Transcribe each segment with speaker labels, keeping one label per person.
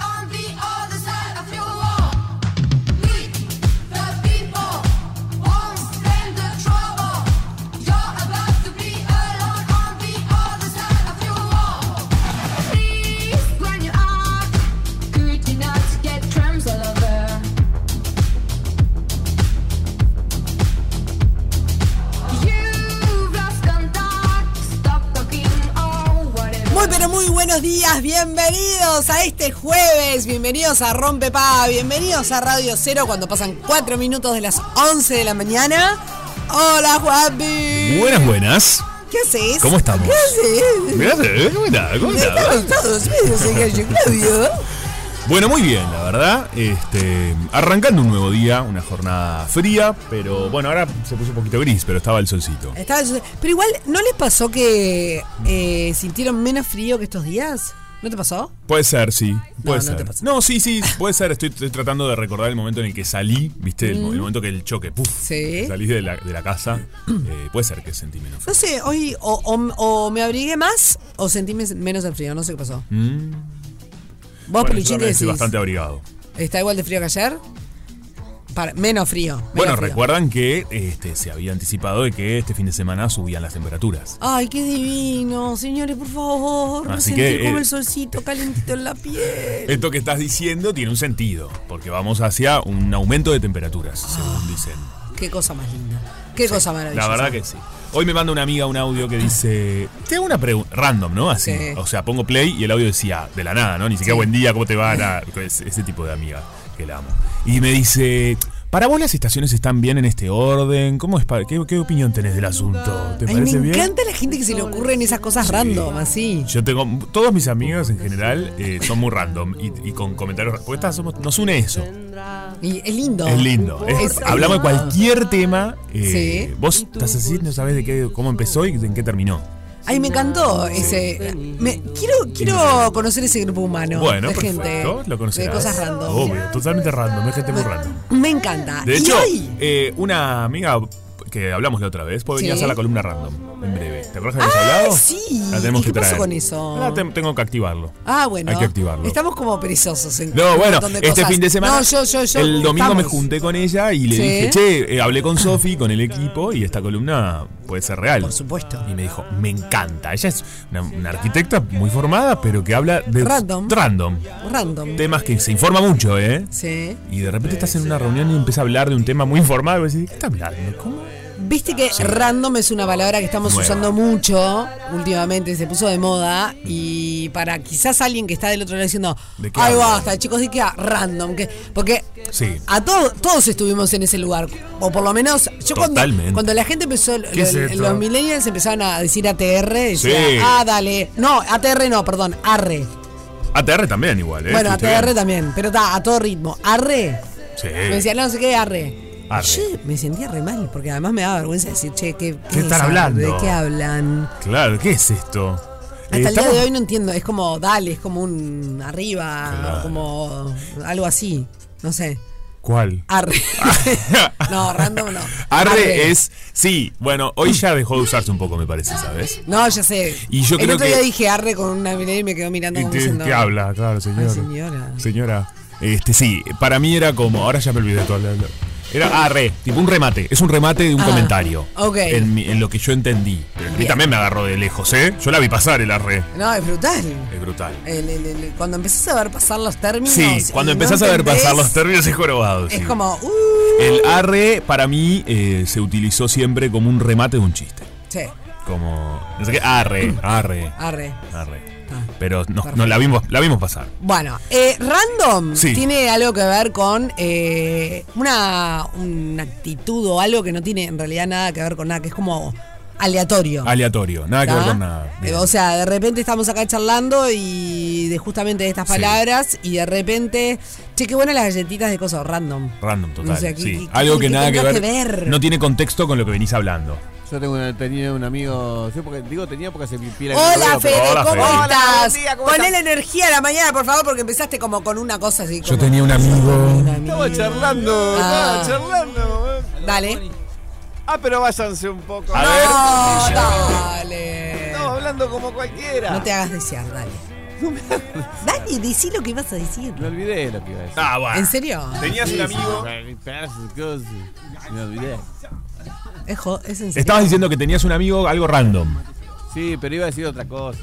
Speaker 1: on the other side of your wall. We, the people, won't stand the trouble. You're about to be alone on the other side of your wall. Please, when you are, could you not get crumbs all over? You've lost contact. Stop talking or whatever.
Speaker 2: Muy pero muy buenos días, bienvenidos a este jueves, bienvenidos a Rompe Paga, bienvenidos a Radio Cero cuando pasan 4 minutos de las 11 de la mañana. Hola Juanpi.
Speaker 3: Buenas, buenas.
Speaker 2: ¿Qué haces?
Speaker 3: ¿Cómo estamos?
Speaker 2: ¿Qué haces?
Speaker 3: Gracias, ¿Cómo estás? ¿Cómo
Speaker 2: Estamos
Speaker 3: estás?
Speaker 2: todos medios en gallo, Claudio.
Speaker 3: Bueno, muy bien, la verdad. Este, arrancando un nuevo día, una jornada fría, pero bueno, ahora se puso un poquito gris, pero estaba el solcito.
Speaker 2: Estaba yo- Pero igual, ¿no les pasó que eh, sintieron menos frío que estos días? ¿No te pasó?
Speaker 3: Puede ser, sí. Puede
Speaker 2: no
Speaker 3: ser.
Speaker 2: te pasa.
Speaker 3: no, sí, sí, puede ser. Estoy, estoy tratando de recordar el momento en el que salí, ¿viste? El, mo- el momento que el choque, puf,
Speaker 2: Mm. Sí.
Speaker 3: salís de la, de la casa. Eh, puede ser que sentí menos frío.
Speaker 2: No sé, hoy o, o- o me abrigué más o sentí mes- menos el frío, no sé qué pasó. Vos,
Speaker 3: Mm. Bueno, yo
Speaker 2: Peluchín,
Speaker 3: también
Speaker 2: ¿qué
Speaker 3: estoy
Speaker 2: decís?
Speaker 3: bastante abrigado.
Speaker 2: ¿Está igual de frío que ayer? Para- menos frío. menos
Speaker 3: Bueno,
Speaker 2: frío.
Speaker 3: recuerdan que este, se había anticipado de que este fin de semana subían las temperaturas.
Speaker 2: Ay, qué divino, señores, por favor.
Speaker 3: Así
Speaker 2: sentí
Speaker 3: que,
Speaker 2: como
Speaker 3: eh,
Speaker 2: el solcito calentito en la piel.
Speaker 3: Esto que estás diciendo tiene un sentido, porque vamos hacia un aumento de temperaturas,
Speaker 2: Ah.
Speaker 3: según dicen.
Speaker 2: Qué cosa más linda. Qué cosa maravillosa.
Speaker 3: La verdad que sí. Hoy me manda una amiga un audio que dice, te hago una pregunta random, ¿no? Así.
Speaker 2: Sí.
Speaker 3: O sea, pongo play y el audio decía, de la nada, ¿no? Ni siquiera
Speaker 2: Sí.
Speaker 3: buen día, ¿cómo te va? Nada. Es- ese tipo de amiga que la amo. Y me dice, ¿para vos las estaciones están bien en este orden? ¿Cómo es? pa- ¿Qué, qué opinión tenés del asunto? ¿Te
Speaker 2: Ay, me
Speaker 3: parece bien?
Speaker 2: encanta la gente que se le ocurren esas cosas random, así.
Speaker 3: Yo tengo. Todos mis amigos en general eh, son muy random y, y con comentarios. Porque estas somos, nos une eso.
Speaker 2: Y es lindo.
Speaker 3: Es lindo. Es-
Speaker 2: Es-
Speaker 3: hablamos de cualquier tema. eh,
Speaker 2: Sí.
Speaker 3: Vos estás así, no sabés de qué, cómo empezó y en qué terminó.
Speaker 2: Ay, me encantó ese. me- quiero quiero conocer ese grupo humano.
Speaker 3: bueno,
Speaker 2: de
Speaker 3: perfecto.
Speaker 2: gente.
Speaker 3: lo conocerás.
Speaker 2: De cosas random.
Speaker 3: Obvio, totalmente random. Es gente muy random.
Speaker 2: Me encanta.
Speaker 3: De
Speaker 2: y
Speaker 3: hecho,
Speaker 2: hoy,
Speaker 3: eh, una amiga que hablamos la otra vez puede venir a
Speaker 2: Sí.
Speaker 3: hacer la columna random en breve. ¿Te acuerdas que habíamos
Speaker 2: Ah,
Speaker 3: hablado?
Speaker 2: sí.
Speaker 3: La tenemos
Speaker 2: ¿Y qué
Speaker 3: que
Speaker 2: pasó
Speaker 3: traer.
Speaker 2: con eso?
Speaker 3: La te- tengo que activarlo.
Speaker 2: Ah, bueno.
Speaker 3: Hay que activarlo.
Speaker 2: Estamos como perezosos. En
Speaker 3: No,
Speaker 2: un
Speaker 3: bueno,
Speaker 2: montón de
Speaker 3: este
Speaker 2: cosas.
Speaker 3: fin de semana.
Speaker 2: No, yo, yo, yo.
Speaker 3: El domingo me
Speaker 2: estamos.
Speaker 3: junté con ella y le
Speaker 2: Sí.
Speaker 3: dije, che, eh, hablé con Sofi, con el equipo, y esta columna puede ser real.
Speaker 2: Por supuesto.
Speaker 3: Y me dijo, me encanta. Ella es una, una arquitecta muy formada, pero que habla de
Speaker 2: Random.
Speaker 3: random.
Speaker 2: Random.
Speaker 3: Temas que se informa mucho, ¿eh?
Speaker 2: Sí.
Speaker 3: Y de repente estás en una reunión y empieza a hablar de un tema muy informado y vos decís, ¿qué está hablando? ¿Cómo?
Speaker 2: Viste que random es una palabra que estamos
Speaker 3: Nueva.
Speaker 2: usando mucho últimamente, se puso de moda y para quizás alguien que está del otro lado diciendo,
Speaker 3: ¿De qué
Speaker 2: ay
Speaker 3: hablan?"
Speaker 2: basta, chicos, ¿de qué ha- random? que Porque
Speaker 3: Sí.
Speaker 2: a todos todos estuvimos en ese lugar, o por lo menos yo cuando,
Speaker 3: Totalmente.
Speaker 2: cuando la gente empezó, lo-
Speaker 3: es
Speaker 2: lo-
Speaker 3: esto?
Speaker 2: los millennials empezaron a decir ATR, decía,
Speaker 3: Sí.
Speaker 2: ah, dale, no, ATR no, perdón, arre.
Speaker 3: ATR también igual, ¿eh?
Speaker 2: E. Bueno, a
Speaker 3: Estuviste
Speaker 2: TR
Speaker 3: bien.
Speaker 2: también, pero está a todo ritmo. Arre.
Speaker 3: Sí.
Speaker 2: Me decía, no sé qué, arre.
Speaker 3: Arre.
Speaker 2: E". Yo me sentía re mal, porque además me daba vergüenza decir, che, ¿qué,
Speaker 3: E. ¿Qué están
Speaker 2: esa-
Speaker 3: hablando? Eh,
Speaker 2: ¿De qué hablan?
Speaker 3: Claro, ¿qué es esto?
Speaker 2: Hasta el día de hoy no entiendo, es como dale, es como un arriba,
Speaker 3: Claro.
Speaker 2: como algo así, no sé.
Speaker 3: ¿Cuál?
Speaker 2: Arre. no, random no.
Speaker 3: Arre, es. Sí, bueno, hoy ya dejó de usarse un poco, me parece, ¿sabes?
Speaker 2: No, ya sé.
Speaker 3: Y yo
Speaker 2: el
Speaker 3: creo
Speaker 2: otro
Speaker 3: que-
Speaker 2: día dije arre con una mirada y me quedó mirando
Speaker 3: Y
Speaker 2: como
Speaker 3: te-
Speaker 2: diciendo.
Speaker 3: te habla? Claro, señora.
Speaker 2: Ay, señora.
Speaker 3: Señora. Este, sí, para mí era como. Ahora ya me olvidé todo. lo- lo- Era ah, re, tipo un remate. Es un remate de un
Speaker 2: Ah,
Speaker 3: comentario.
Speaker 2: ok.
Speaker 3: En, mi- en lo que yo entendí. Pero a mí
Speaker 2: Bien.
Speaker 3: también me agarró de lejos, ¿eh? Yo la vi pasar el arre.
Speaker 2: No, es brutal.
Speaker 3: Es brutal.
Speaker 2: El- el- el- cuando empezás a ver pasar los términos.
Speaker 3: Sí,
Speaker 2: y
Speaker 3: cuando
Speaker 2: no
Speaker 3: empezás a ver
Speaker 2: entendés,
Speaker 3: pasar los términos es jorobado.
Speaker 2: Es
Speaker 3: sí.
Speaker 2: como. Uh,
Speaker 3: El arre para mí eh, se utilizó siempre como un remate de un chiste.
Speaker 2: che,
Speaker 3: Como. No sé qué. Arre, arre.
Speaker 2: arre.
Speaker 3: Arre.
Speaker 2: Ah.
Speaker 3: Pero nos-
Speaker 2: Perfecto.
Speaker 3: nos la vimos, la vimos pasar.
Speaker 2: Bueno, eh, random
Speaker 3: Sí.
Speaker 2: tiene algo que ver con eh, una, una actitud o algo que no tiene en realidad nada que ver con nada, que es como aleatorio.
Speaker 3: Aleatorio, nada que ver
Speaker 2: ¿tá?
Speaker 3: con nada. Bien.
Speaker 2: Eh, O sea, de repente estamos acá charlando y de justamente de estas
Speaker 3: Sí.
Speaker 2: palabras y de repente, che, qué buenas las galletitas de cosas random.
Speaker 3: Random, total.
Speaker 2: O sea, ¿qué-
Speaker 3: sí.
Speaker 2: qué-
Speaker 3: Algo que
Speaker 2: qué- qué
Speaker 3: nada que
Speaker 2: tendrá
Speaker 3: ver,
Speaker 2: que ver?
Speaker 3: No tiene contexto con lo que venís hablando.
Speaker 4: Yo tengo una- tenía un amigo. ¿sí? Porque, digo, tenía porque se me pira el
Speaker 2: Hola,
Speaker 4: cabello, pero-
Speaker 2: Fede,
Speaker 3: hola,
Speaker 2: ¿cómo
Speaker 3: Fede.
Speaker 4: Hola, buen
Speaker 2: estás?
Speaker 4: día, ¿cómo
Speaker 2: Ponle
Speaker 4: estás?
Speaker 2: la energía a la mañana, por favor, porque empezaste como con una cosa así. como-
Speaker 3: tenía un amigo.
Speaker 2: Un amigo.
Speaker 4: Estaba charlando,
Speaker 2: Ah.
Speaker 4: estaba charlando. ¿eh?
Speaker 2: Dale.
Speaker 4: Ah, pero váyanse un poco.
Speaker 3: A ver.
Speaker 2: No, dale.
Speaker 4: Estamos hablando como cualquiera.
Speaker 2: No te hagas desear, dale. Dale, decí lo que vas a decir.
Speaker 4: Me olvidé lo que iba a decir.
Speaker 3: Ah, bueno.
Speaker 2: ¿En serio?
Speaker 3: Tenías un amigo.
Speaker 4: Me olvidé.
Speaker 2: Es, jo- es en serio.
Speaker 3: Estabas diciendo que tenías un amigo algo random.
Speaker 4: Sí, pero iba a decir otra cosa.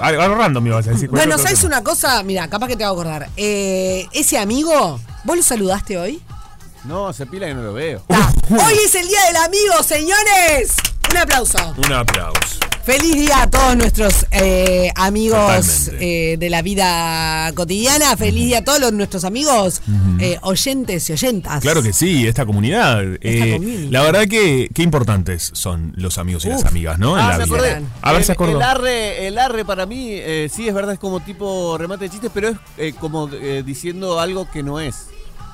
Speaker 3: Algo, algo random me ibas a decir.
Speaker 2: Bueno, ¿sabes
Speaker 3: es
Speaker 2: una cosa? Mira, capaz que te va a acordar. Eh, ese amigo, ¿vos lo saludaste hoy?
Speaker 4: No, se pila que no lo veo.
Speaker 2: Ta. Hoy es el día del amigo, señores. Un aplauso.
Speaker 3: Un aplauso.
Speaker 2: Feliz día a todos nuestros eh, amigos
Speaker 3: Totalmente.
Speaker 2: eh, de la vida cotidiana. Feliz día a todos los- nuestros amigos eh, oyentes y oyentas.
Speaker 3: Claro que sí, esta comunidad. eh,
Speaker 2: community.
Speaker 3: la verdad que qué importantes son los amigos y las
Speaker 2: Uf.
Speaker 3: amigas, ¿no? En
Speaker 4: Ah,
Speaker 3: la
Speaker 4: me
Speaker 3: vida.
Speaker 4: acordé.
Speaker 3: A ver
Speaker 4: El-
Speaker 3: si acordó.
Speaker 4: El arre, el arre para mí, eh, sí, es verdad, es como tipo remate de chistes, pero es eh, como eh, diciendo algo que no es.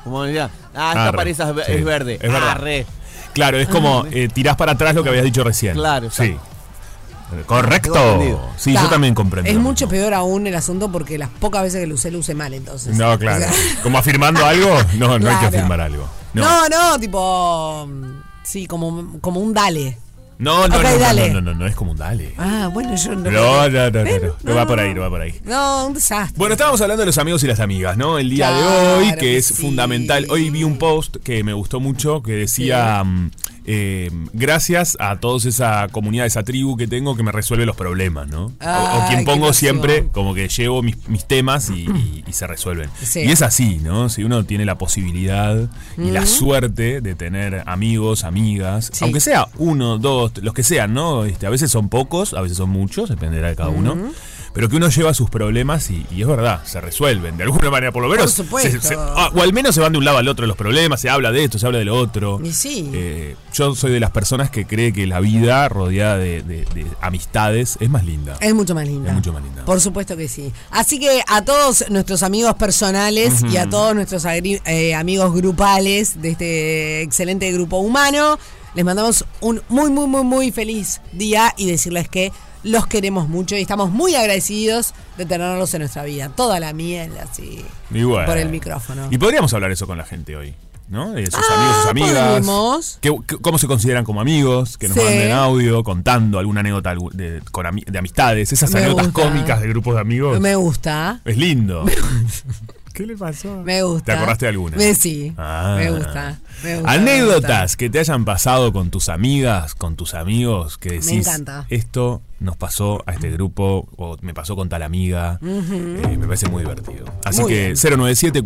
Speaker 4: Como decía, ah, esta
Speaker 3: Arre,
Speaker 4: pareja es, ve-
Speaker 3: sí,
Speaker 4: es verde.
Speaker 3: es verdad.
Speaker 4: Arre.
Speaker 3: Claro, es como eh, tirás para atrás lo que habías dicho recién.
Speaker 4: Claro,
Speaker 3: sí.
Speaker 4: exacto. Tengo
Speaker 3: Correcto.
Speaker 4: entendido.
Speaker 3: Sí,
Speaker 2: Ta.
Speaker 3: yo también comprendo.
Speaker 2: Es
Speaker 3: lo
Speaker 2: mucho
Speaker 3: mismo.
Speaker 2: peor aún el asunto porque las pocas veces que lo usé, lo usé mal entonces.
Speaker 3: No, claro.
Speaker 2: O sea,
Speaker 3: ¿Como afirmando algo? No, no hay que
Speaker 2: Claro.
Speaker 3: afirmar algo.
Speaker 2: no, no, tipo. mm, Sí, como, como un dale.
Speaker 3: No, no,
Speaker 2: Ok,
Speaker 3: no, no,
Speaker 2: dale.
Speaker 3: no, no, no, no, es como un dale.
Speaker 2: Ah, bueno, yo no.
Speaker 3: No, no, no, no,
Speaker 2: ¿Ven?
Speaker 3: no, no va por ahí, no va por ahí.
Speaker 2: No, un desastre.
Speaker 3: Bueno, estábamos hablando de los amigos y las amigas, ¿no? El día de
Speaker 2: Claro
Speaker 3: hoy, que
Speaker 2: que
Speaker 3: es
Speaker 2: sí.
Speaker 3: fundamental. Hoy vi un post que me gustó mucho, que decía, mm, eh, gracias a toda esa comunidad, esa tribu que tengo que me resuelve los problemas, ¿no? O- o,
Speaker 2: Ay,
Speaker 3: quien
Speaker 2: qué
Speaker 3: pongo
Speaker 2: emoción.
Speaker 3: siempre, como que llevo mis, mis temas y, y- y se resuelven.
Speaker 2: Sí.
Speaker 3: Y es así, ¿no? Si uno tiene la posibilidad y la suerte de tener amigos, amigas,
Speaker 2: Sí.
Speaker 3: aunque sea uno, dos, los que sean, ¿no? Este, a veces son pocos, a veces son muchos, dependerá de cada uno. Pero que uno lleva sus problemas y, y es verdad, se resuelven de alguna manera, por lo menos.
Speaker 2: Por supuesto.
Speaker 3: se- se- ah, o al menos se van de un lado al otro los problemas, se habla de esto, se habla de lo otro.
Speaker 2: Y sí.
Speaker 3: Eh, yo soy de las personas que cree que la vida rodeada de, de- de amistades es más linda.
Speaker 2: Es mucho más linda.
Speaker 3: Es mucho más linda.
Speaker 2: Por supuesto que sí. Así que a todos nuestros amigos personales y a todos nuestros agri- eh, amigos grupales de este excelente grupo humano, les mandamos un muy, muy, muy, muy feliz día y decirles que los queremos mucho y estamos muy agradecidos de tenerlos en nuestra vida. Toda la miel así.
Speaker 3: Y bueno.
Speaker 2: Por el micrófono.
Speaker 3: Y podríamos hablar eso con la gente hoy, ¿no? De sus
Speaker 2: Ah,
Speaker 3: amigos, sus amigas.
Speaker 2: podemos.
Speaker 3: Que- que- ¿Cómo se consideran como amigos? Que nos
Speaker 2: Sí.
Speaker 3: manden audio contando alguna anécdota algu- de, con ami- de amistades, esas
Speaker 2: Me
Speaker 3: anécdotas
Speaker 2: gusta.
Speaker 3: cómicas de grupos de amigos.
Speaker 2: Me gusta. ¿eh?
Speaker 3: Es lindo. ¿Qué le pasó?
Speaker 2: Me gusta.
Speaker 3: ¿Te acordaste de alguna?
Speaker 2: Me- sí.
Speaker 3: Ah.
Speaker 2: Me gusta, me gusta,
Speaker 3: Anécdotas
Speaker 2: me gusta.
Speaker 3: que te hayan pasado con tus amigas, con tus amigos, que decís,
Speaker 2: encanta.
Speaker 3: esto nos pasó a este grupo o me pasó con tal amiga. Eh, me parece muy divertido. Así
Speaker 2: Muy
Speaker 3: que
Speaker 2: bien.
Speaker 3: 097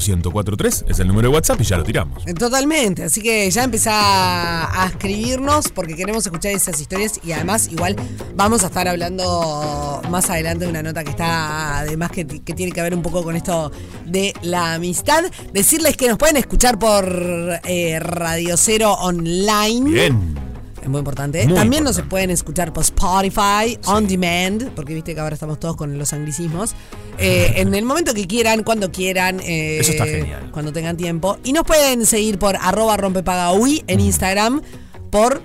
Speaker 3: 1043 es el número de WhatsApp y ya lo tiramos.
Speaker 2: Eh, Totalmente, así que ya empezá a escribirnos porque queremos escuchar esas historias y además igual vamos a estar hablando más adelante de una nota que está además que, que tiene que ver un poco con esto de la amistad. Decirles que nos pueden escuchar por eh, Radio Cero Online.
Speaker 3: Bien.
Speaker 2: Es muy importante.
Speaker 3: Muy
Speaker 2: También nos
Speaker 3: importante.
Speaker 2: pueden escuchar por Spotify, on demand, porque viste que ahora estamos todos con los anglicismos. Eh, en el momento que quieran, cuando quieran. eh,
Speaker 3: Eso está genial.
Speaker 2: Cuando tengan tiempo. Y nos pueden seguir por arroba rompepagaui
Speaker 3: Mm.
Speaker 2: en Instagram, por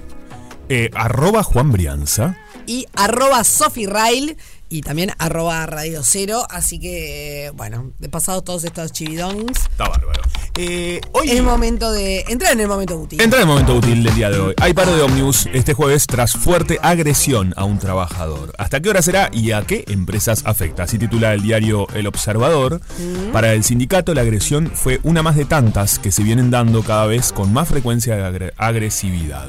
Speaker 3: Eh, arroba Juan Brianza.
Speaker 2: y arroba sofirail y también arroba Radio Cero. Así que, bueno, de pasado todos estos chividongs,
Speaker 3: Está bárbaro. Eh, hoy
Speaker 2: es momento de entrar en el momento útil.
Speaker 3: Entra en el momento útil del día de hoy. Hay paro de ómnibus este jueves tras fuerte agresión a un trabajador. ¿Hasta qué hora será y a qué empresas afecta? Así titula el diario El Observador. Para el sindicato, la agresión fue una más de tantas que se vienen dando cada vez con más frecuencia de agre- agresividad.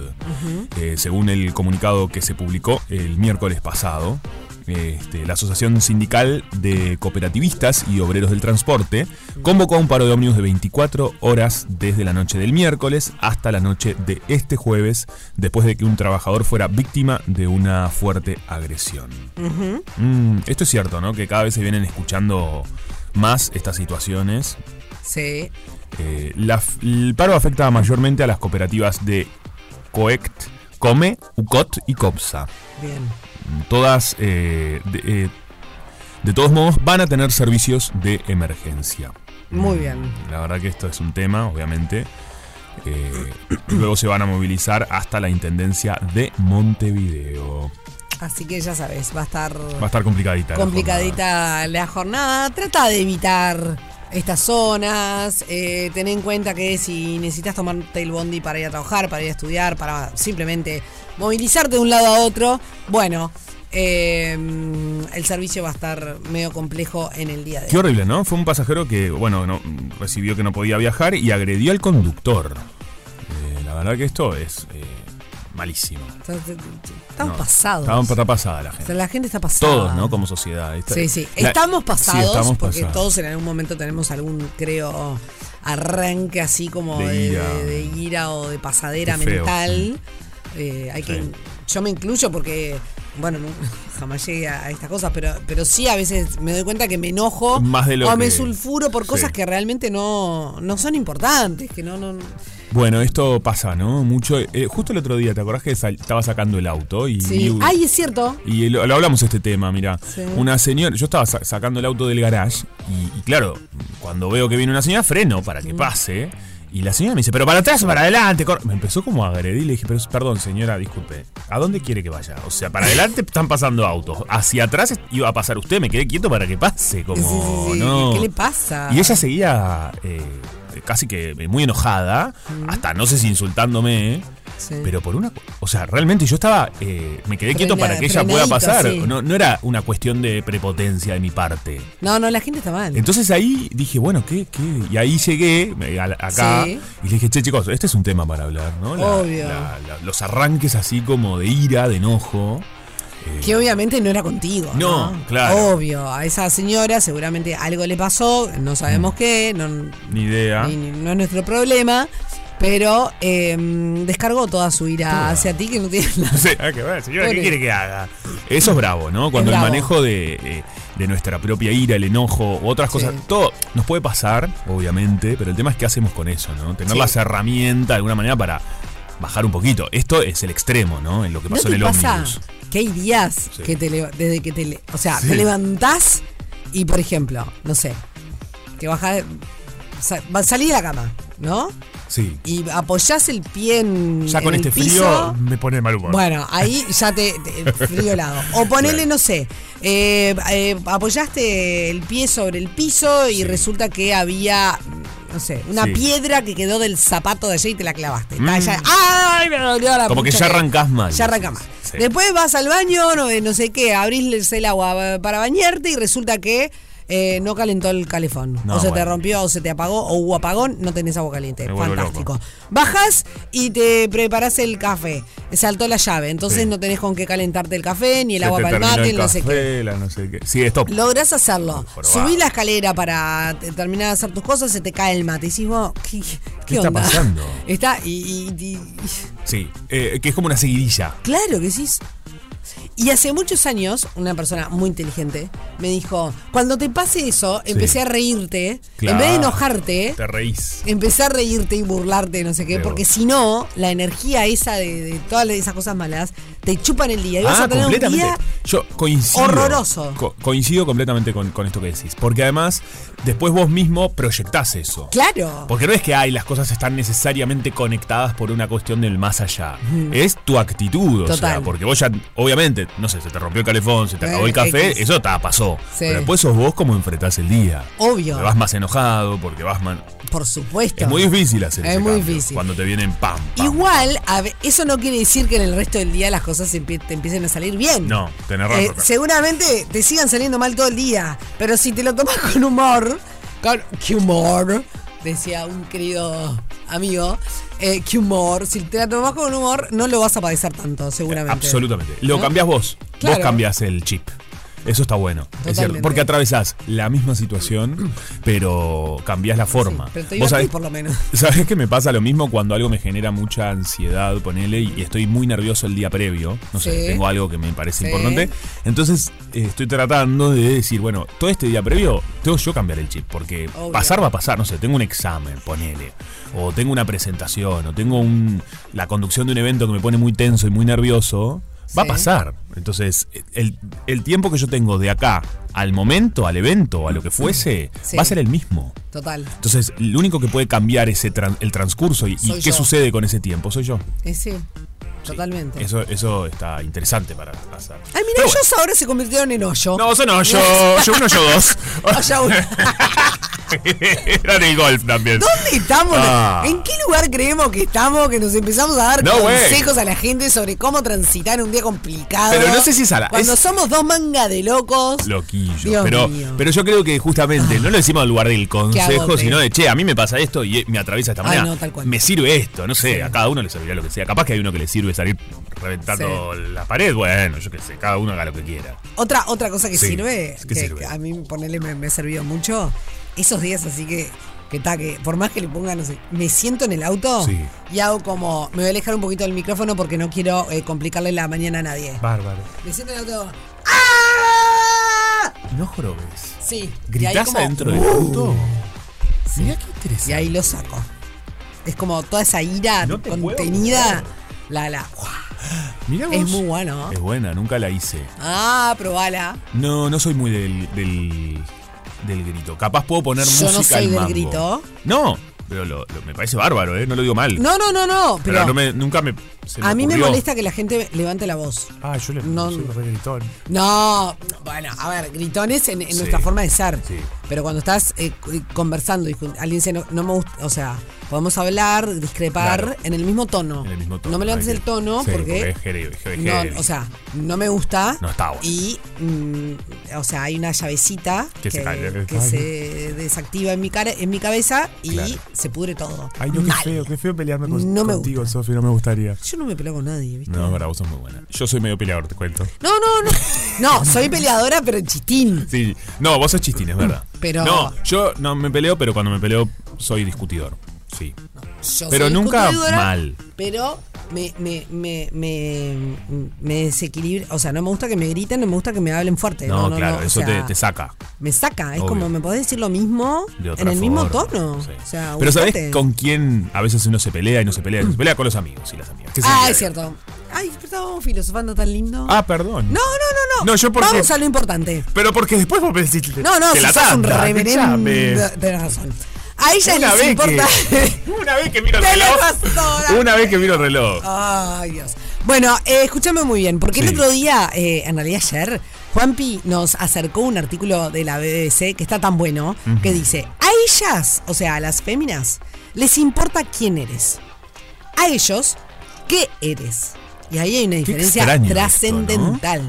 Speaker 3: Eh, según el comunicado que se publicó el miércoles pasado, este, la Asociación Sindical de Cooperativistas y Obreros del Transporte convocó a un paro de ómnibus de 24 horas desde la noche del miércoles hasta la noche de este jueves, después de que un trabajador fuera víctima de una fuerte agresión. Mm, esto es cierto, ¿no? Que cada vez se vienen escuchando más estas situaciones.
Speaker 2: Sí.
Speaker 3: Eh, la f- el paro afecta mayormente a las cooperativas de COECT, COME, UCOT y COPSA
Speaker 2: Bien.
Speaker 3: todas eh, de, eh, de todos modos van a tener servicios de emergencia.
Speaker 2: Muy bien.
Speaker 3: La verdad que esto es un tema, obviamente. Eh, luego se van a movilizar hasta la Intendencia de Montevideo.
Speaker 2: Así que ya sabes, va a estar
Speaker 3: Va a estar complicadita. la jornada.
Speaker 2: complicadita la jornada. Trata de evitar estas zonas. eh, ten en cuenta que si necesitas tomarte el bondi para ir a trabajar, para ir a estudiar, para simplemente movilizarte de un lado a otro, bueno, eh, el servicio va a estar medio complejo en el día de
Speaker 3: Qué
Speaker 2: hoy.
Speaker 3: horrible, ¿no? Fue un pasajero que, bueno, no, recibió que no podía viajar y agredió al conductor. Eh, la verdad que esto es eh, malísimo.
Speaker 2: Estamos
Speaker 3: No,
Speaker 2: pasados.
Speaker 3: Está, está pasada la
Speaker 2: O
Speaker 3: gente.
Speaker 2: sea, la gente está pasada.
Speaker 3: Todos, ¿no? Como sociedad. Esta-
Speaker 2: Sí, sí.
Speaker 3: la-
Speaker 2: Estamos pasados
Speaker 3: Sí, estamos
Speaker 2: porque
Speaker 3: pasados.
Speaker 2: todos en algún momento tenemos algún, creo, arranque así como
Speaker 3: De
Speaker 2: de, de-
Speaker 3: ira.
Speaker 2: de ira o de pasadera
Speaker 3: Qué feo,
Speaker 2: mental. Eh, hay que,
Speaker 3: Sí.
Speaker 2: yo me incluyo porque, bueno, no- jamás llegué a, a estas cosas, pero, pero sí a veces me doy cuenta que me enojo
Speaker 3: Más de lo
Speaker 2: o
Speaker 3: que-
Speaker 2: me sulfuro por
Speaker 3: sí.
Speaker 2: cosas que realmente no, no son importantes, que no... no
Speaker 3: Bueno, esto pasa, ¿no? Mucho. eh, justo el otro día, ¿te acordás que sal- estaba sacando el auto? Y,
Speaker 2: sí.
Speaker 3: y-
Speaker 2: Ay, es cierto.
Speaker 3: y lo, lo hablamos este tema, mira.
Speaker 2: Sí.
Speaker 3: Una señora, yo estaba sa- sacando el auto del garage y, y claro, cuando veo que viene una señora, freno para que pase. Y la señora me dice, pero para atrás o para adelante. cor-". Me empezó como a agredir. Le dije, pero perdón, señora, disculpe. ¿A dónde quiere que vaya? O sea, para adelante están pasando autos. Hacia atrás est- iba a pasar usted. Me quedé quieto para que pase. Como,
Speaker 2: Sí, sí, sí.
Speaker 3: no.
Speaker 2: ¿Qué le pasa?
Speaker 3: Y ella seguía eh, casi que muy enojada, hasta no sé si insultándome, eh,
Speaker 2: Sí.
Speaker 3: pero por una... cu- O sea, realmente yo estaba... eh, me quedé quieto
Speaker 2: Frena-
Speaker 3: para que ella pueda
Speaker 2: frenadito,
Speaker 3: pasar.
Speaker 2: sí.
Speaker 3: No, no era una cuestión de prepotencia de mi parte.
Speaker 2: No, no, la gente está mal.
Speaker 3: Entonces ahí dije, bueno, ¿qué? qué? Y ahí llegué me- a- acá
Speaker 2: Sí.
Speaker 3: y le dije, che, chicos, este es un tema para hablar, ¿no?
Speaker 2: Obvio.
Speaker 3: la- los arranques así como de ira, de enojo. eh,
Speaker 2: Que obviamente no era contigo. No,
Speaker 3: No, claro.
Speaker 2: Obvio, a esa señora seguramente algo le pasó, no sabemos
Speaker 3: Mm.
Speaker 2: qué, no,
Speaker 3: ni idea.
Speaker 2: ni- ni- no es nuestro problema, pero eh, descargó toda su ira hacia ti que no tiene nada.
Speaker 3: Sí, hay que ver, señora, Ah, ¿qué
Speaker 2: Pobre.
Speaker 3: quiere que haga? Eso es bravo, ¿no? Cuando
Speaker 2: bravo.
Speaker 3: el manejo de, eh, de nuestra propia ira, el enojo, u otras
Speaker 2: Sí.
Speaker 3: cosas, todo nos puede pasar, obviamente, pero el tema es qué hacemos con eso, ¿no? Tener
Speaker 2: Sí.
Speaker 3: las herramientas de alguna manera para bajar un poquito. Esto es el extremo, ¿no? En lo que
Speaker 2: ¿No
Speaker 3: pasó en
Speaker 2: te
Speaker 3: el
Speaker 2: pasa
Speaker 3: ómnibus.
Speaker 2: que hay días
Speaker 3: Sí.
Speaker 2: que te leva- desde que te, le- o sea,
Speaker 3: Sí.
Speaker 2: te levantás y por ejemplo, no sé, que bajás, sa- va- salí de la cama, ¿no?
Speaker 3: Sí.
Speaker 2: Y apoyás el pie en
Speaker 3: Ya con
Speaker 2: en el
Speaker 3: este
Speaker 2: piso.
Speaker 3: frío me pone de mal humor.
Speaker 2: Bueno, ahí ya te, te- frío helado. O ponele, no sé, eh, eh, apoyaste el pie sobre el piso y
Speaker 3: Sí.
Speaker 2: resulta que había, no sé, una
Speaker 3: Sí. Mm.
Speaker 2: piedra que quedó del zapato de allá y te la clavaste. Está ya- ¡Ay, me dolió la
Speaker 3: Como que ya
Speaker 2: pucha
Speaker 3: arrancás mal.
Speaker 2: Ya arrancás mal.
Speaker 3: Sí.
Speaker 2: Después vas al baño, no, eh, no sé qué, abrís el agua eh, para bañarte y resulta que... eh, no calentó el calefón.
Speaker 3: No,
Speaker 2: o se te
Speaker 3: bueno.
Speaker 2: rompió, o se te apagó, o hubo apagón, no tenés agua caliente.
Speaker 3: Me vuelvo
Speaker 2: Fantástico.
Speaker 3: loco.
Speaker 2: Bajas y te preparas el café. Saltó la llave, entonces
Speaker 3: Sí.
Speaker 2: no tenés con qué calentarte el café, ni el
Speaker 3: Se
Speaker 2: agua
Speaker 3: te
Speaker 2: para el
Speaker 3: terminó
Speaker 2: mate,
Speaker 3: el
Speaker 2: no sé qué.
Speaker 3: café, la no sé qué. Sí, stop.
Speaker 2: Lográs hacerlo.
Speaker 3: Jorobado.
Speaker 2: Subís la escalera para te- terminar de hacer tus cosas, se te cae el mate. Y decís, vos, ¿qué, qué,
Speaker 3: ¿Qué está
Speaker 2: onda?
Speaker 3: pasando?
Speaker 2: Está, y- y- y
Speaker 3: Sí, eh, que es como una seguidilla.
Speaker 2: Claro que sí. Y hace muchos años, una persona muy inteligente me dijo, cuando te pase eso, empecé a reírte, en vez de
Speaker 3: Claro.
Speaker 2: enojarte,
Speaker 3: Te reís.
Speaker 2: empecé a reírte y burlarte, no sé qué,
Speaker 3: Pero-
Speaker 2: porque si no, la energía esa de, de todas esas cosas malas te chupan el día. Y vas
Speaker 3: Ah,
Speaker 2: a tener un
Speaker 3: completamente.
Speaker 2: día...
Speaker 3: Yo coincido.
Speaker 2: horroroso.
Speaker 3: Co- coincido completamente con, con esto que decís. Porque además, después vos mismo proyectás eso.
Speaker 2: Claro.
Speaker 3: Porque no es que ay, las cosas están necesariamente conectadas por una cuestión del más allá. Es tu actitud, o sea,
Speaker 2: Total.
Speaker 3: porque vos ya, obviamente, te, no sé, se te rompió el calefón, se te
Speaker 2: Eh,
Speaker 3: acabó el café,
Speaker 2: X.
Speaker 3: eso está, pasó.
Speaker 2: Sí.
Speaker 3: Pero después sos vos como enfrentás el día.
Speaker 2: Obvio.
Speaker 3: Porque vas más enojado, porque vas más.
Speaker 2: Por supuesto.
Speaker 3: Es muy difícil hacer
Speaker 2: Es
Speaker 3: ese
Speaker 2: muy
Speaker 3: cambio,
Speaker 2: difícil.
Speaker 3: Cuando te vienen pam. pam.
Speaker 2: Igual, a ve- eso no quiere decir que en el resto del día las cosas empie- te empiecen a salir bien. Eh,
Speaker 3: No, tenés razón.
Speaker 2: seguramente te sigan saliendo mal todo el día, pero si te lo tomas con humor, con qué humor, decía un querido amigo, eh, qué humor, si te la tomas con humor no lo vas a padecer tanto, seguramente.
Speaker 3: Absolutamente. Lo
Speaker 2: ¿No?
Speaker 3: cambiás vos.
Speaker 2: Claro.
Speaker 3: Vos cambiás el chip. Eso está bueno. Es
Speaker 2: Totalmente.
Speaker 3: cierto. Porque atravesás la misma situación, pero cambiás la forma.
Speaker 2: pero te
Speaker 3: vos
Speaker 2: divertís
Speaker 3: sabés,
Speaker 2: por lo menos.
Speaker 3: ¿Sabés que me pasa lo mismo cuando algo me genera mucha ansiedad, ponele, y estoy muy nervioso el día previo? No sé,
Speaker 2: Sí.
Speaker 3: tengo algo que me parece
Speaker 2: Sí.
Speaker 3: importante. Entonces eh, estoy tratando de decir, bueno, todo este día previo tengo yo cambiar el chip, porque
Speaker 2: Obvio.
Speaker 3: pasar va a pasar, no sé, tengo un examen, ponele, o tengo una presentación, o tengo un, la conducción de un evento que me pone muy tenso y muy nervioso. Va a
Speaker 2: Sí.
Speaker 3: pasar. Entonces, el, el tiempo que yo tengo de acá al momento, al evento, a lo que fuese,
Speaker 2: Sí.
Speaker 3: va a ser el mismo.
Speaker 2: Total.
Speaker 3: Entonces, lo único que puede cambiar ese tran- el transcurso y, y
Speaker 2: Soy
Speaker 3: qué
Speaker 2: yo.
Speaker 3: sucede con ese tiempo soy yo.
Speaker 2: Eh, sí, totalmente.
Speaker 3: Eso, eso está interesante para hacer.
Speaker 2: Ay, mira,
Speaker 3: Pero bueno.
Speaker 2: ellos ahora se convirtieron en hoyo.
Speaker 3: No, son hoyo. Yo uno, yo dos.
Speaker 2: Hoyo uno.
Speaker 3: Eran el golf también.
Speaker 2: ¿Dónde estamos?
Speaker 3: Ah.
Speaker 2: ¿En qué lugar creemos que estamos? Que nos empezamos a dar
Speaker 3: No, güey.
Speaker 2: consejos a la gente sobre cómo transitar un día complicado.
Speaker 3: Pero no sé si es a la-
Speaker 2: Cuando
Speaker 3: es-
Speaker 2: somos dos mangas de locos.
Speaker 3: Loquillo.
Speaker 2: Dios
Speaker 3: pero,
Speaker 2: mío.
Speaker 3: pero yo creo que justamente no lo decimos al lugar del consejo,
Speaker 2: agote.
Speaker 3: sino de che, a mí me pasa esto y eh, me atraviesa esta
Speaker 2: Ay,
Speaker 3: manera.
Speaker 2: no, tal cual.
Speaker 3: Me sirve esto, no sé, a cada uno le servirá lo que sea. Capaz que hay uno que le sirve salir reventando la pared. Bueno, yo qué sé, cada uno haga lo que quiera.
Speaker 2: Otra, otra cosa que
Speaker 3: Sí,
Speaker 2: sirve,
Speaker 3: ¿qué
Speaker 2: que,
Speaker 3: sirve?
Speaker 2: que a mí ponerle me, me ha servido mucho, esos días así que, que ta, que por más que le ponga, no sé, me siento en el auto
Speaker 3: Sí.
Speaker 2: y hago como, me voy a alejar un poquito del micrófono porque no quiero eh, complicarle la mañana a nadie.
Speaker 3: Bárbaro.
Speaker 2: Me siento en el auto. ¡Ah!
Speaker 3: No jorobes.
Speaker 2: Sí. y ahí
Speaker 3: ¿Gritás
Speaker 2: como- ¡Uh!
Speaker 3: adentro del auto? Mirá qué
Speaker 2: Y
Speaker 3: interesante.
Speaker 2: ahí lo saco. Es como toda esa ira
Speaker 3: No te
Speaker 2: contenida. La, la.
Speaker 3: Mirá
Speaker 2: Es
Speaker 3: vos.
Speaker 2: muy bueno.
Speaker 3: Es buena, nunca la hice.
Speaker 2: Ah, probala.
Speaker 3: No, no soy muy del, del, del grito. Capaz puedo poner
Speaker 2: Yo no
Speaker 3: música
Speaker 2: soy
Speaker 3: al
Speaker 2: del
Speaker 3: mambo.
Speaker 2: grito.
Speaker 3: No, pero lo- lo- me parece bárbaro, ¿eh? No lo digo mal.
Speaker 2: No, no, no, no.
Speaker 3: pero
Speaker 2: Pero
Speaker 3: no me- nunca me, se
Speaker 2: a mí me
Speaker 3: ocurrió.
Speaker 2: molesta que la gente levante la voz.
Speaker 3: Ah, yo le
Speaker 2: No.
Speaker 3: soy re gritón.
Speaker 2: No, bueno, a ver, gritones en, en
Speaker 3: Sí.
Speaker 2: nuestra forma de ser.
Speaker 3: Sí.
Speaker 2: Pero cuando estás eh, cu- conversando y jun- alguien dice, no, no me gusta, o sea, podemos hablar, discrepar
Speaker 3: Claro.
Speaker 2: en el mismo tono.
Speaker 3: En el mismo tono,
Speaker 2: No me levantes
Speaker 3: hay
Speaker 2: el
Speaker 3: que-
Speaker 2: tono
Speaker 3: sí,
Speaker 2: porque...
Speaker 3: es jere- je- jere-
Speaker 2: no, o sea, no me gusta.
Speaker 3: No está bueno.
Speaker 2: Y, mm, o sea, hay una llavecita que,
Speaker 3: Que se cae, que
Speaker 2: que
Speaker 3: cae.
Speaker 2: se desactiva en mi, cara, en mi cabeza y
Speaker 3: Claro.
Speaker 2: se pudre todo.
Speaker 3: Ay, no, qué
Speaker 2: Mal.
Speaker 3: feo, qué feo pelearme
Speaker 2: con- No me contigo,
Speaker 3: Sofi, no me gustaría.
Speaker 2: Yo no me peleo con nadie, ¿viste?
Speaker 3: No, para vos sos muy buena. Yo soy medio peleador, te cuento.
Speaker 2: No, no, no. No, soy peleadora, pero en chistín.
Speaker 3: Sí, no, vos sos chistín, es verdad.
Speaker 2: Pero-
Speaker 3: No, yo no me peleo, pero cuando me peleo soy discutidor. Sí.
Speaker 2: Yo
Speaker 3: Pero
Speaker 2: soy
Speaker 3: nunca
Speaker 2: discutidora,
Speaker 3: mal.
Speaker 2: Pero me, me, me, me, me desequilibra. O sea, no me gusta que me griten, no me gusta que me hablen fuerte.
Speaker 3: No,
Speaker 2: Eh, No, no,
Speaker 3: claro,
Speaker 2: no, o
Speaker 3: eso
Speaker 2: sea,
Speaker 3: te, te saca.
Speaker 2: Me saca. Es
Speaker 3: Obvio.
Speaker 2: como, me podés decir lo mismo
Speaker 3: de otra
Speaker 2: en el mismo
Speaker 3: forma,
Speaker 2: tono.
Speaker 3: sí.
Speaker 2: O sea,
Speaker 3: Pero
Speaker 2: ubicate.
Speaker 3: ¿sabés con quién a veces uno se pelea y no se pelea? y no se pelea con los amigos y las amigas. ¿Qué se
Speaker 2: Ah,
Speaker 3: pelea?
Speaker 2: es cierto. Ay, pero estábamos filosofando tan lindo.
Speaker 3: Ah, perdón.
Speaker 2: No, no, no, no.
Speaker 3: No, yo porque-
Speaker 2: Vamos a lo importante.
Speaker 3: Pero porque después vos pensás.
Speaker 2: No, no,
Speaker 3: te
Speaker 2: si
Speaker 3: la
Speaker 2: sos un
Speaker 3: tanda,
Speaker 2: reverendo.
Speaker 3: escuchame.
Speaker 2: Tenés razón. A ella
Speaker 3: Una
Speaker 2: les
Speaker 3: vez,
Speaker 2: importa.
Speaker 3: que, una vez que miro el
Speaker 2: Tenés
Speaker 3: reloj.
Speaker 2: razón.
Speaker 3: Una vez que miro el reloj.
Speaker 2: Ay, Dios. Bueno, eh, escúchame muy bien, porque el
Speaker 3: Sí.
Speaker 2: otro día, eh, en realidad ayer, Juanpi nos acercó un artículo de la BBC que está tan bueno, que dice, a ellas, o sea, a las féminas, les importa quién eres. A ellos, ¿qué eres? Y ahí hay una diferencia
Speaker 3: extraño esto,
Speaker 2: trascendental.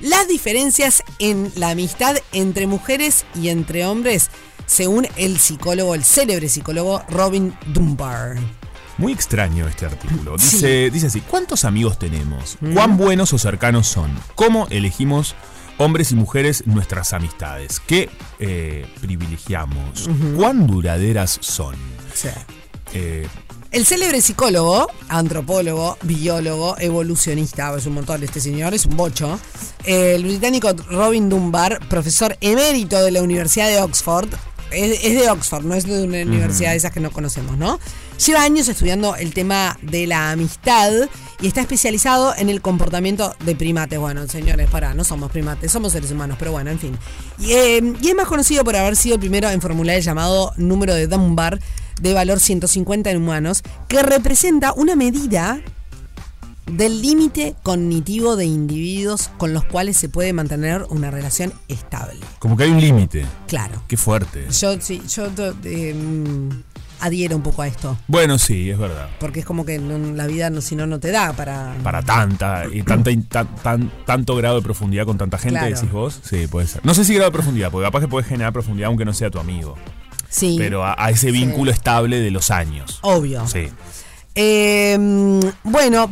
Speaker 2: Las diferencias en la amistad entre mujeres y entre hombres, según el psicólogo, el célebre psicólogo Robin Dunbar.
Speaker 3: Muy extraño este artículo. Dice, dice así, ¿cuántos amigos tenemos?
Speaker 2: Mm.
Speaker 3: ¿Cuán buenos o cercanos son? ¿Cómo elegimos hombres y mujeres nuestras amistades? ¿Qué eh, privilegiamos? ¿Cuán duraderas son?
Speaker 2: O sea,
Speaker 3: Eh,
Speaker 2: El célebre psicólogo, antropólogo, biólogo, evolucionista, es un montón de este señor, es un bocho. El británico Robin Dunbar, profesor emérito de la Universidad de Oxford, es, es de Oxford, no es de una universidad de esas que no conocemos, ¿no? Lleva años estudiando el tema de la amistad y está especializado en el comportamiento de primates. Bueno, señores, pará, no somos primates, somos seres humanos, pero bueno, en fin. Y, eh, y es más conocido por haber sido el primero en formular el llamado número de Dunbar de valor 150 en humanos, que representa una medida del límite cognitivo de individuos con los cuales se puede mantener una relación estable.
Speaker 3: Como que hay un límite.
Speaker 2: Claro.
Speaker 3: Qué fuerte.
Speaker 2: Yo, sí, yo to- eh, mm, adhiero un poco a esto,
Speaker 3: Bueno, sí, es verdad.
Speaker 2: porque es como que no- la vida no, si no, no te da para...
Speaker 3: Para tanta, y tanta, in- tan- tan- tanto grado de profundidad con tanta gente,
Speaker 2: Claro.
Speaker 3: decís vos. Sí, puede ser. No sé si grado de profundidad, porque capaz que puedes generar profundidad aunque no sea tu amigo.
Speaker 2: sí, Oh.
Speaker 3: Pero a, a ese vínculo estable de los años.
Speaker 2: obvio.
Speaker 3: Sí.
Speaker 2: Eh, mm, bueno,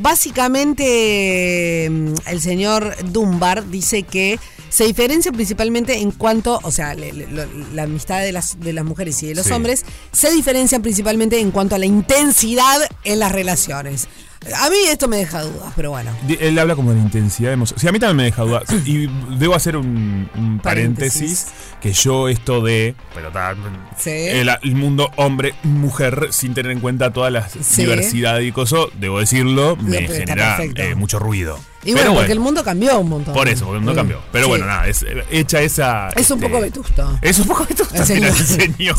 Speaker 2: básicamente mm, el señor Dunbar dice que se diferencia principalmente en cuanto, o sea, le- le- lo- la amistad de las, de las mujeres y de los
Speaker 3: Sí.
Speaker 2: hombres se diferencia principalmente en cuanto a la intensidad en las relaciones. A mí esto me deja dudas, pero bueno.
Speaker 3: Di- Él habla como de la intensidad emocional. Sí, a mí también me deja duda. Y debo hacer un, un paréntesis, que yo esto de pero ta-
Speaker 2: Sí.
Speaker 3: el, el mundo hombre-mujer sin tener en cuenta todas las
Speaker 2: Sí.
Speaker 3: diversidad y cosas, debo decirlo, me
Speaker 2: pero está
Speaker 3: genera
Speaker 2: perfecto.
Speaker 3: eh, mucho ruido.
Speaker 2: Y
Speaker 3: pero
Speaker 2: bueno, porque el mundo cambió un montón.
Speaker 3: por eso, porque no
Speaker 2: Mm.
Speaker 3: cambió. Pero
Speaker 2: Sí.
Speaker 3: bueno, nada, es, hecha esa...
Speaker 2: Es un
Speaker 3: este,
Speaker 2: poco vetusto.
Speaker 3: Es un poco vetusto.
Speaker 2: El
Speaker 3: al final,
Speaker 2: señor.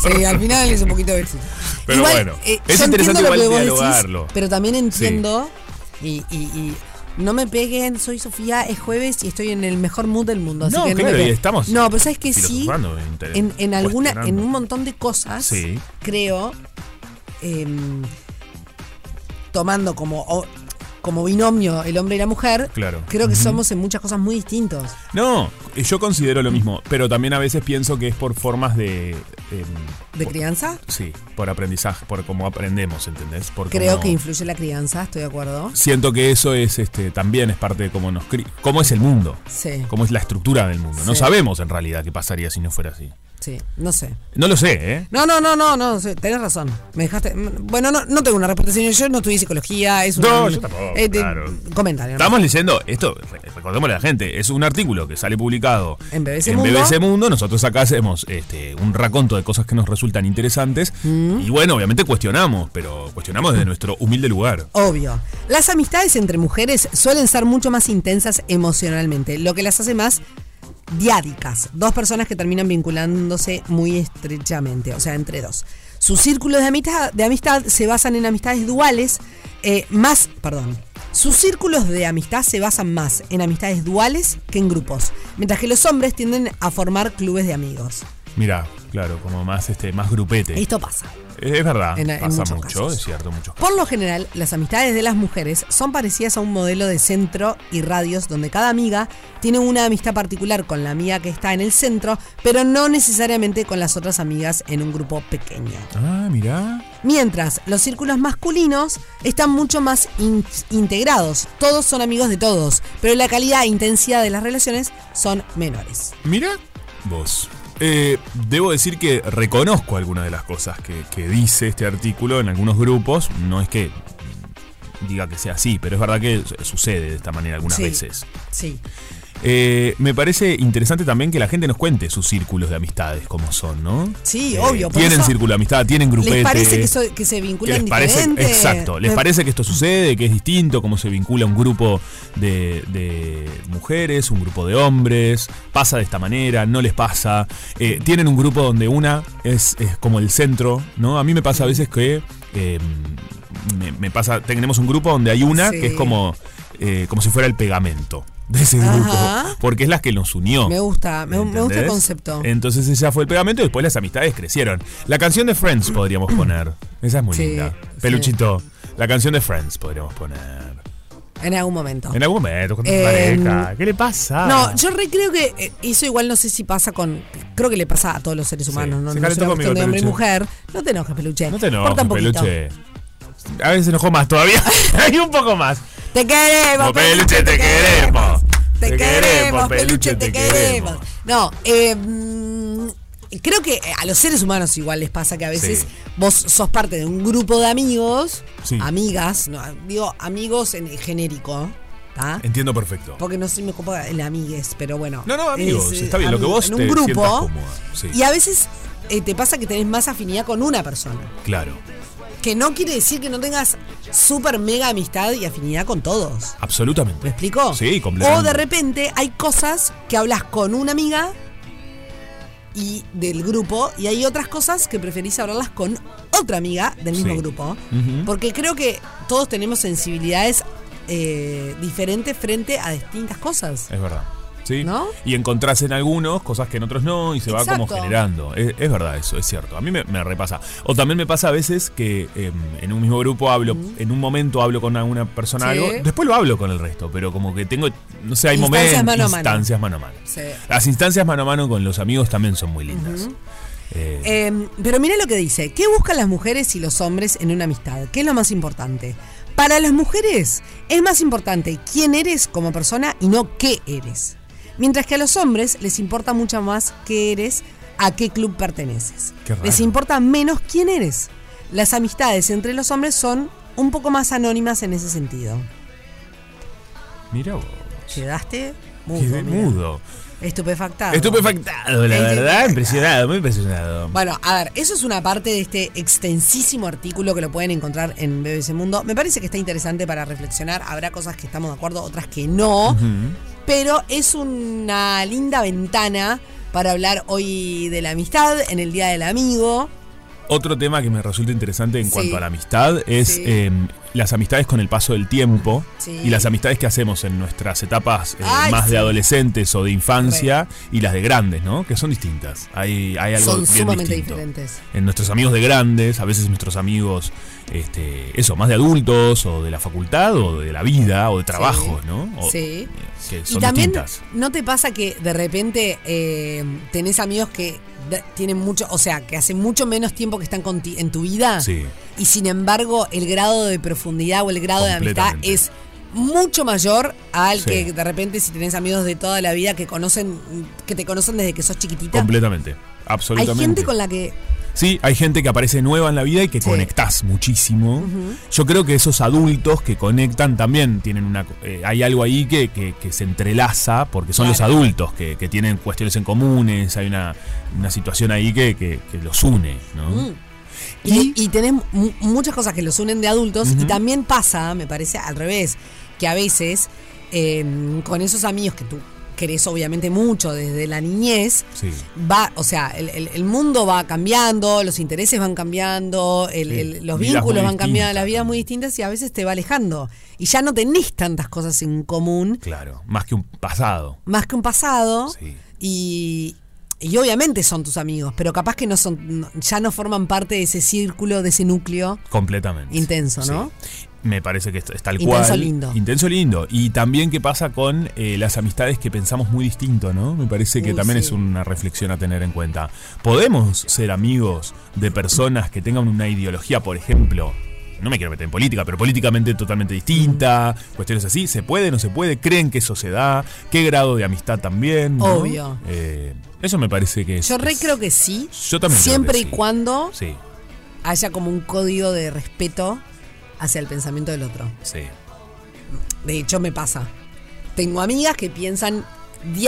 Speaker 3: señor.
Speaker 2: Sí, al final es un poquito vetusto.
Speaker 3: Pero bueno, es
Speaker 2: eh, yo
Speaker 3: interesante
Speaker 2: entiendo lo
Speaker 3: igual
Speaker 2: que vos
Speaker 3: dialogarlo.
Speaker 2: decís, pero también entiendo y, y- y no me peguen, soy Sofía, es jueves y estoy en el mejor mood del mundo. Así
Speaker 3: No,
Speaker 2: que
Speaker 3: ¿qué
Speaker 2: me
Speaker 3: te-
Speaker 2: peguen.
Speaker 3: estamos
Speaker 2: No, pero sabes que sí,
Speaker 3: filosofando, inter-
Speaker 2: en, en alguna, en
Speaker 3: cuestionando.
Speaker 2: un montón de cosas,
Speaker 3: Sí.
Speaker 2: creo, em, tomando como, o- como binomio el hombre y la mujer,
Speaker 3: Claro.
Speaker 2: creo que somos en muchas cosas muy distintos.
Speaker 3: No, eh, yo considero lo mismo, pero también a veces pienso que es por formas de... em,
Speaker 2: ¿De
Speaker 3: por-
Speaker 2: crianza?
Speaker 3: Sí, por aprendizaje, por cómo aprendemos, ¿entendés? Por
Speaker 2: Creo
Speaker 3: cómo-
Speaker 2: que influye la crianza, estoy de acuerdo.
Speaker 3: Siento que eso es este también es parte de cómo nos cri- cómo es el mundo,
Speaker 2: Sí.
Speaker 3: cómo es la estructura del mundo. No
Speaker 2: Sí.
Speaker 3: sabemos en realidad qué pasaría si no fuera así.
Speaker 2: Sí, no sé.
Speaker 3: No lo sé, ¿eh?
Speaker 2: No, no, no, no, no, sí, tenés razón. Me dejaste. mm, Bueno, no, no tengo una respuesta, señor. Yo no estudié psicología, es un. Eh,
Speaker 3: No, yo tampoco, claro.
Speaker 2: Comentario. ¿no?
Speaker 3: Estamos leyendo, esto, re- recordémosle a la gente, es un artículo que sale publicado
Speaker 2: En BBC Mundo.
Speaker 3: Mundo. Nosotros acá hacemos este, un raconto de cosas que nos resultan interesantes.
Speaker 2: Mm.
Speaker 3: Y bueno, obviamente cuestionamos, pero cuestionamos desde nuestro humilde lugar.
Speaker 2: Obvio. Las amistades entre mujeres suelen ser mucho más intensas emocionalmente, lo que las hace más diádicas. Dos personas que terminan vinculándose muy estrechamente, o sea, entre dos. Sus círculos de amistad, de amistad se basan en amistades duales, eh, más, perdón. Sus círculos de amistad se basan más en amistades duales que en grupos, mientras que los hombres tienden a formar clubes de amigos.
Speaker 3: Mira, claro, como más este, más grupete.
Speaker 2: Esto pasa.
Speaker 3: Es verdad,
Speaker 2: En- en
Speaker 3: pasa
Speaker 2: muchos
Speaker 3: mucho,
Speaker 2: casos.
Speaker 3: es cierto, mucho.
Speaker 2: Por lo general, las amistades de las mujeres son parecidas a un modelo de centro y radios donde cada amiga tiene una amistad particular con la amiga que está en el centro, pero no necesariamente con las otras amigas en un grupo pequeño.
Speaker 3: Ah, mirá.
Speaker 2: Mientras, los círculos masculinos están mucho más in- integrados, todos son amigos de todos, pero la calidad e intensidad de las relaciones son menores.
Speaker 3: Mira vos. Eh, debo decir que reconozco algunas de las cosas que, que dice este artículo en algunos grupos. No es que diga que sea así, pero es verdad que su- sucede de esta manera algunas
Speaker 2: Sí.
Speaker 3: veces.
Speaker 2: Sí.
Speaker 3: Eh, me parece interesante también que la gente nos cuente sus círculos de amistades, como son, ¿no?
Speaker 2: Sí,
Speaker 3: Eh,
Speaker 2: obvio, por
Speaker 3: Tienen
Speaker 2: eso-
Speaker 3: círculo de amistad, tienen grupete.
Speaker 2: ¿Les parece que, so- que se
Speaker 3: que
Speaker 2: vinculan
Speaker 3: les parece,
Speaker 2: diferente?
Speaker 3: exacto, les
Speaker 2: Me-
Speaker 3: parece que esto sucede, que es distinto, cómo se vincula un grupo de, de mujeres, un grupo de hombres, pasa de esta manera, no les pasa, Eh, tienen un grupo donde una es, es como el centro, ¿no? A mí me pasa a veces que eh, me, me pasa, tenemos un grupo donde hay una
Speaker 2: Sí.
Speaker 3: que es como, eh, como si fuera el pegamento de ese
Speaker 2: Ajá.
Speaker 3: grupo, porque es la que los unió.
Speaker 2: Me gusta, me- me gusta el
Speaker 3: ¿Entendés?
Speaker 2: concepto.
Speaker 3: Entonces ella fue el pegamento y después las amistades crecieron. La canción de Friends podríamos poner. Esa es muy
Speaker 2: Sí,
Speaker 3: linda.
Speaker 2: sí.
Speaker 3: Peluchito. La canción de Friends podríamos poner.
Speaker 2: En algún momento.
Speaker 3: En algún momento, con tu
Speaker 2: Eh,
Speaker 3: pareja. ¿Qué le pasa?
Speaker 2: No, yo re creo que eh, eso igual no sé si pasa con. Creo que le pasa a todos los seres humanos,
Speaker 3: Sí.
Speaker 2: ¿no?
Speaker 3: Se
Speaker 2: no es
Speaker 3: calentó
Speaker 2: una
Speaker 3: conmigo,
Speaker 2: cuestión de hombre y
Speaker 3: Peluche.
Speaker 2: mujer. No te enojes, peluche.
Speaker 3: No te enojes,
Speaker 2: Corta un poquito.
Speaker 3: peluche. A veces se enojó más todavía. Hay un poco más.
Speaker 2: Te queremos,
Speaker 3: Como peluche, te queremos.
Speaker 2: Te
Speaker 3: Te
Speaker 2: queremos,
Speaker 3: queremos, peluche,
Speaker 2: peluche, te
Speaker 3: te
Speaker 2: queremos.
Speaker 3: queremos.
Speaker 2: No, eh, mm, creo que a los seres humanos igual les pasa que a veces
Speaker 3: Sí.
Speaker 2: vos sos parte de un grupo de amigos,
Speaker 3: Sí.
Speaker 2: amigas, no, digo amigos en genérico, ¿tá?
Speaker 3: Entiendo perfecto.
Speaker 2: Porque no sé, me ocupa el amigues, pero bueno.
Speaker 3: No, no, amigos,
Speaker 2: eh,
Speaker 3: está bien, lo que vos
Speaker 2: en un
Speaker 3: te
Speaker 2: grupo.
Speaker 3: sientas cómoda, sí.
Speaker 2: Y a veces eh, te pasa que tenés más afinidad con una persona.
Speaker 3: Claro.
Speaker 2: Que no quiere decir que no tengas súper mega amistad y afinidad con todos.
Speaker 3: Absolutamente.
Speaker 2: ¿Me explico?
Speaker 3: Sí,
Speaker 2: O
Speaker 3: completamente.
Speaker 2: de repente hay cosas que hablas con una amiga y del grupo y hay otras cosas que preferís hablarlas con otra amiga del mismo
Speaker 3: Sí.
Speaker 2: grupo.
Speaker 3: Ujú.
Speaker 2: Porque creo que todos tenemos sensibilidades eh, diferentes frente a distintas cosas.
Speaker 3: Es verdad. ¿Sí?
Speaker 2: ¿No?
Speaker 3: Y encontrás en algunos cosas que en otros no y se va como
Speaker 2: Exacto.
Speaker 3: generando. Es, es verdad eso, es cierto. A mí me, me repasa. O también me pasa a veces que em, en un mismo grupo hablo, en un momento hablo con alguna persona
Speaker 2: Sí.
Speaker 3: algo, después lo hablo con el resto, pero como que tengo, no sé, hay
Speaker 2: Instancias
Speaker 3: momentos,
Speaker 2: mano a mano.
Speaker 3: instancias mano a mano.
Speaker 2: Sí.
Speaker 3: Las instancias mano a mano con los amigos también son muy lindas. Eh,
Speaker 2: Eh, pero mira lo que dice. ¿Qué buscan las mujeres y los hombres en una amistad? ¿Qué es lo más importante? Para las mujeres es más importante quién eres como persona y no qué eres. Mientras que a los hombres les importa mucho más qué eres, a qué club perteneces.
Speaker 3: Qué raro.
Speaker 2: Les importa menos quién eres. Las amistades entre los hombres son un poco más anónimas en ese sentido.
Speaker 3: mira vos.
Speaker 2: Quedaste mudo.
Speaker 3: Quedé
Speaker 2: uh, mira.
Speaker 3: mudo.
Speaker 2: Estupefactado.
Speaker 3: Estupefactado, la
Speaker 2: Estupefactado.
Speaker 3: verdad. Impresionado, muy impresionado.
Speaker 2: Bueno, a ver, eso es una parte de este extensísimo artículo que lo pueden encontrar en BBC Mundo. Me parece que está interesante para reflexionar. Habrá cosas que estamos de acuerdo, otras que no.
Speaker 3: Mm.
Speaker 2: Pero es una linda ventana para hablar hoy de la amistad, en el Día del Amigo.
Speaker 3: Otro tema que me resulta interesante en
Speaker 2: Sí.
Speaker 3: cuanto a la amistad es
Speaker 2: Sí.
Speaker 3: eh, las amistades con el paso del tiempo
Speaker 2: Sí.
Speaker 3: y las amistades que hacemos en nuestras etapas eh,
Speaker 2: Ay,
Speaker 3: más
Speaker 2: sí.
Speaker 3: de adolescentes o de infancia y las de grandes, ¿no? Que son distintas. Hay, hay algo
Speaker 2: Son
Speaker 3: bien
Speaker 2: sumamente
Speaker 3: distinto.
Speaker 2: diferentes.
Speaker 3: En nuestros amigos de grandes, a veces nuestros amigos, este, eso, más de adultos o de la facultad o de la vida o de trabajos, ¿no? O-
Speaker 2: Sí.
Speaker 3: Que
Speaker 2: Y
Speaker 3: son
Speaker 2: también,
Speaker 3: distintas.
Speaker 2: ¿no te pasa que de repente eh, tenés amigos que de- tienen mucho, o sea, que hace mucho menos tiempo que están conti- en tu vida?
Speaker 3: Sí.
Speaker 2: Y sin embargo, el grado de profundidad o el grado de amistad
Speaker 3: Completamente.
Speaker 2: es mucho mayor al
Speaker 3: Sí.
Speaker 2: que de repente si tenés amigos de toda la vida que conocen, que te conocen desde que sos chiquitita.
Speaker 3: Completamente.
Speaker 2: Hay
Speaker 3: Absolutamente.
Speaker 2: gente con la que
Speaker 3: Sí, hay gente que aparece nueva en la vida y que
Speaker 2: Sí.
Speaker 3: conectás muchísimo. Yo creo que esos adultos que conectan también tienen una. co- eh, hay algo ahí que, que- que se entrelaza porque son los
Speaker 2: Claro.
Speaker 3: adultos que, que tienen cuestiones en comunes, hay una, una situación ahí que, que- que los une, ¿no?
Speaker 2: Mm. Y, y tenés mu- muchas cosas que los unen de adultos y también pasa, me parece, al revés, que a veces eh, con esos amigos que tú querés obviamente mucho desde la niñez,
Speaker 3: Sí.
Speaker 2: va, o sea, el, el- el mundo va cambiando, los intereses van cambiando, el-
Speaker 3: Sí,
Speaker 2: el- los
Speaker 3: vidas
Speaker 2: vínculos
Speaker 3: muy
Speaker 2: van cambiando,
Speaker 3: distintas
Speaker 2: las vidas
Speaker 3: también.
Speaker 2: muy distintas y a veces te va alejando. Y ya no tenés tantas cosas en común,
Speaker 3: Claro. Más que un pasado.
Speaker 2: más que un pasado.
Speaker 3: Sí.
Speaker 2: Y, y obviamente son tus amigos, pero capaz que no son, no- ya no forman parte de ese círculo, de ese núcleo.
Speaker 3: Completamente.
Speaker 2: Intenso, ¿no?
Speaker 3: Me parece que es es tal
Speaker 2: Intenso
Speaker 3: cual.
Speaker 2: lindo.
Speaker 3: Intenso lindo. Y también qué pasa con eh, las amistades que pensamos muy distinto, ¿no? Me parece que
Speaker 2: Uy,
Speaker 3: también
Speaker 2: sí.
Speaker 3: es una reflexión a tener en cuenta. ¿Podemos ser amigos de personas que tengan una ideología, por ejemplo? No me quiero meter en política, pero políticamente totalmente distinta, cuestiones así, ¿se puede, no se puede? ¿Creen que eso se da? ¿Qué grado de amistad también? no?
Speaker 2: Obvio.
Speaker 3: Eh, eso me parece que es.
Speaker 2: Yo re
Speaker 3: es-
Speaker 2: creo que sí.
Speaker 3: Yo también creo
Speaker 2: Siempre
Speaker 3: que
Speaker 2: y
Speaker 3: sí.
Speaker 2: cuando
Speaker 3: Sí,
Speaker 2: haya como un código de respeto hacia el pensamiento del otro.
Speaker 3: sí.
Speaker 2: De hecho, me pasa. Tengo amigas que piensan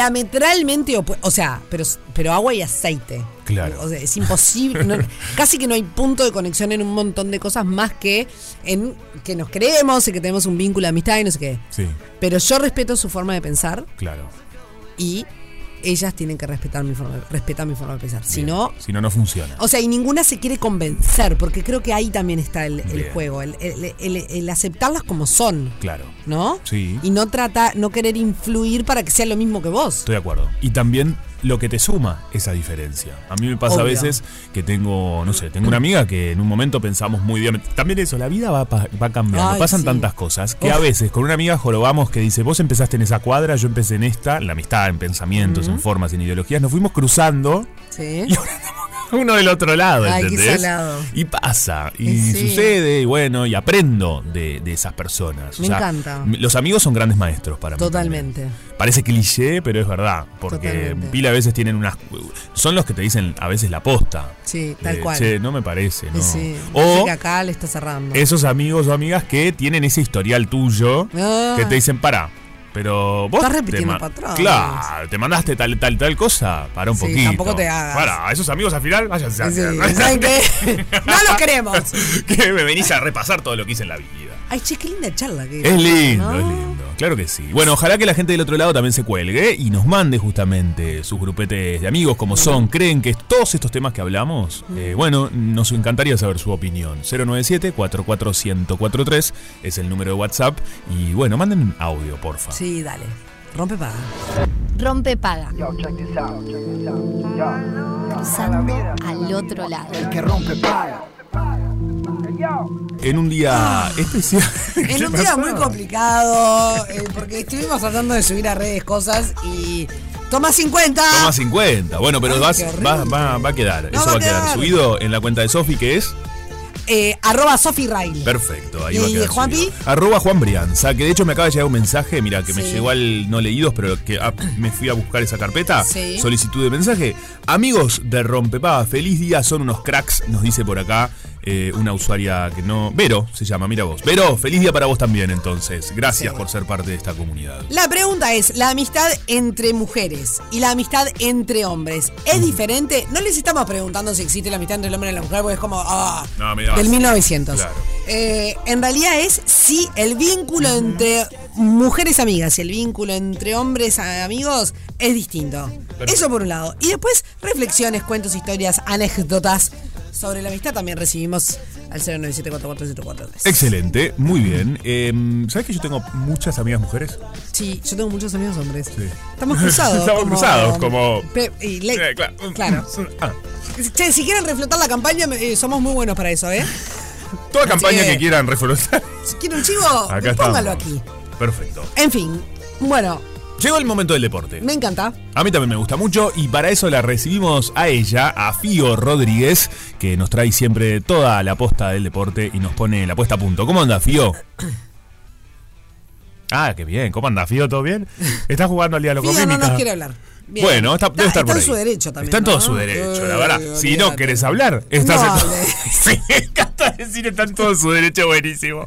Speaker 2: diametralmente opuesto. O sea, pero, pero agua y aceite.
Speaker 3: Claro.
Speaker 2: O sea, es imposible. no- casi que no hay punto de conexión en un montón de cosas más que en que nos creemos y que tenemos un vínculo de amistad y no sé qué.
Speaker 3: Sí,
Speaker 2: Pero yo respeto su forma de pensar
Speaker 3: claro.
Speaker 2: y ellas tienen que respetar mi forma, respetar mi forma de pensar. Si
Speaker 3: Bien.
Speaker 2: no,
Speaker 3: Si no, no funciona.
Speaker 2: o sea, y ninguna se quiere convencer, porque creo que ahí también está el, el
Speaker 3: Bien.
Speaker 2: juego, el, el- el- el aceptarlas como son,
Speaker 3: Claro.
Speaker 2: ¿no?
Speaker 3: Sí.
Speaker 2: Y no trata, no querer influir para que sea lo mismo que vos.
Speaker 3: Estoy de acuerdo. Y también lo que te suma esa diferencia. A mí me pasa a
Speaker 2: Obvio.
Speaker 3: veces que tengo, no sé, tengo una amiga que en un momento pensamos muy bien. También eso, la vida va, pa- va cambiando.
Speaker 2: Ay,
Speaker 3: Pasan
Speaker 2: sí.
Speaker 3: tantas cosas que a
Speaker 2: Uf.
Speaker 3: veces con una amiga jorobamos que dice, vos empezaste en esa cuadra, yo empecé en esta, en la amistad, en pensamientos, en formas, en ideologías. Nos fuimos cruzando
Speaker 2: Sí.
Speaker 3: y ahora estamos uno del otro lado,
Speaker 2: Ay, qué
Speaker 3: ¿entendés?
Speaker 2: salado.
Speaker 3: y pasa, y
Speaker 2: Y sí.
Speaker 3: sucede, y bueno, y aprendo de, de esas personas. O
Speaker 2: Me
Speaker 3: sea,
Speaker 2: encanta.
Speaker 3: m- Los amigos son grandes maestros para mí.
Speaker 2: Totalmente.
Speaker 3: también. Parece cliché, pero es verdad, porque
Speaker 2: Totalmente.
Speaker 3: pila a veces tienen unas... Son los que te dicen a veces la posta.
Speaker 2: Sí, tal
Speaker 3: De,
Speaker 2: cual.
Speaker 3: Eh, Che, no me parece, ¿no?
Speaker 2: Sí. Yo sé
Speaker 3: O
Speaker 2: que acá le está cerrando.
Speaker 3: esos amigos o amigas que tienen ese historial tuyo
Speaker 2: Ah.
Speaker 3: que te dicen, para. Pero vos.
Speaker 2: Estás
Speaker 3: te
Speaker 2: repitiendo
Speaker 3: ma-
Speaker 2: patrones".
Speaker 3: Claro, te mandaste tal, tal, tal cosa. Para un
Speaker 2: Sí,
Speaker 3: poquito.
Speaker 2: tampoco te hagas.
Speaker 3: Para, a esos amigos al final, váyanse. a-
Speaker 2: Sí, ¿saben qué? no lo queremos.
Speaker 3: que me venís a repasar todo lo que hice en la vida.
Speaker 2: Ay, che, qué linda charla. que-
Speaker 3: Es lindo,
Speaker 2: ¿no?
Speaker 3: es lindo. Claro que sí. Bueno, ojalá que la gente del otro lado también se cuelgue y nos mande justamente sus grupetes de amigos, como son, creen que todos estos temas que hablamos, Eh, bueno, nos encantaría saber su opinión. 097-44143 es el número de WhatsApp. Y bueno, manden un audio, porfa.
Speaker 2: Sí, dale. Rompe paga.
Speaker 5: Rompe paga. Cruzando al otro lado.
Speaker 3: En un día especial.
Speaker 2: Ah. En un día muy complicado, eh, porque estuvimos tratando de subir a redes cosas y. ¡Toma 50!
Speaker 3: Toma 50. Bueno, pero
Speaker 2: Ay,
Speaker 3: vas-
Speaker 2: qué horrible.
Speaker 3: va, va- va a quedar.
Speaker 2: No,
Speaker 3: Eso va a quedar. subido en la cuenta de Sofi, que es.
Speaker 2: Eh, arroba Sofi Riley.
Speaker 3: Perfecto, ahí
Speaker 2: ¿Y
Speaker 3: va a quedar
Speaker 2: Juanpi?
Speaker 3: subido. Arroba Juan Brianza, que de hecho me acaba de llegar un mensaje, mira, que me
Speaker 2: Sí.
Speaker 3: llegó al no leídos, pero que ah, me fui a buscar esa carpeta.
Speaker 2: Sí.
Speaker 3: Solicitud de mensaje. Amigos de Rompepaga, feliz día, son unos cracks, nos dice por acá eh, una usuaria que no. Vero se llama, mira vos. Vero, feliz día para vos también, entonces. Gracias por ser parte de esta comunidad.
Speaker 2: La pregunta es, la amistad entre mujeres y la amistad entre hombres, ¿es diferente? No les estamos preguntando si existe la amistad entre el hombre y la mujer, porque es como, ah,
Speaker 3: No, me da
Speaker 2: del
Speaker 3: asco.
Speaker 2: 1900.
Speaker 3: Claro.
Speaker 2: Eh, en realidad es, sí, el vínculo entre mujeres amigas y el vínculo entre hombres a- amigos es distinto. Eso por un lado. Y después, reflexiones, cuentos, historias, anécdotas sobre la amistad también recibimos al 097444043.
Speaker 3: Excelente, muy bien. Em, ¿Sabes que yo tengo muchas amigas mujeres?
Speaker 2: Sí, yo tengo muchos amigos hombres.
Speaker 3: Sí.
Speaker 2: Estamos cruzados.
Speaker 3: Estamos cruzados, como-
Speaker 2: Pe- y le-
Speaker 3: Eh, claro.
Speaker 2: claro.
Speaker 3: Ah,
Speaker 2: Che, si quieren reflotar la campaña, eh, somos muy buenos para eso, ¿eh?
Speaker 3: toda campaña
Speaker 2: que-
Speaker 3: que quieran reforzar.
Speaker 2: Si quieren un chivo,
Speaker 3: Acá está.
Speaker 2: Oh, póngalo aquí.
Speaker 3: Perfecto.
Speaker 2: En fin, bueno,
Speaker 3: Llegó el momento del deporte.
Speaker 2: me encanta.
Speaker 3: A mí también me gusta mucho y para eso la recibimos a ella, a Fío Rodríguez, que nos trae siempre toda la posta del deporte y nos pone la puesta a punto. ¿Cómo anda, Fío? Ah, qué bien. ¿Cómo anda, Fío? ¿Todo bien? ¿Estás jugando al día de la
Speaker 2: Fío no
Speaker 3: Comunica?
Speaker 2: nos quiere hablar. Bien.
Speaker 3: Bueno, está, debe estar
Speaker 2: está
Speaker 3: por
Speaker 2: en su
Speaker 3: ahí.
Speaker 2: derecho también.
Speaker 3: Está en
Speaker 2: ¿no?
Speaker 3: todo su derecho, la
Speaker 2: Uy,
Speaker 3: verdad. si no
Speaker 2: olvídate.
Speaker 3: querés hablar, estás
Speaker 2: No,
Speaker 3: en todo.
Speaker 2: le-
Speaker 3: Sí, me encanta decir está en todo su derecho, buenísimo.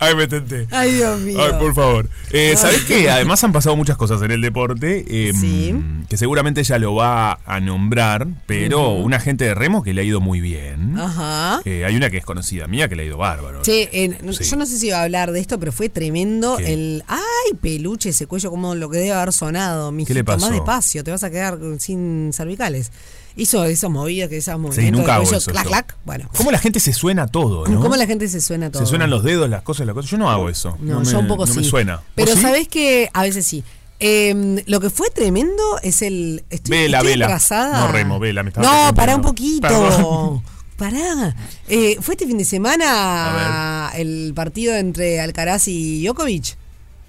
Speaker 3: Ay, me tenté.
Speaker 2: Ay, Dios mío.
Speaker 3: Ay, por favor. Eh, ¿Sabés qué? Además han pasado muchas cosas en el deporte. eh,
Speaker 2: Sí.
Speaker 3: Que seguramente ella lo va a nombrar, pero una gente de remo que le ha ido muy bien.
Speaker 2: Ajá.
Speaker 3: Eh, hay una que es conocida mía que le ha ido bárbaro.
Speaker 2: Che, eh, no-
Speaker 3: Sí.
Speaker 2: yo no sé si iba a hablar de esto, pero fue tremendo
Speaker 3: ¿Qué?
Speaker 2: el. ¡Ay, peluche! Ese cuello, como lo que debe haber sonado, mi
Speaker 3: ¿Qué le pasó?
Speaker 2: Más despacio, te vas a quedar sin cervicales. Hizo esas movidas que esas movidas.
Speaker 3: nunca hago eso
Speaker 2: Clac,
Speaker 3: yo.
Speaker 2: clac. Bueno.
Speaker 3: ¿Cómo la gente se suena todo, no?
Speaker 2: ¿Cómo la gente se suena todo?
Speaker 3: Se suenan los dedos, las cosas, las cosas. Yo no hago eso.
Speaker 2: No,
Speaker 3: me,
Speaker 2: yo un poco
Speaker 3: no
Speaker 2: sí.
Speaker 3: me suena. ¿Vos
Speaker 2: Pero
Speaker 3: sí?
Speaker 2: sabés que a veces sí. Eh, lo que fue tremendo es el. Estoy,
Speaker 3: Vela,
Speaker 2: estoy
Speaker 3: vela.
Speaker 2: atrasada.
Speaker 3: No remo, vela, me estaba
Speaker 2: No,
Speaker 3: confundiendo.
Speaker 2: pará un poquito.
Speaker 3: Perdón.
Speaker 2: Pará. Eh, ¿Fue este fin de semana el partido entre Alcaraz y Djokovic?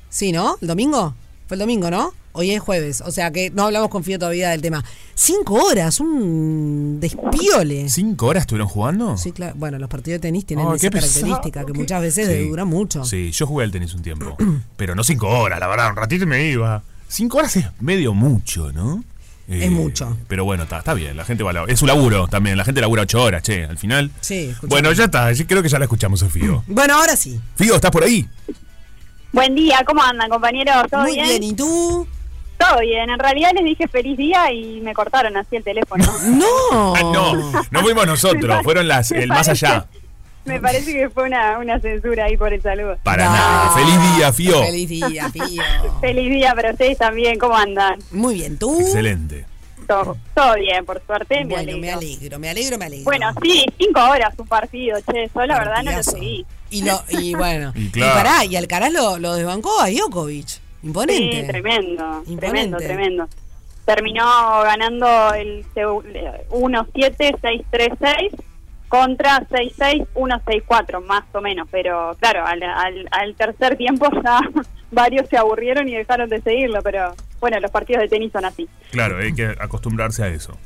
Speaker 2: Sí, ¿no? ¿El domingo? Fue el domingo, ¿no? Hoy es jueves, o sea que no hablamos con Fío todavía del tema. Cinco horas, un despiole.
Speaker 3: ¿Cinco horas estuvieron jugando?
Speaker 2: Sí, claro. Bueno, los partidos de tenis tienen
Speaker 3: Ay, Ah, qué
Speaker 2: esa característica
Speaker 3: pesado,
Speaker 2: que
Speaker 3: qué-
Speaker 2: muchas veces
Speaker 3: Sí.
Speaker 2: dura mucho.
Speaker 3: Sí, yo jugué al tenis un tiempo. pero no cinco horas, la verdad, un ratito y me iba. Cinco horas es medio mucho, ¿no? Eh,
Speaker 2: Es mucho.
Speaker 3: Pero bueno, está, está bien, la gente va a lab- Es un laburo también, la gente labura ocho horas, che, al final.
Speaker 2: Sí, escuchame.
Speaker 3: Bueno, ya está, yo creo que ya la escuchamos a Fío.
Speaker 2: Bueno, ahora sí.
Speaker 3: Fío, ¿estás por ahí?
Speaker 6: Buen día, ¿cómo andan compañeros? ¿Todo
Speaker 2: Muy
Speaker 6: bien?
Speaker 2: bien. ¿y tú?
Speaker 6: Todo bien, en realidad les dije feliz día y me cortaron así el teléfono.
Speaker 2: No.
Speaker 3: Ah,
Speaker 2: Oh.
Speaker 3: no, no fuimos nosotros, fueron las, el más allá.
Speaker 6: me parece que fue una, una censura ahí por el saludo.
Speaker 3: Para
Speaker 2: No.
Speaker 3: nada. Feliz día, Fío.
Speaker 2: Feliz día, Fío.
Speaker 6: Feliz día para ustedes también, ¿cómo andan?
Speaker 2: Muy bien, ¿tú?
Speaker 3: Excelente.
Speaker 6: Todo, todo bien, por suerte, me
Speaker 2: Bueno,
Speaker 6: alegro.
Speaker 2: me alegro, me alegro, me alegro.
Speaker 6: Bueno, sí, cinco horas un partido, che, yo la verdad no lo
Speaker 2: Partidazo.
Speaker 6: seguí.
Speaker 2: Y, lo, y bueno,
Speaker 3: Y
Speaker 2: y,
Speaker 3: claro.
Speaker 2: pará, y Alcaraz lo, lo desbancó a Djokovic.
Speaker 6: Sí,
Speaker 2: Imponente.
Speaker 6: tremendo,
Speaker 2: Imponente.
Speaker 6: tremendo, tremendo. Terminó ganando el seu- eh, 1-7, 6-3-6 contra 6-6, 1-6-4, más o menos. Pero claro, al, al- al tercer tiempo ya varios se aburrieron y dejaron de seguirlo. Pero bueno, los partidos de tenis son así.
Speaker 3: Claro, hay que acostumbrarse a eso.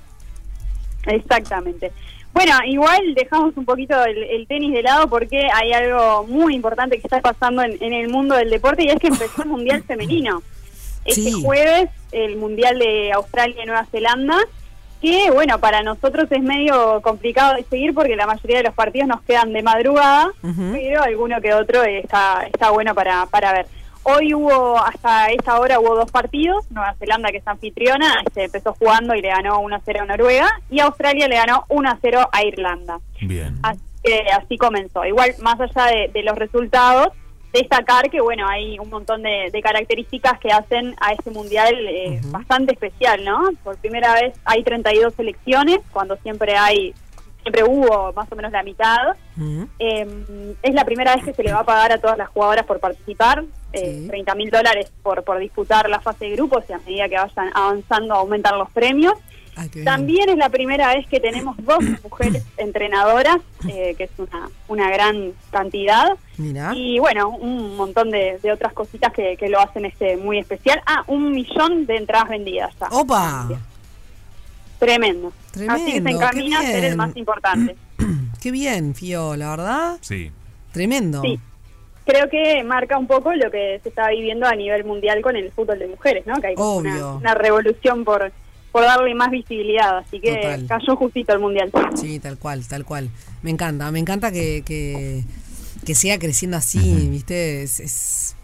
Speaker 6: Exactamente. Bueno, igual dejamos un poquito el, el tenis de lado porque hay algo muy importante que está pasando en, en el mundo del deporte y es que empezó el Mundial Femenino. Este
Speaker 2: Sí.
Speaker 6: jueves, el Mundial de Australia y Nueva Zelanda, que bueno, para nosotros es medio complicado de seguir porque la mayoría de los partidos nos quedan de madrugada, pero alguno que otro está, está bueno para, para ver. Hoy hubo, hasta esta hora hubo dos partidos, Nueva Zelanda que es anfitriona, este, empezó jugando y le ganó 1-0 a Noruega, y Australia le ganó 1-0 a Irlanda.
Speaker 3: Bien.
Speaker 6: Ah. Así, que así comenzó. Igual, más allá de, de los resultados, destacar que, bueno, hay un montón de, de características que hacen a este mundial eh, bastante especial, ¿no? Por primera vez hay 32 selecciones, cuando siempre hay, siempre hubo más o menos la mitad. Eh, es la primera vez que se le va a pagar a todas las jugadoras por participar, eh,
Speaker 2: Sí.
Speaker 6: 30 mil dólares por, por disputar la fase de grupos y a medida que vayan avanzando aumentan los premios.
Speaker 2: Ay, Ah, qué bien.
Speaker 6: También es la primera vez que tenemos dos mujeres entrenadoras, eh, que es una, una gran cantidad.
Speaker 2: Mirá.
Speaker 6: Y bueno, un montón de, de otras cositas que, que lo hacen este muy especial. Ah, un millón de entradas vendidas ya.
Speaker 2: Opa.
Speaker 6: Tremendo. Así que
Speaker 2: Tremendo,
Speaker 6: se
Speaker 2: qué
Speaker 6: encamina a ser
Speaker 2: bien.
Speaker 6: el más importante.
Speaker 2: Qué bien, Fío, la verdad.
Speaker 3: Sí.
Speaker 2: Tremendo.
Speaker 6: Sí. Creo que marca un poco lo que se está viviendo a nivel mundial con el fútbol de mujeres, ¿no? Que hay como una,
Speaker 2: Obvio.
Speaker 6: una revolución por, por darle más visibilidad. Así que
Speaker 2: Total.
Speaker 6: cayó justito el mundial.
Speaker 2: Sí, tal cual, tal cual. Me encanta, me encanta que, que, que siga creciendo así, ¿viste? Es, es-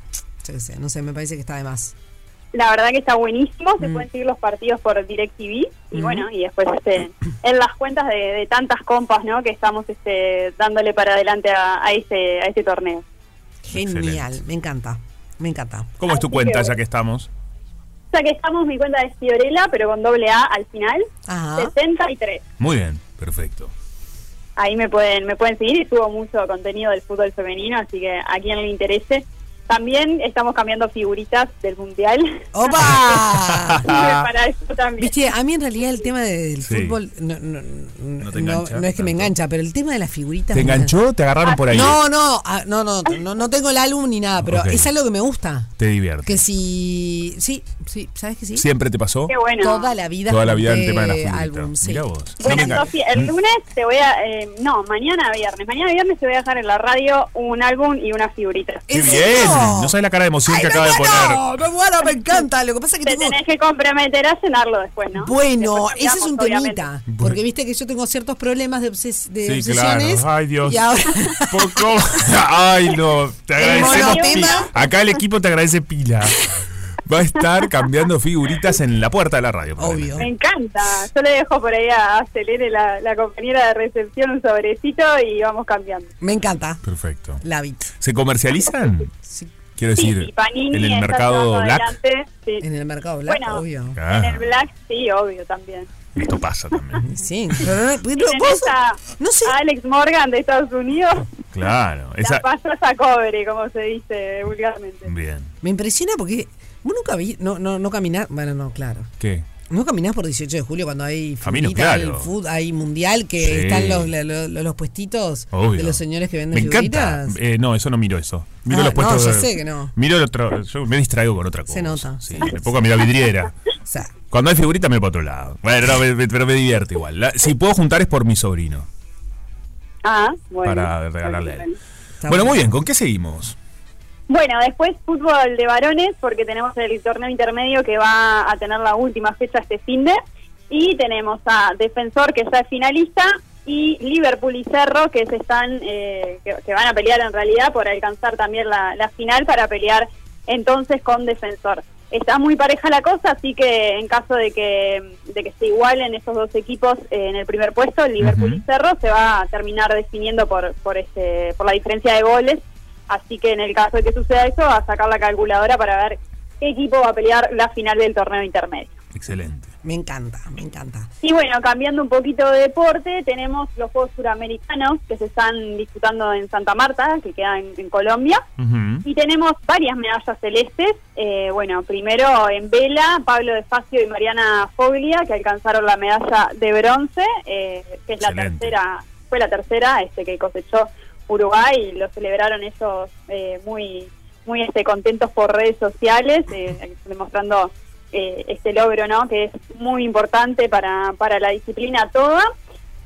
Speaker 2: yo qué sé, no sé, me parece que está de más.
Speaker 6: La verdad que está buenísimo,
Speaker 2: Mm.
Speaker 6: se pueden seguir los partidos por DirecTV y bueno, y después este, en las cuentas de, de tantas compas ¿no? que estamos este, dándole para adelante a, a este, a este torneo.
Speaker 2: Genial,
Speaker 3: Excelente.
Speaker 2: me encanta, me encanta.
Speaker 3: ¿Cómo es tu
Speaker 6: Así
Speaker 3: cuenta
Speaker 6: que-
Speaker 3: ya que estamos?
Speaker 6: O sea que estamos, mi cuenta es Fiorella, pero con doble A al final,
Speaker 2: Ajá.
Speaker 6: 73.
Speaker 3: Muy bien, perfecto.
Speaker 6: Ahí me pueden, me pueden seguir y subo mucho contenido del fútbol femenino, así que a quien le interese. También estamos cambiando figuritas del Mundial.
Speaker 2: ¡Opa!
Speaker 6: para eso también.
Speaker 2: Viste, a mí en realidad el tema del
Speaker 3: Sí.
Speaker 2: fútbol no, no, no-
Speaker 3: No te
Speaker 2: no-
Speaker 3: engancha
Speaker 2: no es que me
Speaker 3: tanto.
Speaker 2: engancha, pero el tema de las figuritas.
Speaker 3: ¿Te
Speaker 2: me
Speaker 3: enganchó? ¿Te agarraron por ahí?
Speaker 2: No, no, ah, no, no, no, no tengo el álbum ni nada, pero
Speaker 3: Ok.
Speaker 2: es algo que me gusta.
Speaker 3: ¿Te divierte?
Speaker 2: Que si. Sí, sí, ¿sabes que sí?
Speaker 3: ¿Siempre te pasó?
Speaker 6: Qué bueno.
Speaker 2: Toda la vida.
Speaker 3: Toda la vida el
Speaker 2: junté
Speaker 3: tema de las figuritas.
Speaker 2: álbum, sí.
Speaker 3: Mirá vos. No me
Speaker 6: Bueno,
Speaker 3: engan-
Speaker 6: Sofía, el lunes te voy a... eh, no, mañana viernes. Mañana viernes te voy a dejar en la radio un álbum y una figurita.
Speaker 3: ¡Qué
Speaker 2: ¿En
Speaker 3: bien!
Speaker 2: serio?
Speaker 3: No sabes la cara de emoción
Speaker 2: Ay,
Speaker 3: que
Speaker 2: me
Speaker 3: acaba de poner.
Speaker 2: muero, me muero, me encanta. Lo que pasa es que
Speaker 6: Te
Speaker 2: tengo.
Speaker 6: tenés que comprometer a cenarlo después, ¿no?
Speaker 2: Bueno,
Speaker 6: Después
Speaker 2: ese es
Speaker 6: hablamos,
Speaker 2: un
Speaker 6: obviamente.
Speaker 2: temita.
Speaker 3: Bueno.
Speaker 2: Porque viste que yo tengo ciertos problemas de, obses- de
Speaker 3: Sí,
Speaker 2: obsesiones.
Speaker 3: claro. Ay, Dios.
Speaker 2: Y ahora.
Speaker 3: Poco. Ay, no. Te agradecemos.
Speaker 2: monotema.
Speaker 3: pi- Acá el equipo te agradece pila. Va a estar cambiando figuritas en la puerta de la radio.
Speaker 2: Obvio.
Speaker 6: Me encanta. Yo le dejo por ahí a a Selene, la, la compañera de recepción, un sobrecito y vamos cambiando.
Speaker 2: me encanta.
Speaker 3: Perfecto.
Speaker 2: La bit.
Speaker 3: ¿Se comercializan?
Speaker 2: Sí,
Speaker 3: Quiero
Speaker 6: Sí,
Speaker 3: decir,
Speaker 6: sí, Panini
Speaker 3: en el
Speaker 6: está
Speaker 3: mercado
Speaker 6: llevando
Speaker 3: black.
Speaker 6: adelante, sí.
Speaker 2: En el mercado blanco,
Speaker 6: Bueno.
Speaker 2: obvio.
Speaker 3: Ah,
Speaker 6: En el black, sí, obvio también.
Speaker 3: esto pasa también.
Speaker 2: Sí. Pero, pero
Speaker 6: Tienen
Speaker 2: vos-
Speaker 6: esa
Speaker 2: no sé.
Speaker 6: Alex Morgan de Estados Unidos,
Speaker 3: Claro. Esa...
Speaker 6: la pasas a cobre, como se dice vulgarmente.
Speaker 3: Bien.
Speaker 2: Me impresiona porque. Vos nunca vi. No, no, no caminás. Bueno, no, claro.
Speaker 3: ¿Qué?
Speaker 2: ¿No caminás por 18 de julio cuando hay
Speaker 3: Camino,
Speaker 2: figuritas, hay,
Speaker 3: claro.
Speaker 2: fut- hay mundial que
Speaker 3: Sí.
Speaker 2: están los, la- lo- los, puestitos
Speaker 3: Obvio.
Speaker 2: de los señores que venden
Speaker 3: Me encanta.
Speaker 2: figuritas?
Speaker 3: Eh, no, eso no miro eso. Miro
Speaker 2: Ah,
Speaker 3: los
Speaker 2: no,
Speaker 3: puestos.
Speaker 2: ya
Speaker 3: de-
Speaker 2: sé que no.
Speaker 3: Miro el otro. Yo me distraigo con otra cosa.
Speaker 2: Se nota,
Speaker 3: Sí,
Speaker 2: se
Speaker 3: me pongo a mirar vidriera.
Speaker 2: O sea,
Speaker 3: Cuando hay figurita me voy para otro lado. Bueno, no, me- me- pero me divierte igual. La- si puedo juntar es por mi sobrino.
Speaker 6: Ah, bueno.
Speaker 3: para regalarle a él.
Speaker 2: está
Speaker 3: Bueno, muy bien, ¿con qué seguimos?
Speaker 6: Bueno, después fútbol de varones, porque tenemos el torneo intermedio que va a tener la última fecha este fin de. Y tenemos a Defensor, que ya es finalista, y Liverpool y Cerro, que se están eh, que, que van a pelear en realidad por alcanzar también la, la final para pelear entonces con Defensor. Está muy pareja la cosa, así que en caso de que, de que se igualen esos dos equipos eh, en el primer puesto, Liverpool y
Speaker 3: Ujú.
Speaker 6: Cerro se va a terminar definiendo por, por, este, por la diferencia de goles. Así que en el caso de que suceda eso, va a sacar la calculadora para ver qué equipo va a pelear la final del torneo intermedio.
Speaker 3: Excelente.
Speaker 2: Me encanta, me encanta.
Speaker 6: Y bueno, cambiando un poquito de deporte, tenemos los Juegos Suramericanos que se están disputando en Santa Marta, que queda en, en Colombia.
Speaker 3: Ujú.
Speaker 6: Y tenemos varias medallas celestes. Eh, bueno, primero en vela, Pablo de Facio y Mariana Foglia, que alcanzaron la medalla de bronce, eh, que es la
Speaker 3: Excelente.
Speaker 6: tercera, fue la tercera este, que cosechó Uruguay y lo celebraron ellos eh, muy, muy este, contentos por redes sociales, eh, demostrando eh, este logro, ¿no? Que es muy importante para, para la disciplina toda.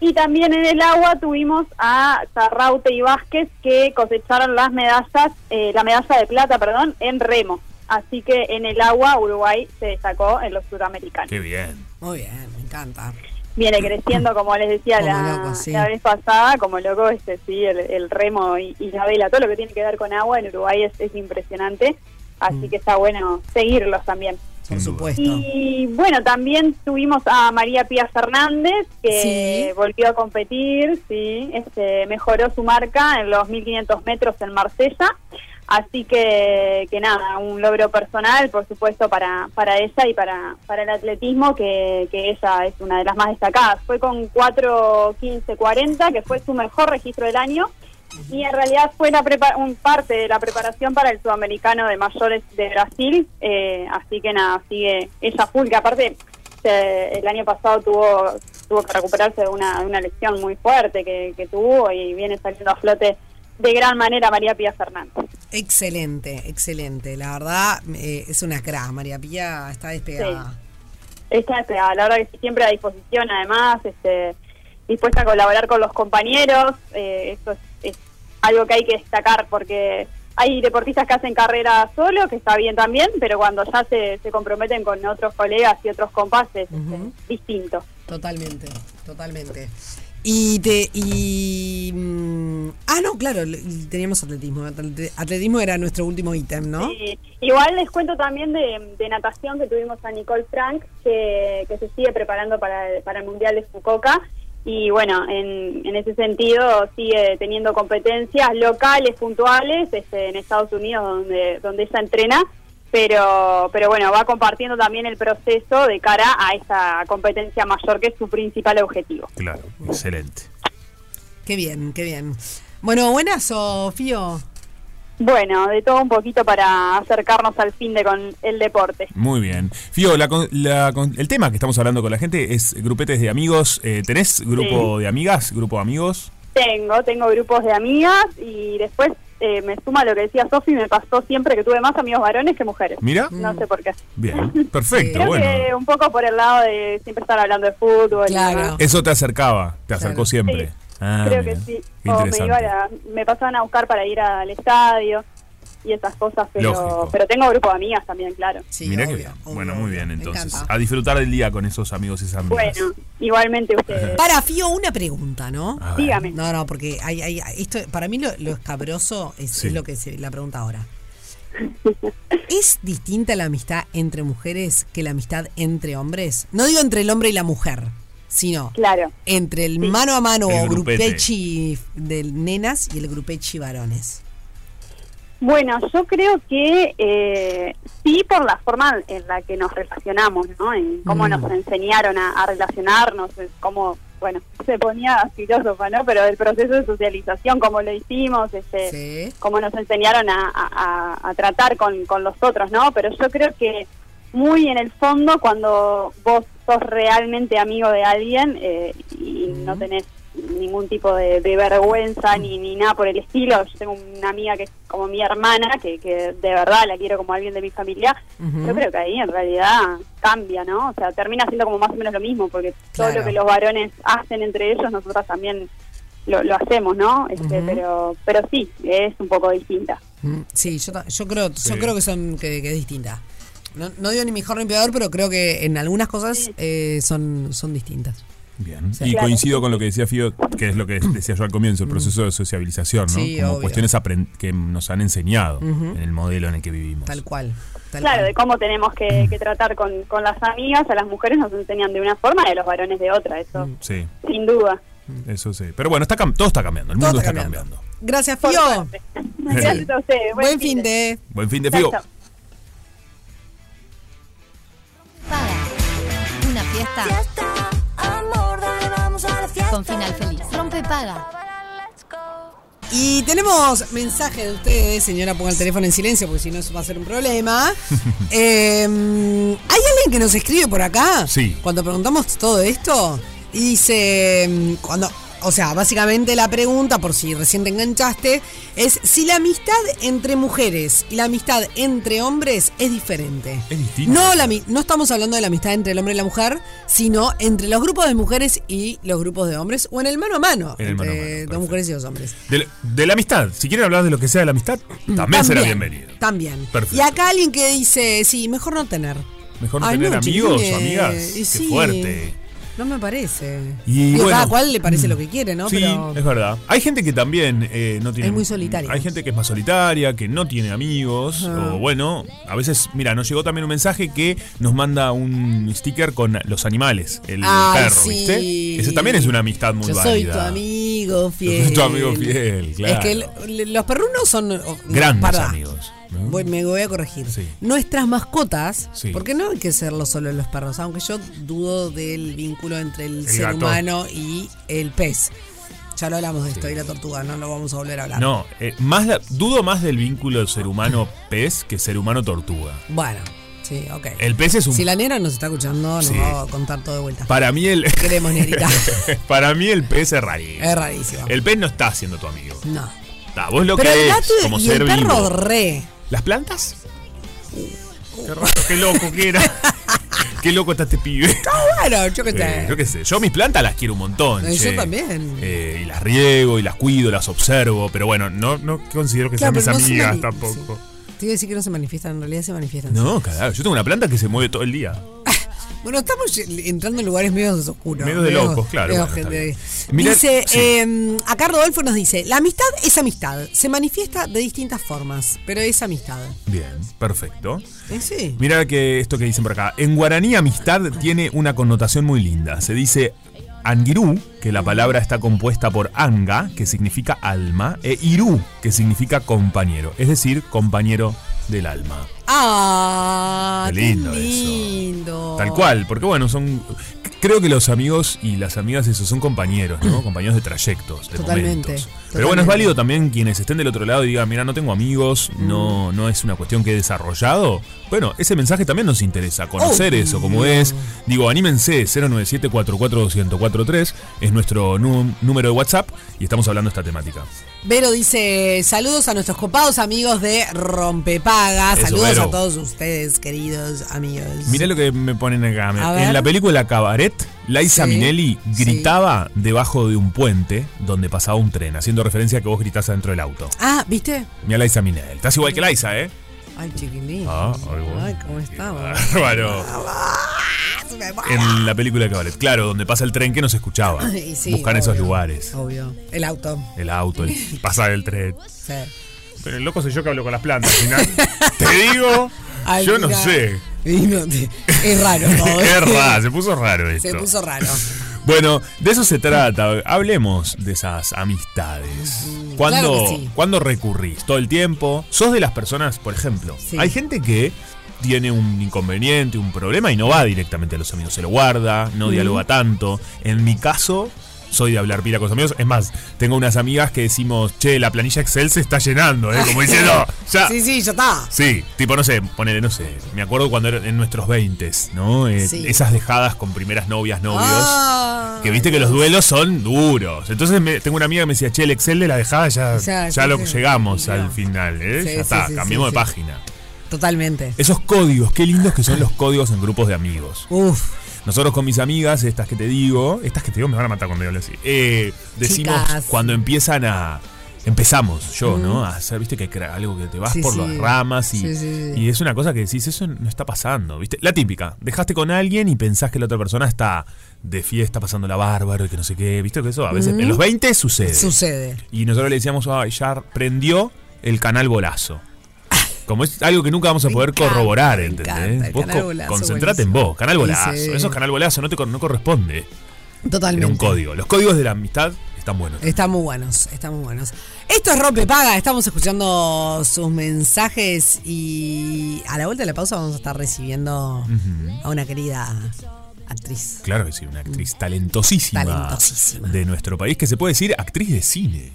Speaker 6: Y también en el agua tuvimos a Zarraute y Vázquez que cosecharon las medallas, eh, la medalla de plata, perdón, en remo. Así que en el agua Uruguay se destacó en los suramericanos.
Speaker 3: Qué bien.
Speaker 2: Muy bien, me encanta.
Speaker 6: Viene creciendo, como les decía
Speaker 2: Como
Speaker 6: la,
Speaker 2: loco, sí.
Speaker 6: la vez pasada, como loco este sí, el, el remo y, y la vela, todo lo que tiene que ver con agua en Uruguay es, es impresionante. Así que está bueno seguirlos también.
Speaker 3: Sin
Speaker 2: Por
Speaker 3: duda.
Speaker 2: supuesto.
Speaker 6: Y bueno, también tuvimos a María Pía Fernández, que
Speaker 2: Sí.
Speaker 6: volvió a competir, sí, este, mejoró su marca en los 1500 metros en Marsella. Así que, que nada, un logro personal, por supuesto, para, para ella y para, para el atletismo, que, que ella es una de las más destacadas. Fue con 4.15.40, que fue su mejor registro del año, y en realidad fue la prepa- un parte de la preparación para el sudamericano de mayores de Brasil. eh, así que nada, sigue ella full, que aparte se- el año pasado tuvo tuvo que recuperarse de una, de una lesión muy fuerte que, que tuvo y viene saliendo a flote de gran manera María Pía Fernández.
Speaker 2: Excelente, excelente. La verdad, eh, es una cra. María Pía está despegada.
Speaker 6: Esta es este, a la hora que sí, siempre a disposición, además, este, dispuesta a colaborar con los compañeros. eh, eso es, es algo que hay que destacar porque hay deportistas que hacen carrera solo, que está bien también, pero cuando ya se, se comprometen con otros colegas y otros compases, es
Speaker 2: Ujú.
Speaker 6: distinto.
Speaker 2: Totalmente, totalmente. Y te. Y. mm, ah, no, claro, le- teníamos atletismo. Atlete- Atletismo era nuestro último ítem, ¿no?
Speaker 6: Sí. Igual les cuento también de, de natación que tuvimos a Nicole Frank, que, que se sigue preparando para el, para el Mundial de Fukuoka. Y bueno, en, en ese sentido sigue teniendo competencias locales, puntuales, este, en Estados Unidos, donde, donde ella entrena. Pero, pero bueno, va compartiendo también el proceso de cara a esa competencia mayor que es su principal objetivo.
Speaker 3: Claro, excelente.
Speaker 2: Qué bien, qué bien. Bueno, buenas, o, Fío.
Speaker 6: Bueno, de todo un poquito para acercarnos al fin de con el deporte.
Speaker 3: Muy bien. Fío, la con- la con- el tema que estamos hablando con la gente es grupetes de amigos. Eh, ¿Tenés grupo de amigas? ¿Grupo de amigos?
Speaker 6: Tengo, tengo grupos de amigas y después eh, me suma lo que decía Sofi, me pasó siempre que tuve más amigos varones que mujeres.
Speaker 3: Mira.
Speaker 2: Mm.
Speaker 6: No sé por qué.
Speaker 3: Bien, perfecto,
Speaker 6: Creo que
Speaker 3: bueno.
Speaker 6: un poco por el lado de siempre estar hablando de fútbol. y
Speaker 2: Claro.
Speaker 6: demás.
Speaker 3: Eso te acercaba, te acercó
Speaker 2: Claro.
Speaker 3: siempre.
Speaker 6: Sí,
Speaker 3: Ah,
Speaker 6: Creo
Speaker 3: mira.
Speaker 6: que sí.
Speaker 3: Qué
Speaker 6: O me,
Speaker 3: interesante.
Speaker 6: iba a la- me pasaban a buscar para ir al estadio y esas cosas, pero,
Speaker 3: Lógico.
Speaker 6: pero tengo grupo de amigas también, claro.
Speaker 3: Mirá
Speaker 2: obvio,
Speaker 3: que bien.
Speaker 2: obvio,
Speaker 3: bueno, muy
Speaker 2: obvio.
Speaker 3: bien,
Speaker 2: Me
Speaker 3: entonces. Ah.
Speaker 2: encanta.
Speaker 3: A disfrutar del día con esos amigos y esas amigas.
Speaker 6: Bueno, igualmente ustedes.
Speaker 2: Para Fío, una pregunta, ¿no?
Speaker 3: A ver.
Speaker 6: Dígame.
Speaker 2: No, no, porque hay, hay, esto, para mí lo, lo escabroso es,
Speaker 3: Sí.
Speaker 2: es lo que se, la pregunta ahora. ¿Es distinta la amistad entre mujeres que la amistad entre hombres? No digo entre el hombre y la mujer, sino
Speaker 6: Claro.
Speaker 2: entre el mano a mano
Speaker 3: El
Speaker 2: o
Speaker 3: grupete.
Speaker 2: grupechi de nenas y el grupechi varones.
Speaker 6: Bueno, yo creo que eh, sí por la forma en la que nos relacionamos, ¿no? En cómo
Speaker 2: Mm.
Speaker 6: nos enseñaron a, a relacionarnos, en cómo, bueno, se ponía filósofa, ¿no? Pero el proceso de socialización, cómo lo hicimos, este,
Speaker 2: Sí.
Speaker 6: cómo nos enseñaron a, a- a- a tratar con, con los otros, ¿no? Pero yo creo que muy en el fondo, cuando vos sos realmente amigo de alguien eh, y no tenés ningún tipo de, de vergüenza ni, ni nada por el estilo, yo tengo una amiga que es como mi hermana, que, que de verdad la quiero como alguien de mi familia,
Speaker 2: Ujú.
Speaker 6: yo creo que ahí en realidad cambia, ¿no? O sea, termina siendo como más o menos lo mismo, porque todo
Speaker 2: Claro.
Speaker 6: lo que los varones hacen entre ellos, nosotras también lo, lo hacemos, ¿no? Este,
Speaker 2: Ujú.
Speaker 6: pero, pero sí, es un poco distinta.
Speaker 2: Mm, Sí, yo, ta- yo creo,
Speaker 3: Sí.
Speaker 2: yo creo que son que, que es distinta. No, no digo ni mejor ni peor, pero creo que en algunas cosas eh, son, son distintas.
Speaker 3: Bien.
Speaker 2: Sí.
Speaker 3: Y
Speaker 6: Claro. Mm.
Speaker 3: coincido con lo que decía Fío, que es lo que decía yo al comienzo, el proceso de sociabilización, ¿no?
Speaker 2: Sí,
Speaker 3: Como
Speaker 2: obvio.
Speaker 3: cuestiones aprend- que nos han enseñado en el modelo en el que vivimos.
Speaker 2: Tal cual. tal
Speaker 6: Claro,
Speaker 2: cual. Mm.
Speaker 6: de cómo tenemos que, que tratar con, con las amigas, a las mujeres nos enseñan de una forma y a los varones de otra, eso
Speaker 2: Mm.
Speaker 3: Sí,
Speaker 6: sin duda.
Speaker 3: eso sí. Pero bueno, está cam- todo está cambiando, el
Speaker 2: Todo
Speaker 3: mundo
Speaker 2: está
Speaker 3: está
Speaker 2: cambiando.
Speaker 3: cambiando.
Speaker 2: Gracias,
Speaker 6: Por
Speaker 2: Fío.
Speaker 6: suerte. Gracias a ustedes.
Speaker 2: Buen, fin de.
Speaker 3: Buen fin de
Speaker 6: Chao,
Speaker 3: Fío.
Speaker 6: chao.
Speaker 5: Paga. Una fiesta con final feliz. Rompe paga.
Speaker 2: Y tenemos mensaje de ustedes, señora, ponga el teléfono en silencio porque si no eso va a ser un problema. Eh, ¿Hay alguien que nos escribe por acá?
Speaker 3: Sí.
Speaker 2: Cuando preguntamos todo esto, y dice, mm, cuando, o sea, básicamente la pregunta, por si recién te enganchaste, es si la amistad entre mujeres y la amistad entre hombres es diferente.
Speaker 3: Es distinta.
Speaker 2: No, la, ami- no estamos hablando de la amistad entre el hombre y la mujer, sino entre los grupos de mujeres y los grupos de hombres, o en el mano a mano,
Speaker 3: En el mano a
Speaker 2: entre
Speaker 3: mano,
Speaker 2: dos
Speaker 3: perfecto.
Speaker 2: mujeres y dos hombres.
Speaker 3: De, de la amistad, si quieren hablar de lo que sea de la amistad, también, será bienvenido.
Speaker 2: También.
Speaker 3: Perfecto.
Speaker 2: Y acá alguien que dice, sí, mejor no tener.
Speaker 3: Mejor no
Speaker 2: Ay,
Speaker 3: tener
Speaker 2: no,
Speaker 3: amigos o
Speaker 2: chiquilines.
Speaker 3: amigas.
Speaker 2: Y
Speaker 3: Qué
Speaker 2: sí.
Speaker 3: fuerte.
Speaker 2: No me parece.
Speaker 3: Y
Speaker 2: Digo,
Speaker 3: bueno. mm,
Speaker 2: cada cual le parece lo que quiere, ¿no?
Speaker 3: sí,
Speaker 2: Pero
Speaker 3: es verdad. Hay gente que también eh, no tiene.
Speaker 2: Es muy solitaria.
Speaker 3: Hay gente que es más solitaria, que no tiene amigos.
Speaker 2: Ah.
Speaker 3: O bueno, a veces, mira, nos llegó también un mensaje que nos manda un sticker con los animales, el
Speaker 2: Ay,
Speaker 3: perro,
Speaker 2: sí.
Speaker 3: ¿viste? Ese también es una amistad muy
Speaker 2: yo
Speaker 3: válida.
Speaker 2: soy tu amigo fiel.
Speaker 3: soy tu amigo fiel, claro.
Speaker 2: Es que l- l- los perrunos son oh,
Speaker 3: Grandes
Speaker 2: pará.
Speaker 3: amigos. ¿no?
Speaker 2: Voy- me voy a corregir.
Speaker 3: Sí.
Speaker 2: Nuestras mascotas,
Speaker 3: Sí.
Speaker 2: porque no hay que serlo solo los perros, aunque yo dudo del vínculo entre el, ser
Speaker 3: gato.
Speaker 2: humano y el pez. Ya lo hablamos de esto y la tortuga, no lo vamos a volver a hablar.
Speaker 3: No, eh, más la- dudo más del vínculo del ser humano pez que ser humano tortuga.
Speaker 2: Bueno, sí, ok.
Speaker 3: El pez es un.
Speaker 2: Si la nena nos está escuchando, nos
Speaker 3: Sí.
Speaker 2: va a contar todo de vuelta.
Speaker 3: Para mí el.
Speaker 2: Queremos, negrita.
Speaker 3: para mí el pez es rarísimo.
Speaker 2: es rarísimo.
Speaker 3: El pez no está siendo tu amigo.
Speaker 2: no.
Speaker 3: Está, vos lo
Speaker 2: Pero
Speaker 3: que
Speaker 2: el
Speaker 3: es,
Speaker 2: gato
Speaker 3: como
Speaker 2: y
Speaker 3: ser
Speaker 2: el perro
Speaker 3: vivo.
Speaker 2: re.
Speaker 3: ¿Las plantas? Qué raro, qué loco que era. qué loco está este pibe.
Speaker 2: Ah, Bueno, yo qué
Speaker 3: Eh,
Speaker 2: sé.
Speaker 3: yo qué sé, yo mis plantas las quiero un montón.
Speaker 2: Eh, yo
Speaker 3: che.
Speaker 2: también.
Speaker 3: Eh, y las riego, y las cuido, las observo, pero bueno, no, no considero que
Speaker 2: Claro,
Speaker 3: sean
Speaker 2: pero no
Speaker 3: mis
Speaker 2: se
Speaker 3: amigas
Speaker 2: mani-
Speaker 3: tampoco.
Speaker 2: sí. Te iba a decir que no se manifiestan, en realidad se manifiestan.
Speaker 3: No, carajo, yo tengo una planta que se mueve todo el día.
Speaker 2: Bueno, estamos entrando en lugares medio oscuros.
Speaker 3: Medio de locos, claro,
Speaker 2: medio
Speaker 3: bueno, está
Speaker 2: gente-
Speaker 3: bien. em, Mirá,
Speaker 2: dice,
Speaker 3: sí.
Speaker 2: eh, acá Rodolfo nos dice, la amistad es amistad, se manifiesta de distintas formas, pero es amistad.
Speaker 3: Bien, perfecto.
Speaker 2: Eh, sí.
Speaker 3: Mira que esto que dicen por acá. En guaraní amistad tiene una connotación muy linda. Se dice angirú, que la palabra está compuesta por anga, que significa alma, e irú, que significa compañero, es decir, compañero del alma.
Speaker 2: Ah,
Speaker 3: Qué
Speaker 2: qué
Speaker 3: lindo
Speaker 2: lindo.
Speaker 3: eso. Tal cual, porque bueno, son creo que los amigos y las amigas eso son compañeros, ¿no? compañeros de trayectos, de
Speaker 2: Totalmente,
Speaker 3: momentos. Pero bueno, es
Speaker 2: totalmente.
Speaker 3: válido también quienes estén del otro lado y digan, mira, no tengo amigos,
Speaker 2: Mm.
Speaker 3: no no es una cuestión que he desarrollado. Bueno, ese mensaje también nos interesa, conocer eso, como es. Digo, anímense, 097-441-1043 es nuestro nu- número de WhatsApp y estamos hablando de esta temática.
Speaker 2: Vero dice, saludos a nuestros copados amigos de Rompepaga,
Speaker 3: Eso,
Speaker 2: saludos
Speaker 3: Vero.
Speaker 2: a todos ustedes, queridos amigos.
Speaker 3: Mirá lo que me ponen acá.
Speaker 2: A
Speaker 3: en
Speaker 2: ver.
Speaker 3: la película Cabaret, Liza
Speaker 2: Sí,
Speaker 3: Minelli
Speaker 2: sí.
Speaker 3: gritaba debajo de un puente donde pasaba un tren, haciendo referencia a que vos gritás adentro del auto.
Speaker 2: Ah, ¿viste?
Speaker 3: Mira Liza Minelli. Estás igual que Liza, ¿eh?
Speaker 2: Ay, chiquilín.
Speaker 3: Ah, ay, bueno.
Speaker 2: Ay, ¿cómo estaba?
Speaker 3: Bárbaro. En la película Cabaret, claro, donde pasa el tren que nos escuchaba.
Speaker 2: Y sí,
Speaker 3: Buscan esos
Speaker 2: obvio.
Speaker 3: lugares.
Speaker 2: Obvio. El auto.
Speaker 3: El auto, el pasar el tren.
Speaker 2: Sí.
Speaker 3: Pero el loco soy yo que hablo con las plantas, al final. Te digo,
Speaker 2: Ay,
Speaker 3: yo no
Speaker 2: mira.
Speaker 3: sé.
Speaker 2: Y no te- es raro. ¿no?
Speaker 3: Es raro, se puso raro esto.
Speaker 2: Se puso raro.
Speaker 3: Bueno, de eso se trata. Hablemos de esas amistades. ¿Cuándo,
Speaker 2: Claro que sí.
Speaker 3: cuándo recurrís? ¿Todo el tiempo? ¿Sos de las personas, por ejemplo?
Speaker 2: Sí.
Speaker 3: Hay gente que tiene un inconveniente, un problema y no va directamente a los amigos, se lo guarda, no dialoga tanto. En mi caso, soy de hablar pila con los amigos. Es más, tengo unas amigas que decimos, che, la planilla Excel se está llenando, ¿eh? Como diciendo, ya,
Speaker 2: Sí, sí, ya está.
Speaker 3: Sí, tipo, no sé, ponele, no sé. Me acuerdo cuando era en nuestros 20, ¿no? Eh,
Speaker 2: Sí.
Speaker 3: Esas dejadas con primeras novias, novios.
Speaker 2: Ah.
Speaker 3: que viste que los duelos son duros. Entonces me- tengo una amiga que me decía, che, el Excel de la dejada ya,
Speaker 2: Ya,
Speaker 3: ya,
Speaker 2: sí,
Speaker 3: lo
Speaker 2: sí.
Speaker 3: llegamos
Speaker 2: Ya.
Speaker 3: al final, ¿eh?
Speaker 2: Sí,
Speaker 3: ya
Speaker 2: sí,
Speaker 3: está,
Speaker 2: sí,
Speaker 3: cambiemos
Speaker 2: sí,
Speaker 3: de
Speaker 2: sí.
Speaker 3: página.
Speaker 2: Totalmente.
Speaker 3: Esos códigos, qué lindos que son los códigos en grupos de amigos.
Speaker 2: Uf.
Speaker 3: Nosotros con mis amigas, estas que te digo, estas que te digo me van a matar cuando yo así. Eh, decimos
Speaker 2: Chicas.
Speaker 3: cuando empiezan a. Empezamos yo, ¿no? A hacer, viste, que cra- algo que te vas
Speaker 2: Sí,
Speaker 3: por
Speaker 2: sí.
Speaker 3: las ramas y,
Speaker 2: Sí, sí, sí.
Speaker 3: y es una cosa que decís, eso no está pasando, ¿viste? La típica, dejaste con alguien y pensás que la otra persona está de fiesta pasando la bárbaro y que no sé qué, ¿viste? Que eso a veces en los 20 sucede.
Speaker 2: Sucede.
Speaker 3: Y nosotros le decíamos, ay, ya prendió el canal bolazo. Como es algo que nunca vamos a
Speaker 2: Me
Speaker 3: poder
Speaker 2: encanta,
Speaker 3: corroborar,
Speaker 2: me
Speaker 3: ¿entendés?
Speaker 2: encanta el
Speaker 3: vos
Speaker 2: canal
Speaker 3: co-
Speaker 2: bolazo,
Speaker 3: concentrate en
Speaker 2: buenísimo.
Speaker 3: vos, canal
Speaker 2: Y
Speaker 3: bolazo.
Speaker 2: sí.
Speaker 3: Eso es canal bolazo, no, te, cor- no corresponde.
Speaker 2: Totalmente.
Speaker 3: Era un código. Los códigos de la amistad están buenos.
Speaker 2: Están muy buenos, están muy buenos. Esto es Rompe Paga, estamos escuchando sus mensajes y a la vuelta de la pausa vamos a estar recibiendo a una querida actriz.
Speaker 3: Claro que sí, una actriz talentosísima,
Speaker 2: Mm. Talentosísima.
Speaker 3: de nuestro país, que se puede decir actriz de cine.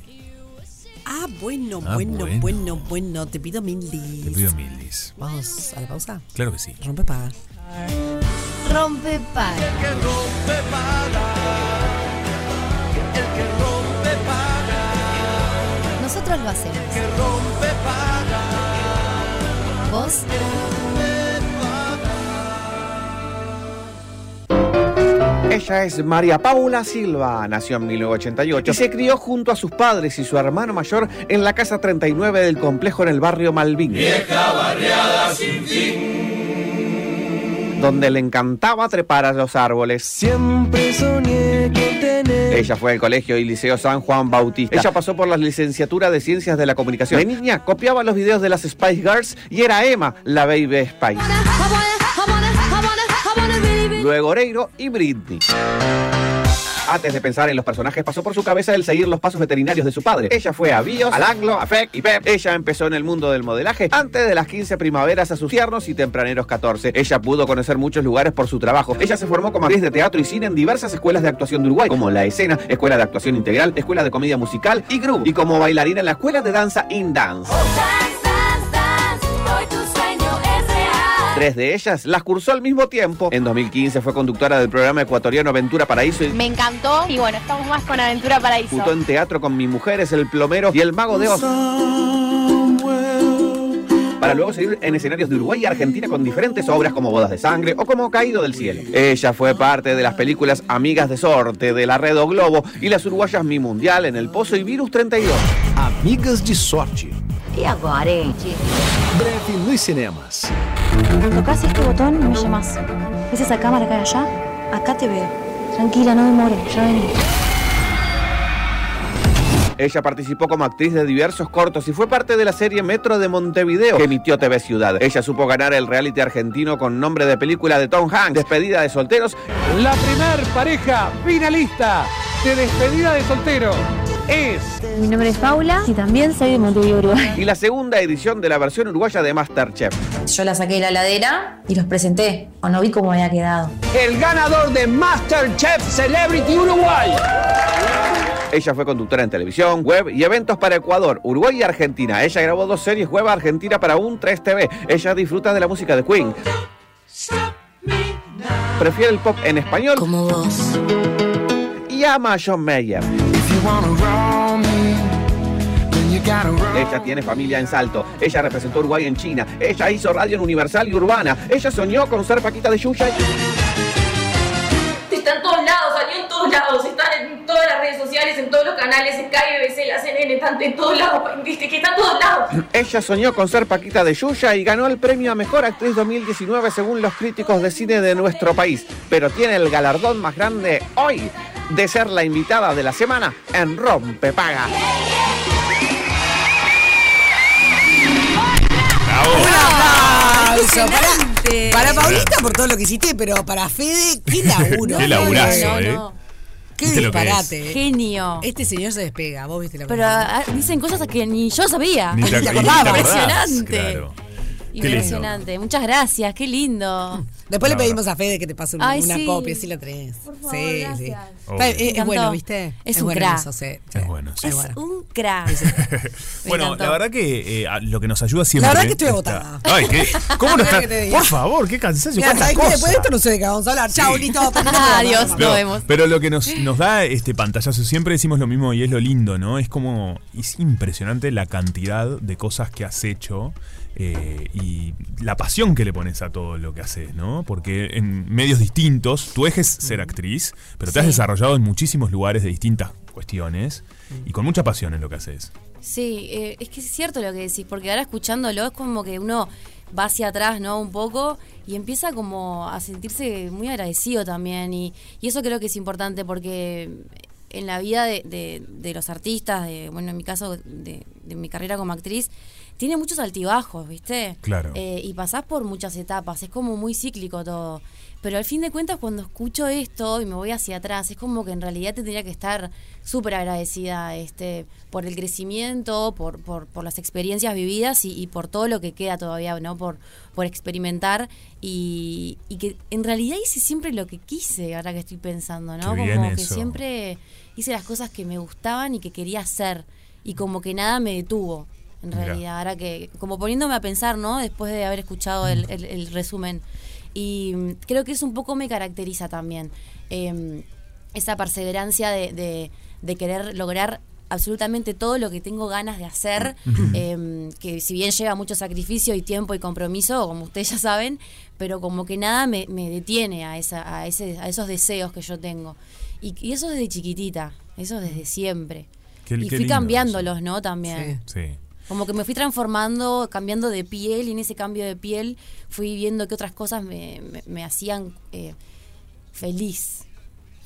Speaker 2: Ah, bueno,
Speaker 3: Ah,
Speaker 2: bueno,
Speaker 3: bueno.
Speaker 2: bueno, bueno, te pido mil dis.
Speaker 3: Te pido mil dis.
Speaker 2: Vamos a la pausa.
Speaker 3: Claro que sí.
Speaker 2: Rompe Paga.
Speaker 5: Rompe paga. Nosotros lo hacemos. Vos
Speaker 7: Ella es María Paula Silva, nació en 1988 y se crió junto a sus padres y su hermano mayor en la casa 39 del complejo en el barrio Malvin. Vieja barriada sin donde le encantaba trepar a los árboles.
Speaker 8: Siempre soñé con tener.
Speaker 7: Ella fue al colegio y liceo San Juan Bautista. Ella pasó por la licenciatura de Ciencias de la Comunicación. De niña copiaba los videos de las Spice Girls y era Emma, la Baby Spice. Luego Oreiro y Britney. Antes de pensar en los personajes, pasó por su cabeza el seguir los pasos veterinarios de su padre. Ella fue a Bios, al Anglo, a FEC y PEP. Ella empezó en el mundo del modelaje antes de las 15 primaveras a sus tiernos y tempraneros 14. Ella pudo conocer muchos lugares por su trabajo. Ella se formó como actriz de teatro y cine en diversas escuelas de actuación de Uruguay, como La Escena, Escuela de Actuación Integral, Escuela de Comedia Musical y Group, y como bailarina en la Escuela de Danza In Dance. Tres de ellas las cursó al mismo tiempo. En 2015 fue conductora del programa ecuatoriano Aventura Paraíso y
Speaker 9: Me encantó y bueno, estamos más con Aventura Paraíso.
Speaker 7: Disputó en teatro con Mi Mujer es el Plomero y El Mago de Oz. Para luego seguir en escenarios de Uruguay y Argentina con diferentes obras como Bodas de Sangre o como Caído del Cielo. Ella fue parte de las películas Amigas de Sorte, de La Red o Globo y las uruguayas Mi Mundial en El Pozo y Virus 32.
Speaker 8: Amigas de sorte.
Speaker 10: Y ahora, gente?
Speaker 8: Breve nos cinemas.
Speaker 9: Tocás este botón y me llamás. ¿Ves esa cámara acá allá? Acá te veo. Tranquila, no demores, ya vení.
Speaker 7: Ella participó como actriz de diversos cortos y fue parte de la serie Metro de Montevideo que emitió TV Ciudad. Ella supo ganar el reality argentino con nombre de película de Tom Hanks, Despedida de Solteros.
Speaker 8: La primer pareja finalista de despedida de soltero es
Speaker 9: Mi nombre es Paula y también soy de Montevideo, Uruguay.
Speaker 7: Y la segunda edición de la versión uruguaya de Masterchef.
Speaker 11: Yo la saqué de la ladera y los presenté. O no vi cómo había quedado.
Speaker 8: el ganador de MasterChef Celebrity Uruguay.
Speaker 7: Ella fue conductora en televisión, web y eventos para Ecuador, Uruguay y Argentina. Ella grabó dos series web argentina para un 3TV. Ella disfruta de la música de Queen. Prefiere el pop en español
Speaker 10: Como vos.
Speaker 7: y ama a John Mayer. Ella tiene familia en Salto. Ella representó a Uruguay en China. Ella hizo radio en Universal y Urbana. Ella soñó con ser Paquita de Yuya.
Speaker 12: Está en todos lados, salió en todos lados, está en todas las redes sociales, en todos los canales, en KBBC, la CNN, están en todos lados, viste que está en todos lados.
Speaker 7: Ella soñó con ser Paquita de Yuya y ganó el premio a Mejor Actriz 2019 según los críticos de cine de nuestro país. Pero tiene el galardón más grande hoy de ser la invitada de la semana en Rompe Paga.
Speaker 2: Un aplauso
Speaker 10: Impresionante.
Speaker 2: para, para Paulita por todo lo que hiciste, pero para Fede, qué laburo.
Speaker 3: Qué laburazo, ¿eh?
Speaker 2: Qué
Speaker 3: Viste lo que es.
Speaker 2: disparate. eh.
Speaker 13: Genio.
Speaker 2: Este señor se despega, vos viste la
Speaker 13: Pero ah, dicen cosas que ni yo sabía.
Speaker 3: Ni te-
Speaker 2: Ay, la
Speaker 3: ni te
Speaker 2: acordaba.
Speaker 3: acordás,
Speaker 13: Impresionante.
Speaker 3: claro. Qué lindo.
Speaker 13: Impresionante. Muchas gracias, qué lindo.
Speaker 2: Después le
Speaker 3: Claro.
Speaker 2: pedimos a Fede que te pase un-
Speaker 13: Ay,
Speaker 2: una
Speaker 13: sí.
Speaker 2: copia, si la tenés. sí, sí.
Speaker 3: Oh.
Speaker 2: Está- es- es,
Speaker 13: encantó.
Speaker 2: bueno, ¿viste?
Speaker 13: Es un
Speaker 2: bueno
Speaker 13: crack.
Speaker 2: eso, sí, sí.
Speaker 3: Es bueno, sí.
Speaker 2: Es
Speaker 13: Es
Speaker 2: bueno.
Speaker 13: un crack. Me
Speaker 3: Bueno,
Speaker 13: encantó.
Speaker 3: la verdad que eh, a- lo que nos ayuda siempre.
Speaker 2: La verdad que estoy
Speaker 3: está-
Speaker 2: agotada.
Speaker 3: Ay, ¿qué? ¿Cómo no
Speaker 2: Mirá
Speaker 3: está?
Speaker 2: que te digo.
Speaker 3: Por favor, qué cansancio.
Speaker 2: Mira,
Speaker 3: cuántas
Speaker 2: ¿sabes qué? Después de
Speaker 3: cosas.
Speaker 2: esto no sé de qué vamos a hablar. Chao, listo. terminamos.
Speaker 13: Adiós. Nos
Speaker 3: No,
Speaker 13: vemos.
Speaker 3: Pero lo que nos, nos da este pantallazo, siempre decimos lo mismo y es lo lindo, ¿no? Es como, es impresionante la cantidad de cosas que has hecho eh, y la pasión que le pones a todo lo que haces, ¿no? Porque en medios distintos, tu eje es
Speaker 13: Mm.
Speaker 3: ser actriz, pero te has desarrollado en muchísimos lugares de distintas cuestiones y con mucha pasión en lo que haces.
Speaker 13: Sí, eh, es que es cierto lo que decís, porque ahora escuchándolo es como que uno va hacia atrás, ¿no? Un poco y empieza como a sentirse muy agradecido también. Y, y eso creo que es importante porque en la vida de, de- de los artistas, de, bueno, en mi caso, de, de mi carrera como actriz, tiene muchos altibajos, ¿viste?
Speaker 3: Claro.
Speaker 13: Eh, y pasás por muchas etapas, es como muy cíclico todo. Pero al fin de cuentas, cuando escucho esto y me voy hacia atrás, es como que en realidad tendría que estar súper agradecida este, por el crecimiento, por, por, por las experiencias vividas y, y por todo lo que queda todavía, ¿no? Por, por experimentar y, y que en realidad hice siempre lo que quise, ahora que estoy pensando, ¿no?
Speaker 3: Qué
Speaker 13: como
Speaker 3: bien
Speaker 13: que
Speaker 3: eso.
Speaker 13: siempre hice las cosas que me gustaban y que quería hacer y como que nada me detuvo. En
Speaker 3: Mirá.
Speaker 13: realidad, ahora que, como poniéndome a pensar, ¿no? Después de haber escuchado el, el- el resumen. Y mm, creo que eso un poco me caracteriza también. eh, esa perseverancia de, de- de querer lograr absolutamente todo lo que tengo ganas de hacer, eh, que si bien lleva mucho sacrificio y tiempo y compromiso, como ustedes ya saben, pero como que nada me, me detiene a, esa, a, ese, a esos deseos que yo tengo. Y, y eso desde chiquitita, eso desde siempre.
Speaker 3: Qué-
Speaker 13: y
Speaker 3: qué
Speaker 13: fui
Speaker 3: lindo
Speaker 13: cambiándolos, ¿no? También.
Speaker 2: Sí.
Speaker 3: Sí.
Speaker 13: Como que me fui transformando, cambiando de piel y en ese cambio de piel fui viendo que otras cosas me, me- me hacían eh, feliz.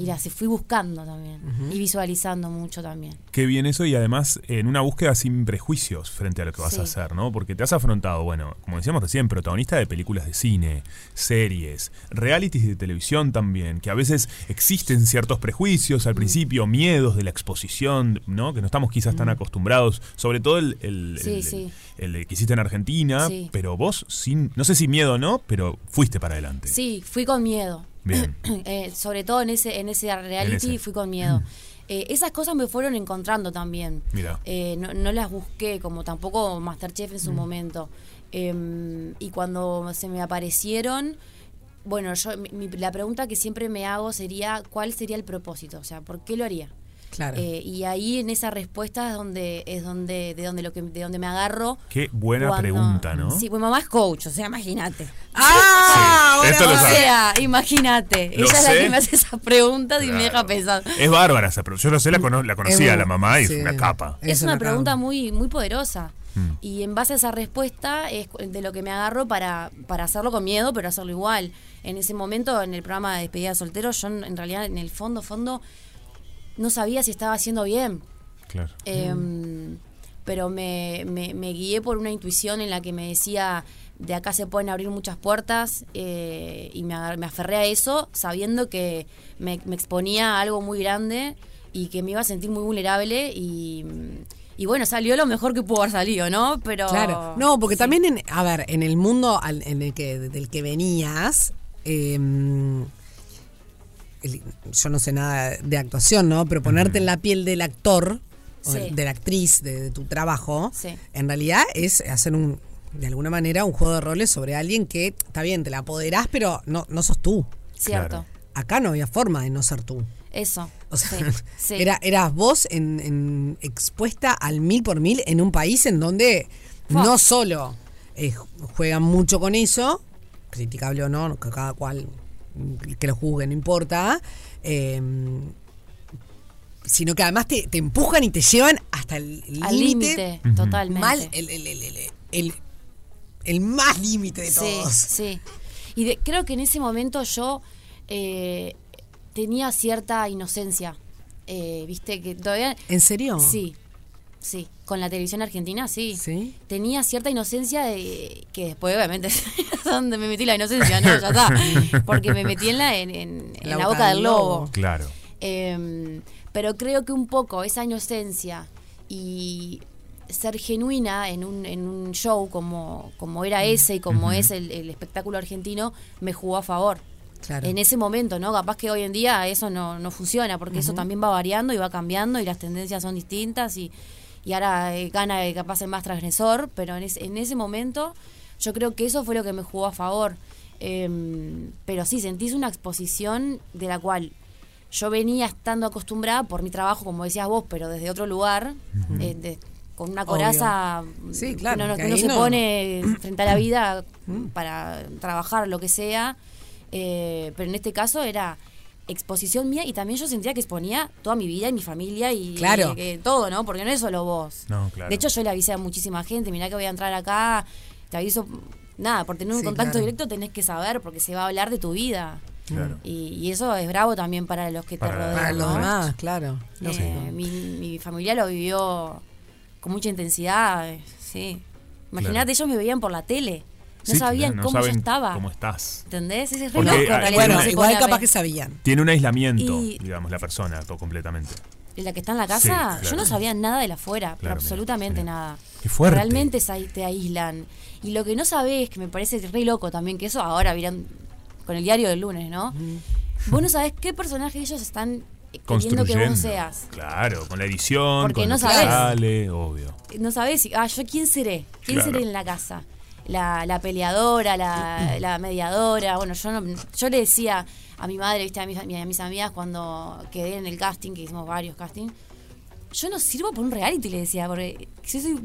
Speaker 13: Y las fui buscando también
Speaker 3: Ujú.
Speaker 13: y visualizando mucho también.
Speaker 3: Qué bien eso y además en una búsqueda sin prejuicios frente a lo que vas
Speaker 13: Sí.
Speaker 3: a hacer, ¿no? Porque te has afrontado, bueno, como decíamos recién, protagonista de películas de cine, series, realities de televisión también, que a veces existen ciertos prejuicios
Speaker 13: Mm.
Speaker 3: al principio, miedos de la exposición, ¿no? Que no estamos quizás tan
Speaker 13: Mm.
Speaker 3: acostumbrados, sobre todo el, el-
Speaker 13: Sí,
Speaker 3: el-
Speaker 13: sí.
Speaker 3: el- el que hiciste en Argentina,
Speaker 13: Sí.
Speaker 3: pero vos sin, no sé si miedo o no, pero fuiste para adelante.
Speaker 13: Sí, fui con miedo.
Speaker 3: Bien.
Speaker 13: Eh, sobre todo en ese, en ese reality
Speaker 3: En ese.
Speaker 13: fui con miedo. Eh, esas cosas me fueron encontrando también.
Speaker 3: Mira.
Speaker 13: Eh, no, no las busqué, como tampoco Masterchef en su
Speaker 3: Mm.
Speaker 13: momento. Eh, y cuando se me aparecieron, bueno, yo mi- mi- la pregunta que siempre me hago sería, ¿cuál sería el propósito? O sea, ¿por qué lo haría?
Speaker 2: Claro.
Speaker 13: Eh, y ahí en esa respuesta es donde es donde de donde lo que de donde me agarro.
Speaker 3: Qué buena
Speaker 13: cuando-
Speaker 3: pregunta, ¿no?
Speaker 13: Sí, mi mamá es coach, o sea, imagínate.
Speaker 2: Ah,
Speaker 3: Sí, esto lo
Speaker 13: o
Speaker 3: sabe.
Speaker 13: sea, imagínate.
Speaker 3: Lo
Speaker 13: Ella es la
Speaker 3: sé.
Speaker 13: que me hace esas preguntas y
Speaker 3: Claro.
Speaker 13: me deja pensar.
Speaker 3: Es bárbara esa, pero yo no sé, la, cono- la conocía
Speaker 2: Es
Speaker 3: a la mamá y
Speaker 2: sí.
Speaker 3: es una capa.
Speaker 13: Es una pregunta muy, muy poderosa.
Speaker 3: Mm.
Speaker 13: Y en base a esa respuesta es cu- de lo que me agarro para, para hacerlo con miedo, pero hacerlo igual. En ese momento, en el programa de despedida de soltero, yo en en realidad en el fondo, fondo, no sabía si estaba haciendo bien.
Speaker 3: Claro.
Speaker 13: Em,
Speaker 2: Mm.
Speaker 13: Pero me, me- me guié por una intuición en la que me decía, de acá se pueden abrir muchas puertas, eh, y me, agar- me aferré a eso, sabiendo que me, me exponía a algo muy grande y que me iba a sentir muy vulnerable y, y bueno, salió lo mejor que pudo haber salido, ¿no? Pero
Speaker 2: Claro. No, porque también, en, a ver, en el mundo al- en el que, del que venías, eh, el- yo no sé nada de actuación, ¿no? Pero ponerte en la piel del actor, o
Speaker 13: Sí.
Speaker 2: de la actriz, de, de tu trabajo,
Speaker 13: Sí.
Speaker 2: en realidad es hacer un, de alguna manera, un juego de roles sobre alguien que, está bien, te la apoderás, pero no, no sos tú.
Speaker 13: Cierto. Claro.
Speaker 2: Acá no había forma de no ser tú.
Speaker 13: Eso.
Speaker 2: O sea,
Speaker 13: Sí, sí.
Speaker 2: Era, eras vos en, en- expuesta al mil por mil en un país en donde
Speaker 13: Fua.
Speaker 2: no solo eh, juegan mucho con eso, criticable o no, que cada cual mm, que lo juzgue, no importa, eh, sino que además te, te empujan y te llevan hasta el
Speaker 13: Al límite,
Speaker 2: límite.
Speaker 13: Ujú. totalmente.
Speaker 2: Mal, el, el- el- el- el- el más límite de
Speaker 13: sí,
Speaker 2: todos.
Speaker 13: Sí. Y de- creo que en ese momento yo eh, tenía cierta inocencia. Eh, Viste que todavía.
Speaker 2: ¿En serio?
Speaker 13: Sí. Sí. Con la televisión argentina, sí. Tenía cierta inocencia de- que después, obviamente, es donde me metí la inocencia, ¿no? Ya está. Porque me metí en la, en, en- en la boca del lobo.
Speaker 3: Claro.
Speaker 13: Eh, pero creo que un poco esa inocencia y ser genuina en un, en un show como, como era ese y como
Speaker 11: Ujú.
Speaker 13: es el, el espectáculo argentino, me jugó a favor.
Speaker 2: Claro.
Speaker 13: En ese momento, ¿no? Capaz que hoy en día eso no, no funciona, porque eso
Speaker 11: Ujú.
Speaker 13: también va variando y va cambiando y las tendencias son distintas y, y ahora eh, gana el capaz el más transgresor, pero en, es- en ese momento yo creo que eso fue lo que me jugó a favor. Em, pero sí, sentís una exposición de la cual yo venía estando acostumbrada por mi trabajo, como decías vos, pero desde otro lugar,
Speaker 11: Ujú.
Speaker 13: eh, de- con una
Speaker 11: Obvio.
Speaker 13: coraza mm,
Speaker 11: Sí,
Speaker 13: que
Speaker 11: claro,
Speaker 13: uno no-
Speaker 11: que
Speaker 13: que uno
Speaker 11: ahí
Speaker 13: se
Speaker 11: no-
Speaker 13: pone eh, frente a la vida para trabajar lo que sea. eh, pero en este caso era exposición mía y también yo sentía que exponía toda mi vida y mi familia y,
Speaker 2: Claro.
Speaker 13: y que todo, ¿no? Porque no es solo vos.
Speaker 2: No, claro.
Speaker 13: De hecho, yo le avisé a muchísima gente, mirá que voy a entrar acá, te aviso, nada, por tener un
Speaker 2: Sí,
Speaker 13: contacto
Speaker 2: claro.
Speaker 13: directo tenés que saber porque se va a hablar de tu vida.
Speaker 2: Claro.
Speaker 13: Y, y eso es bravo también para los que te
Speaker 2: Para-
Speaker 13: rodean.
Speaker 2: para los
Speaker 13: ¿no?
Speaker 2: demás, claro,
Speaker 13: Eh,
Speaker 2: lógico.
Speaker 13: mi, mi familia lo vivió con mucha intensidad, eh, sí. Imagínate, ellos me veían por la tele. No
Speaker 3: Sí,
Speaker 13: sabían
Speaker 3: claro, no
Speaker 13: cómo
Speaker 3: saben
Speaker 13: yo estaba.
Speaker 3: cómo estás.
Speaker 13: ¿Entendés? Ese es re
Speaker 3: Porque,
Speaker 13: loco, en
Speaker 3: ah,
Speaker 13: realidad,
Speaker 3: bueno,
Speaker 13: uno se
Speaker 3: igual
Speaker 13: pone a
Speaker 3: capaz
Speaker 13: ver.
Speaker 3: que sabían. Tiene un aislamiento,
Speaker 13: Y-
Speaker 3: digamos, la persona todo completamente.
Speaker 13: ¿Y la que está en la casa,
Speaker 3: Sí, claro.
Speaker 13: yo no sabía nada de la afuera, pero
Speaker 3: Claro, mira,
Speaker 13: absolutamente nada.
Speaker 3: Qué fuerte.
Speaker 13: Realmente se ai- te aíslan. Y lo que no sabés, que me parece re loco también, que eso ahora miran con el diario del lunes, ¿no?
Speaker 3: Mm.
Speaker 13: Vos no sabés qué personaje ellos están eh, queriendo que
Speaker 3: Construyendo.
Speaker 13: vos seas.
Speaker 3: Claro, con la edición,
Speaker 13: Porque
Speaker 3: con
Speaker 13: no
Speaker 3: lo que
Speaker 13: sabes.
Speaker 3: sale, obvio.
Speaker 13: no sabés, si- ah, yo quién seré, quién
Speaker 3: Claro.
Speaker 13: seré en la casa. La, la peleadora, la, la mediadora, bueno, yo no, yo le decía a mi madre, viste, a mis, a mis amigas cuando quedé en el casting, que hicimos varios castings, yo no sirvo por un reality, le decía, porque yo soy,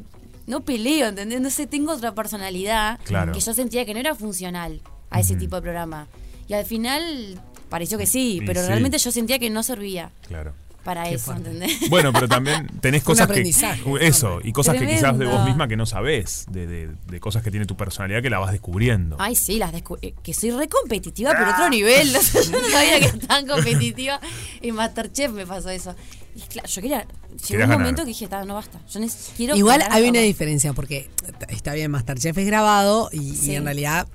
Speaker 13: no peleo, ¿entendés? No sé, tengo otra personalidad
Speaker 11: Claro.
Speaker 13: que yo sentía que no era funcional a ese tipo de programa. Y al final pareció que sí,
Speaker 11: Y
Speaker 13: pero
Speaker 11: sí.
Speaker 13: realmente yo sentía que no servía.
Speaker 3: Claro.
Speaker 13: para eso, ¿entendés?
Speaker 3: Bueno, pero también tenés
Speaker 13: Un
Speaker 3: cosas que.
Speaker 13: aprendizaje,
Speaker 3: Eso, y cosas que quizás de vos
Speaker 13: Tremendo.
Speaker 3: misma que no sabés, de, de- de cosas que tiene tu personalidad que la vas descubriendo.
Speaker 13: Ay, sí, las descu- eh, que soy re competitiva, pero otro nivel. O sea, yo no sabía que era tan competitiva. En Masterchef me pasó eso. Y claro, yo quería. Llegó
Speaker 2: Querías
Speaker 13: un
Speaker 2: ganar.
Speaker 13: momento que dije, "Ta, no basta. Yo neces- quiero.
Speaker 2: Igual
Speaker 13: ganar
Speaker 2: hay una
Speaker 13: todo".
Speaker 2: diferencia, porque t- está bien, Masterchef es grabado y, y
Speaker 13: Sí.
Speaker 2: en realidad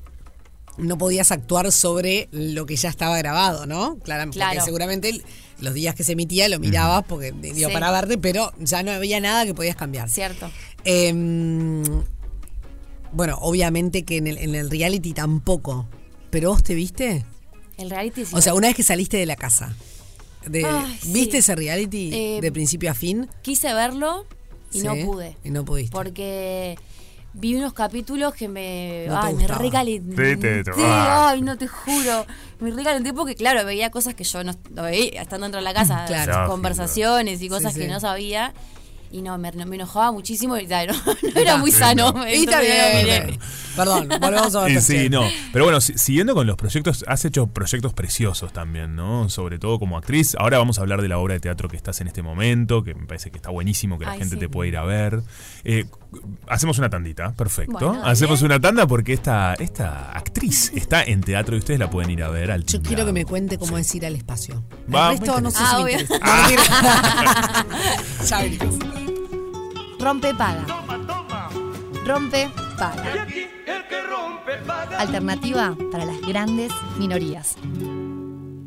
Speaker 2: no podías actuar sobre lo que ya estaba grabado, ¿no? Claramente, porque
Speaker 13: Claro.
Speaker 2: seguramente el- los días que se emitía lo mirabas porque digo,
Speaker 13: Sí.
Speaker 2: para verte, pero ya no había nada que podías cambiar.
Speaker 13: Cierto.
Speaker 2: Em, bueno, obviamente que en el, en el reality tampoco, pero vos te viste.
Speaker 13: El reality sí.
Speaker 2: O sea, una vez que saliste de la casa, de-
Speaker 13: Ay, sí.
Speaker 2: ¿viste ese reality
Speaker 13: Eh,
Speaker 2: de principio a fin?
Speaker 13: Quise verlo y no
Speaker 2: Sí,
Speaker 13: pude.
Speaker 2: Y no pudiste.
Speaker 13: Porque vi unos capítulos que me.
Speaker 2: No te
Speaker 13: ay, me
Speaker 2: gustaba.
Speaker 13: recalenté.
Speaker 3: Sí, te- te- ah.
Speaker 13: ay, no te juro. Me recalenté porque, claro, veía cosas que yo no, no veía estando dentro de la casa.
Speaker 3: Claro.
Speaker 13: sus conversaciones y
Speaker 2: Sí,
Speaker 13: cosas
Speaker 2: sí.
Speaker 13: que no sabía. Y no, me, me enojaba muchísimo y claro, no, era muy sano.
Speaker 2: Y está
Speaker 13: Entonces,
Speaker 2: bien,
Speaker 13: miré.
Speaker 2: bueno. Perdón, volvemos a
Speaker 3: Y
Speaker 2: ver.
Speaker 3: sí, no. Pero bueno, si- siguiendo con los proyectos, has hecho proyectos preciosos también, ¿no? Sobre todo como actriz. Ahora vamos a hablar de la obra de teatro que estás en este momento, que me parece que está buenísimo, que la
Speaker 13: Ay,
Speaker 3: gente
Speaker 13: sí.
Speaker 3: te puede ir a ver. Eh, hacemos una tandita, perfecto.
Speaker 13: Bueno,
Speaker 3: hacemos una tanda porque esta, esta actriz está en teatro y ustedes la pueden ir a ver al
Speaker 2: Yo
Speaker 3: timbre.
Speaker 2: quiero que me cuente cómo es ir al espacio. El
Speaker 3: Va,
Speaker 2: resto no sé
Speaker 3: Ah,
Speaker 2: si me
Speaker 3: obvio.
Speaker 2: interesa. No, mentira. Ya venimos.
Speaker 5: Rompe paga. Rompe paga. Alternativa para las grandes minorías.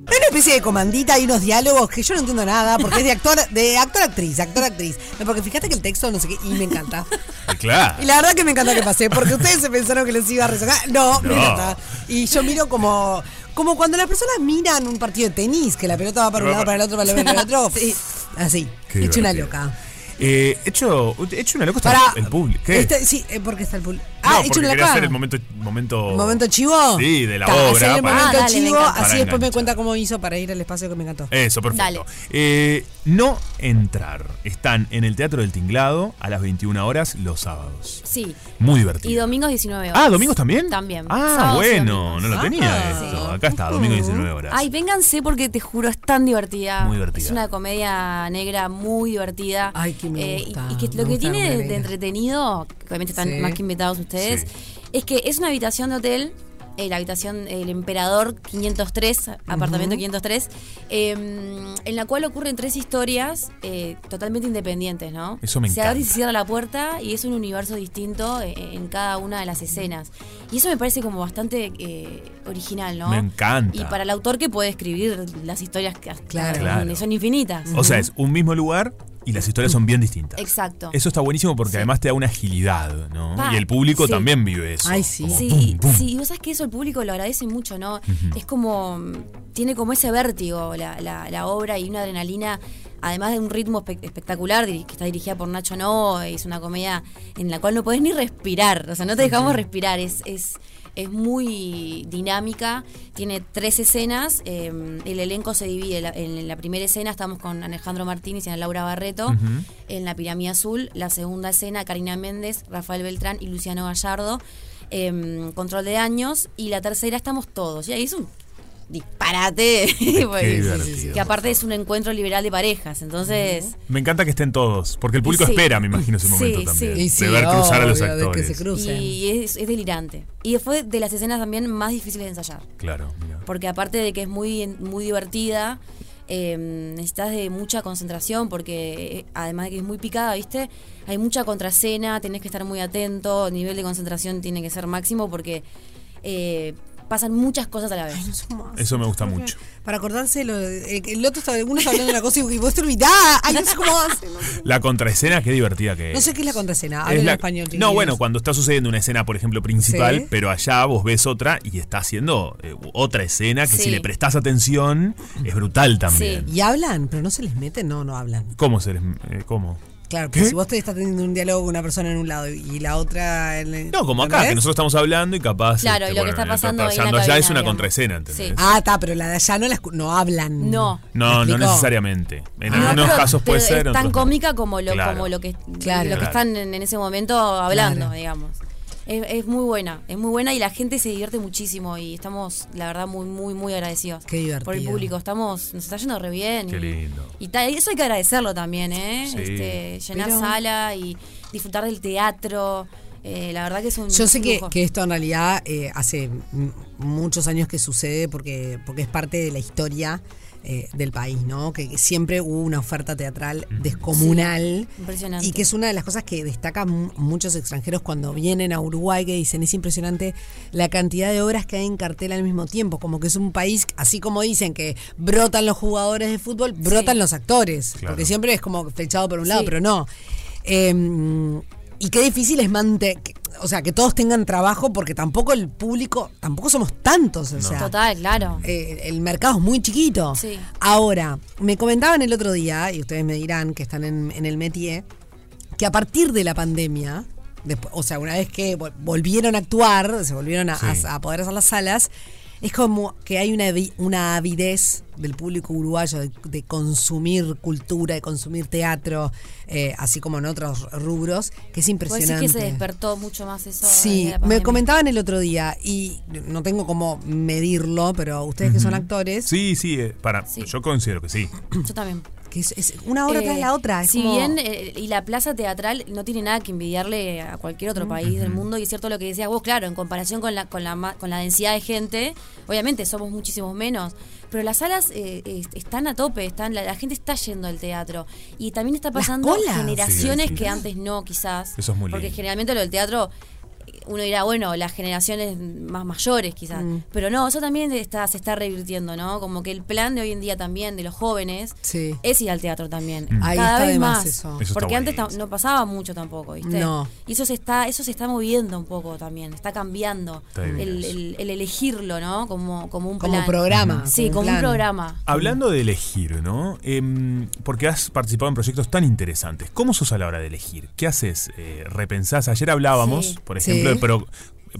Speaker 2: Es una especie de comandita y unos diálogos que yo no entiendo nada, porque es de actor, de actor actriz, actor actriz. No, porque fíjate que el texto no sé qué, y me encanta.
Speaker 3: Claro.
Speaker 2: Y la verdad que me encanta que pasé, porque ustedes se pensaron que les iba a resonar. No, me
Speaker 3: No.
Speaker 2: encanta. Y yo miro como. Como cuando las personas miran un partido de tenis, que la pelota va para un lado, para el otro, para el otro, para el otro. Sí, Así.
Speaker 3: Qué
Speaker 2: hecho una
Speaker 3: divertido.
Speaker 2: loca.
Speaker 3: Eh, hecho, hecho una loca
Speaker 2: Pará.
Speaker 3: está el público. ¿Qué?
Speaker 2: Este- sí, eh, porque está el público.
Speaker 3: no,
Speaker 2: Ah,
Speaker 3: porque
Speaker 2: hecho una
Speaker 3: quería
Speaker 2: loca.
Speaker 3: hacer el momento. momento...
Speaker 2: ¿Momento chivo?
Speaker 3: Sí, de la
Speaker 2: Ta,
Speaker 3: obra.
Speaker 2: hacer el
Speaker 3: para-
Speaker 2: momento chivo,
Speaker 3: para
Speaker 2: así después me
Speaker 3: enganchar.
Speaker 2: cuenta cómo hizo para ir al espacio que me encantó.
Speaker 3: Eso, perfecto.
Speaker 2: Dale.
Speaker 3: Eh, no entrar. Están en el Teatro del Tinglado a las 21 horas los sábados.
Speaker 13: Sí.
Speaker 3: Muy divertido.
Speaker 13: Y domingos 19 horas.
Speaker 3: Ah, ¿domingos también?
Speaker 13: También.
Speaker 3: Ah,
Speaker 13: Sábados y
Speaker 3: bueno,
Speaker 13: domingos.
Speaker 3: no lo tenía
Speaker 2: Ah.
Speaker 3: esto. Acá está, domingo 19 horas.
Speaker 13: Ay, vénganse porque te juro, es tan divertida.
Speaker 3: Muy divertida.
Speaker 13: Es una comedia negra muy divertida. Ay, que
Speaker 2: me gusta,
Speaker 13: y, y que
Speaker 2: me
Speaker 13: lo que
Speaker 2: gusta la
Speaker 13: tiene de,
Speaker 2: comedia negra.
Speaker 13: entretenido, que obviamente están
Speaker 2: Sí.
Speaker 13: más que invitados ustedes, es que es una habitación de hotel. eh, la habitación del emperador 503, apartamento
Speaker 11: Ujú.
Speaker 13: 503, eh, en la cual ocurren tres historias eh, totalmente independientes, ¿no?
Speaker 3: Eso me
Speaker 13: Se abre y
Speaker 3: encanta.
Speaker 13: se cierra la puerta y es un universo distinto eh, en cada una de las escenas. Y eso me parece como bastante eh, original, ¿no?
Speaker 3: Me encanta.
Speaker 13: Y para el autor que puede escribir las historias que hasta-
Speaker 3: Claro. Claro.
Speaker 13: son infinitas.
Speaker 3: O sea, es un mismo lugar y las historias son bien distintas.
Speaker 13: Exacto.
Speaker 3: Eso está buenísimo porque además te da una agilidad, ¿no?
Speaker 13: Pa,
Speaker 3: y el público
Speaker 13: sí.
Speaker 3: también vive eso. Como pum,
Speaker 13: Sí,
Speaker 3: pum.
Speaker 13: sí, y vos sabés que eso el público lo agradece mucho, ¿no?
Speaker 3: Ujú.
Speaker 13: Es como. mm, Tiene como ese vértigo la, la- la obra y una adrenalina, además de un ritmo espe- espectacular diri- que está dirigida por Nacho No, es una comedia en la cual no podés ni respirar, o sea, no te dejamos
Speaker 11: Ujú.
Speaker 13: respirar, es. es es muy dinámica, tiene tres escenas, eh, el elenco se divide, la- en la primera escena estamos con Alejandro Martínez y Ana Laura Barreto,
Speaker 11: Ujú.
Speaker 13: en La Piramía Azul, la segunda escena, Karina Méndez, Rafael Beltrán y Luciano Gallardo, em, Control de Daños, y la tercera estamos todos. Y ahí es un disparate, pues,
Speaker 3: divertido.
Speaker 13: que aparte es un encuentro liberal de parejas, entonces...
Speaker 3: Me encanta que estén todos, porque el público
Speaker 13: Sí.
Speaker 3: espera, me imagino, ese
Speaker 13: Sí,
Speaker 3: momento
Speaker 13: sí.
Speaker 3: también.
Speaker 13: Y sí,
Speaker 3: de ver cruzar a los
Speaker 2: obvio, de que
Speaker 3: actores.
Speaker 2: se crucen.
Speaker 13: Y es, es delirante. Y fue de las escenas también más difíciles de ensayar.
Speaker 3: Claro,
Speaker 13: Porque aparte de que es muy, muy divertida, eh, necesitas de mucha concentración porque eh, además de que es muy picada, ¿viste? Hay mucha contracena, tenés que estar muy atento, el nivel de concentración tiene que ser máximo porque eh, pasan muchas cosas a la vez.
Speaker 3: Eso me gusta mucho.
Speaker 2: Para acordarse, de lo de- eh, el otro está, uno está hablando de una cosa y vos te olvidás. Ay, no sé cómo hace. No,
Speaker 3: La contraescena, qué divertida que es.
Speaker 2: No sé qué es la contracena.
Speaker 3: Es
Speaker 2: Hablo en
Speaker 3: la-
Speaker 2: español.
Speaker 3: No,
Speaker 2: chiquilines.
Speaker 3: bueno, cuando está sucediendo una escena, por ejemplo, principal,
Speaker 2: Sí.
Speaker 3: pero allá vos ves otra y está haciendo eh, otra escena que
Speaker 2: Sí.
Speaker 3: si le prestás atención es brutal también.
Speaker 2: Y hablan, pero no se les mete. No, no hablan.
Speaker 3: ¿Cómo se les- eh, ¿Cómo?
Speaker 2: Claro, porque si vos te estás teniendo un diálogo con una persona en un lado y la otra en el.
Speaker 3: No, como acá, que
Speaker 2: ¿entendés?
Speaker 3: nosotros estamos hablando y capaz. este,
Speaker 2: Claro, y lo que está
Speaker 3: lo que
Speaker 2: pasando ahí en la
Speaker 3: allá
Speaker 2: cabina,
Speaker 3: es una
Speaker 2: digamos.
Speaker 3: contraescena, ¿entendés?
Speaker 2: Ah, está, pero la de allá no, la escu- no hablan.
Speaker 13: No.
Speaker 3: No, no
Speaker 2: explicó?
Speaker 3: necesariamente. En
Speaker 2: Ah,
Speaker 3: algunos
Speaker 2: pero-
Speaker 3: casos puede
Speaker 13: Pero
Speaker 3: ser. en
Speaker 13: es tan
Speaker 3: otros no.
Speaker 13: cómica como lo,
Speaker 3: Claro.
Speaker 13: como lo que,
Speaker 3: Claro.
Speaker 13: lo que
Speaker 3: Claro.
Speaker 13: están en, en ese momento hablando,
Speaker 2: Claro.
Speaker 13: digamos. Es, es muy buena, es muy buena y la gente se divierte muchísimo y estamos, la verdad, muy, muy, muy agradecidos. Por
Speaker 2: Qué
Speaker 13: el
Speaker 2: divertido.
Speaker 13: público, estamos, nos está yendo re bien.
Speaker 3: Qué
Speaker 13: y-
Speaker 3: lindo.
Speaker 13: Y, tal, y eso hay que agradecerlo también, ¿eh?
Speaker 3: Sí.
Speaker 13: Este, llenar
Speaker 2: Pero-
Speaker 13: sala y disfrutar del teatro. eh, la verdad que es un.
Speaker 2: Yo sé
Speaker 13: un
Speaker 2: que,
Speaker 13: lujo.
Speaker 2: que esto en realidad eh, hace m- muchos años que sucede porque, porque es parte de la historia eh, del país, ¿no? Que siempre hubo una oferta teatral descomunal.
Speaker 13: Impresionante.
Speaker 2: Y que es una de las cosas que destacan mu- muchos extranjeros cuando vienen a Uruguay, que dicen, es impresionante la cantidad de obras que hay en cartel al mismo tiempo, como que es un país, así como dicen que brotan los jugadores de fútbol, brotan los actores,
Speaker 14: Claro.
Speaker 2: porque siempre es como flechado por un lado,
Speaker 14: Sí.
Speaker 2: pero no. Eh, y qué difícil es mantener, o sea, que todos tengan trabajo, porque tampoco el público, tampoco somos tantos, o sea.
Speaker 13: Total, claro.
Speaker 2: Eh, el mercado es muy chiquito.
Speaker 13: Sí.
Speaker 2: Ahora, me comentaban el otro día, y ustedes me dirán que están en, en el métier, que a partir de la pandemia, despu- o sea, una vez que vol- volvieron a actuar, se volvieron a,
Speaker 14: Sí.
Speaker 2: a- a poder hacer las salas, es como que hay una, avi- una avidez del público uruguayo de, de consumir cultura, de consumir teatro, eh, así como en otros rubros, que es
Speaker 13: Puedo decir
Speaker 2: impresionante.
Speaker 13: que se despertó mucho más eso. desde
Speaker 2: Sí,
Speaker 13: la pandemia.
Speaker 2: me comentaban el otro día, y no tengo cómo medirlo, pero ustedes que son
Speaker 3: Ujú.
Speaker 2: actores,
Speaker 3: Sí, sí, eh, para, yo considero que sí.
Speaker 13: Yo también.
Speaker 2: que es, es una obra tras
Speaker 13: Eh,
Speaker 2: la otra. es
Speaker 13: si
Speaker 2: como-
Speaker 13: bien, eh, y la plaza teatral no tiene nada que envidiarle a cualquier otro país del
Speaker 2: Mm. Ujú.
Speaker 13: mundo, y es cierto lo que decías vos, claro, en comparación con la, con la, ma- con la densidad de gente, obviamente somos muchísimos menos, pero las salas eh, es- están a tope, están la, la gente está yendo al teatro, y también está pasando
Speaker 2: colas.
Speaker 13: generaciones
Speaker 3: Sí, sí.
Speaker 13: que antes no, quizás,
Speaker 3: Eso es muy
Speaker 13: porque
Speaker 3: lindo.
Speaker 13: generalmente lo del teatro... eh, Uno dirá, bueno, las generaciones más mayores quizás.
Speaker 2: Mm.
Speaker 13: Pero no, eso también está, se está revirtiendo, ¿no? Como que el plan de hoy en día también de los jóvenes
Speaker 2: Sí.
Speaker 13: es ir al teatro también.
Speaker 2: Mm. Ahí
Speaker 13: Cada
Speaker 2: está
Speaker 13: vez
Speaker 2: de más
Speaker 13: más.
Speaker 2: eso. Eso está
Speaker 13: Porque antes ta- no pasaba mucho tampoco, ¿viste?
Speaker 2: No.
Speaker 13: Y eso se está, eso se está moviendo un poco también, está cambiando.
Speaker 3: Está bien
Speaker 13: el, el- el elegirlo, ¿no? Como, como un
Speaker 2: Como
Speaker 13: plan.
Speaker 2: programa,
Speaker 13: Sí,
Speaker 2: como
Speaker 13: como
Speaker 2: un
Speaker 13: un
Speaker 2: plan.
Speaker 13: programa.
Speaker 3: Hablando de elegir, ¿no? Em, porque has participado en proyectos tan interesantes. ¿Cómo sos a la hora de elegir? ¿Qué haces? Eh, ¿Repensás? Ayer hablábamos,
Speaker 13: Sí.
Speaker 3: por ejemplo,
Speaker 13: Sí.
Speaker 3: de pro-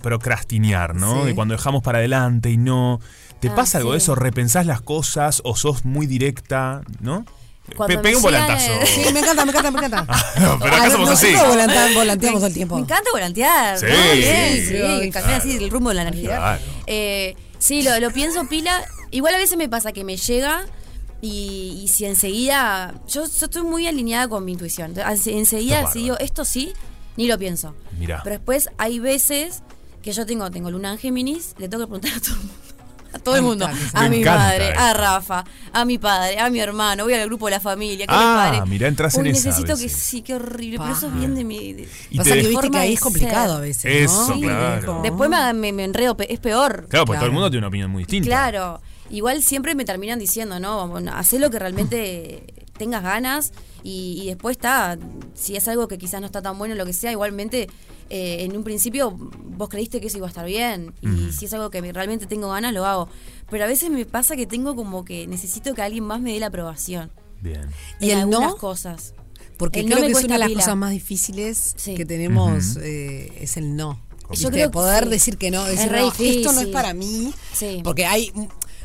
Speaker 3: procrastinear, ¿no?
Speaker 13: Sí.
Speaker 3: De cuando dejamos para adelante y no. ¿Te
Speaker 13: Ah,
Speaker 3: pasa algo de
Speaker 13: sí.
Speaker 3: eso? ¿Repensás las cosas o sos muy directa, ¿no?
Speaker 13: Cuando
Speaker 3: Pe-
Speaker 13: me
Speaker 3: pega un
Speaker 13: llegan,
Speaker 3: volantazo.
Speaker 13: eh,
Speaker 2: Sí, me encanta, me encanta, me encanta. Ah,
Speaker 3: No, pero acá
Speaker 2: A ver,
Speaker 3: somos así.
Speaker 2: nosotros volanta- volanteamos todo el tiempo.
Speaker 13: Ah, Me encanta volantear.
Speaker 3: Sí.
Speaker 13: ¿no? Bien,
Speaker 3: Sí,
Speaker 13: sí,
Speaker 3: obvio.
Speaker 13: cambiar así el rumbo de la energía.
Speaker 3: Claro.
Speaker 13: Eh, sí, lo, lo pienso pila. Igual a veces me pasa que me llega y, y si enseguida. Yo, yo estoy muy alineada con mi intuición. Entonces, Enseguida,
Speaker 3: Está
Speaker 13: si digo esto sí, ni lo pienso.
Speaker 3: Mirá.
Speaker 13: Pero después hay veces que yo tengo, tengo Luna en Géminis, le tengo que preguntar a todo el mundo. A todo el
Speaker 2: Ahí
Speaker 13: mundo.
Speaker 2: está, que sí.
Speaker 13: A
Speaker 3: Me
Speaker 13: mi
Speaker 3: encanta
Speaker 13: madre,
Speaker 3: eso.
Speaker 13: a Rafa, a mi padre, a mi hermano, voy al grupo de la familia, que
Speaker 3: Ah,
Speaker 13: mi padre.
Speaker 3: mirá, entras en
Speaker 13: Uy,
Speaker 3: esa a
Speaker 13: necesito que
Speaker 3: veces.
Speaker 13: sí, qué horrible. Pero eso es bien de mi. de-
Speaker 3: Y Pasa te- que viste
Speaker 13: forma
Speaker 2: que ahí
Speaker 13: de
Speaker 2: es complicado
Speaker 13: ser.
Speaker 2: a veces,
Speaker 3: ¿no? Eso, claro.
Speaker 13: como- Después me, me- me enredo, pe- es
Speaker 3: Claro,
Speaker 13: peor.
Speaker 2: pues,
Speaker 3: porque todo el mundo tiene una opinión muy distinta.
Speaker 13: Claro. Igual siempre me terminan diciendo, no, bueno, hacé lo que realmente tengas ganas y, y después está, si es algo que quizás no está tan bueno, lo que sea, igualmente eh, en un principio vos creíste que eso iba a estar bien y
Speaker 2: Mm.
Speaker 3: Ujú.
Speaker 13: si es algo que me- realmente tengo ganas, lo hago. Pero a veces me pasa que tengo como que necesito que alguien más me dé la aprobación.
Speaker 3: Bien.
Speaker 2: ¿Y
Speaker 13: en
Speaker 2: el no?
Speaker 13: algunas cosas.
Speaker 2: Porque
Speaker 13: El no
Speaker 2: creo
Speaker 13: me
Speaker 2: que es
Speaker 13: cuesta
Speaker 2: una de las
Speaker 13: pila.
Speaker 2: cosas más difíciles que tenemos, eh, es el no.
Speaker 13: Yo
Speaker 2: ¿Viste?
Speaker 13: creo que
Speaker 2: poder
Speaker 13: sí.
Speaker 2: decir que no,
Speaker 13: Es
Speaker 2: decir
Speaker 13: re
Speaker 2: no, esto no es
Speaker 13: difícil.
Speaker 2: para mí.
Speaker 13: Sí.
Speaker 2: Porque hay.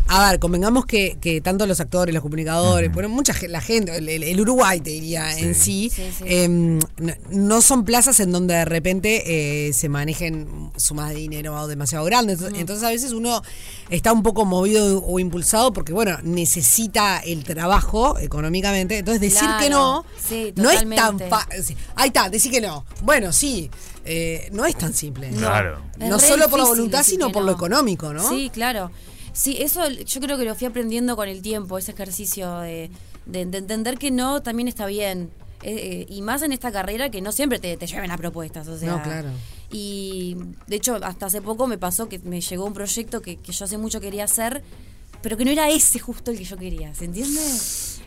Speaker 2: A ver, convengamos que, que tanto los actores, los comunicadores, bueno, mucha ge- la gente, el, el- el Uruguay te diría en sí, em, no, no son plazas en donde de repente eh, se manejen sumas de dinero demasiado grandes. Entonces, entonces a veces uno está un poco movido o impulsado porque, bueno, necesita el trabajo económicamente. Entonces decir que no,
Speaker 13: Claro. Sí,
Speaker 2: no es tan
Speaker 13: totalmente.
Speaker 2: fácil. Ahí está, decir que no. Bueno, sí, eh, no es tan simple.
Speaker 3: No. Claro.
Speaker 13: Es
Speaker 2: No
Speaker 13: re
Speaker 2: solo por la
Speaker 13: difícil
Speaker 2: voluntad,
Speaker 13: decir
Speaker 2: sino
Speaker 13: que
Speaker 2: por lo
Speaker 13: no.
Speaker 2: económico, ¿no?
Speaker 13: Sí, claro. Sí, eso yo creo que lo fui aprendiendo con el tiempo, ese ejercicio de, de- de entender que no también está bien. Eh, eh, y más en esta carrera que no siempre te, te lleven a propuestas. O sea,
Speaker 2: no, claro.
Speaker 13: Y de hecho, hasta hace poco me pasó que me llegó un proyecto que, que yo hace mucho quería hacer, pero que no era ese justo el que yo quería, ¿se entiende?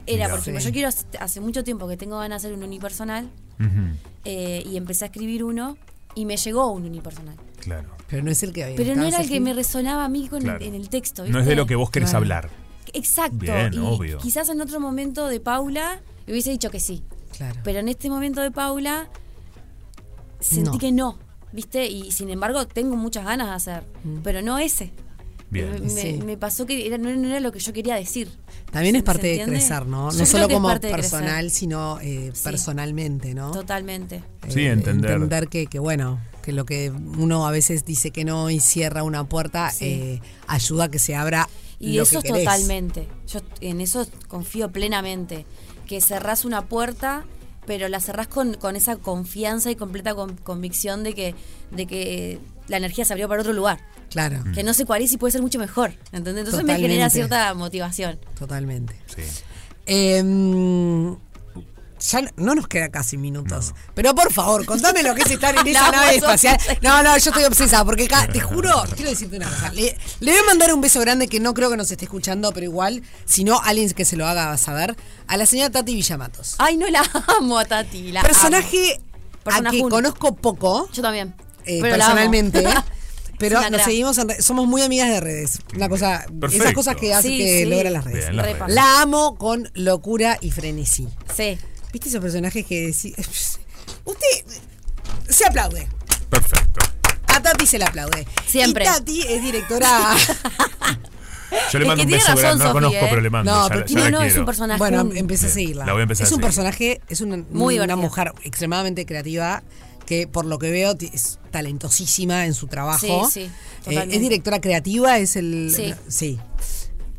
Speaker 13: Era,
Speaker 3: Mirá.
Speaker 13: por ejemplo,
Speaker 3: Sí.
Speaker 13: yo quiero, hace mucho tiempo que tengo ganas de hacer un unipersonal
Speaker 3: Ujú,
Speaker 13: eh, y empecé a escribir uno y me llegó un unipersonal.
Speaker 3: Claro.
Speaker 2: Pero no es el que había.
Speaker 13: Pero no era el que me resonaba a mí con
Speaker 3: Claro.
Speaker 13: en el texto.
Speaker 3: No es de
Speaker 13: ¿viste?
Speaker 3: lo que vos querés hablar.
Speaker 13: Exacto.
Speaker 3: Bien,
Speaker 13: y
Speaker 3: obvio.
Speaker 13: Quizás en otro momento de Paula hubiese dicho que sí.
Speaker 2: Claro.
Speaker 13: Pero en este momento de Paula sentí
Speaker 3: No.
Speaker 13: que no, ¿viste? Y sin embargo tengo muchas ganas de hacer,
Speaker 2: Mm.
Speaker 13: pero no ese. Me,
Speaker 3: Bien.
Speaker 13: me- me pasó que era- no, no era lo que yo quería decir.
Speaker 2: También es
Speaker 13: ¿Se-
Speaker 2: parte
Speaker 13: se
Speaker 2: de
Speaker 13: entiende?
Speaker 2: crecer,
Speaker 13: Yo
Speaker 2: ¿no? No
Speaker 13: creo
Speaker 2: solo
Speaker 13: que es
Speaker 2: como
Speaker 13: parte de
Speaker 2: personal,
Speaker 13: crecer.
Speaker 2: sino eh,
Speaker 13: Sí.
Speaker 2: personalmente, ¿no? Eh,
Speaker 13: Totalmente.
Speaker 3: Sí, entender.
Speaker 2: Entender que, que, bueno, que lo que uno a veces dice que no y cierra una puerta
Speaker 13: Sí.
Speaker 2: eh, ayuda a que se abra
Speaker 13: Y
Speaker 2: lo
Speaker 13: eso
Speaker 2: que
Speaker 13: es
Speaker 2: querés.
Speaker 13: totalmente. Yo en eso confío plenamente. Que cerrás una puerta, pero la cerrás con, con esa confianza y completa con- convicción de que, de que la energía se abrió para otro lugar.
Speaker 2: Claro.
Speaker 3: Mm.
Speaker 13: Que no sé cuál es y puede ser mucho mejor. ¿entendés? Entonces me genera
Speaker 2: Totalmente.
Speaker 13: cierta motivación.
Speaker 2: Totalmente. Em, ya no, no nos queda casi minutos. Pero por favor, contame lo que es estar en esa
Speaker 1: No,
Speaker 2: nave
Speaker 1: vos sos-
Speaker 2: espacial. No, no, yo estoy obsesada porque ca- te juro, quiero decirte una cosa. Le, le voy a mandar un beso grande que no creo que nos esté escuchando, pero igual, si no, alguien que se lo haga saber, a la señora Tati Villamatos.
Speaker 13: Ay, no la amo a Tati. La
Speaker 2: Personaje
Speaker 13: Persona
Speaker 2: a que
Speaker 13: Jun.
Speaker 2: conozco poco.
Speaker 13: Yo también. Pero la amo.
Speaker 2: Eh, personalmente. Pero
Speaker 13: Es una
Speaker 2: nos
Speaker 13: crack.
Speaker 2: seguimos en re- somos muy amigas de redes. Una cosa, esas
Speaker 13: Perfecto.
Speaker 2: cosas que hace
Speaker 13: Sí,
Speaker 2: que
Speaker 13: sí.
Speaker 2: logran las redes.
Speaker 13: Bien, las Repa. redes.
Speaker 2: La amo con locura y frenesí.
Speaker 13: Sí.
Speaker 2: ¿Viste esos personajes que decís? Usted se aplaude.
Speaker 3: Perfecto.
Speaker 2: A Tati se la aplaude.
Speaker 13: Siempre.
Speaker 2: Y Tati es directora.
Speaker 3: Yo le mando un beso grande, no la
Speaker 13: ¿eh?
Speaker 3: conozco, pero le mando.
Speaker 2: No,
Speaker 3: ya
Speaker 2: pero
Speaker 3: la- ya
Speaker 2: tiene-
Speaker 3: la
Speaker 2: no, es
Speaker 3: quiero.
Speaker 2: un personaje. Bueno, empecé a seguirla.
Speaker 3: La voy a empezar
Speaker 2: Es
Speaker 3: a
Speaker 2: un
Speaker 3: seguir.
Speaker 2: personaje, es un-
Speaker 13: Muy
Speaker 2: una
Speaker 13: divertida.
Speaker 2: mujer extremadamente creativa que por lo que veo ti- es talentosísima en su trabajo.
Speaker 13: Sí, sí,
Speaker 2: Eh,
Speaker 13: totalmente.
Speaker 2: es directora creativa, es el
Speaker 13: Sí.
Speaker 2: sí.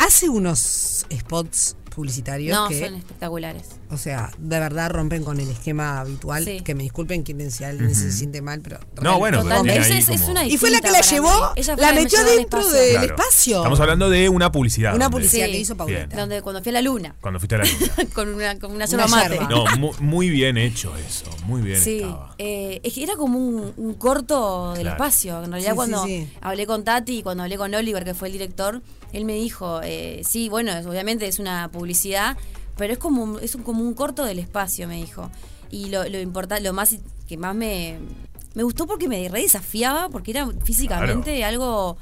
Speaker 2: Hace unos spots publicitarios
Speaker 13: No,
Speaker 2: que
Speaker 13: son espectaculares.
Speaker 2: o sea, de verdad rompen con el esquema habitual.
Speaker 13: Sí.
Speaker 2: Que me disculpen quien sea, alguien se
Speaker 3: Ujú.
Speaker 2: siente mal, pero.
Speaker 3: No, bueno, pero
Speaker 2: totalmente.
Speaker 3: tiene ahí Ella es- es como- una
Speaker 2: Y fue la que
Speaker 13: distinta
Speaker 2: la
Speaker 13: para
Speaker 2: llevó,
Speaker 13: mí. Ella fue
Speaker 2: la
Speaker 13: la que me
Speaker 2: metió
Speaker 13: llevó al
Speaker 2: dentro
Speaker 13: espacio.
Speaker 2: del
Speaker 3: Claro.
Speaker 2: espacio.
Speaker 3: Estamos hablando de una publicidad.
Speaker 2: Una
Speaker 3: donde-
Speaker 2: publicidad que hizo Paulita.
Speaker 3: Bien.
Speaker 13: Donde cuando fui a la luna,
Speaker 3: Cuando fuiste a la luna.
Speaker 13: con una, con una
Speaker 2: Una
Speaker 13: yerba mate.
Speaker 2: yerba.
Speaker 3: No, mu- muy bien hecho eso. Muy bien
Speaker 13: Sí,
Speaker 3: estaba.
Speaker 13: eh, es que era como un, un corto del
Speaker 3: Claro.
Speaker 13: espacio. En
Speaker 2: Sí,
Speaker 13: realidad,
Speaker 2: sí,
Speaker 13: cuando
Speaker 2: sí.
Speaker 13: hablé con Tati y cuando hablé con Oliver, que fue el director, él me dijo: eh, Sí, bueno, es- obviamente es una publicidad, pero es como un, es un- como un corto del espacio, me dijo. Y lo, lo importa- lo más que más me, me gustó porque me re desafiaba, porque era físicamente algo,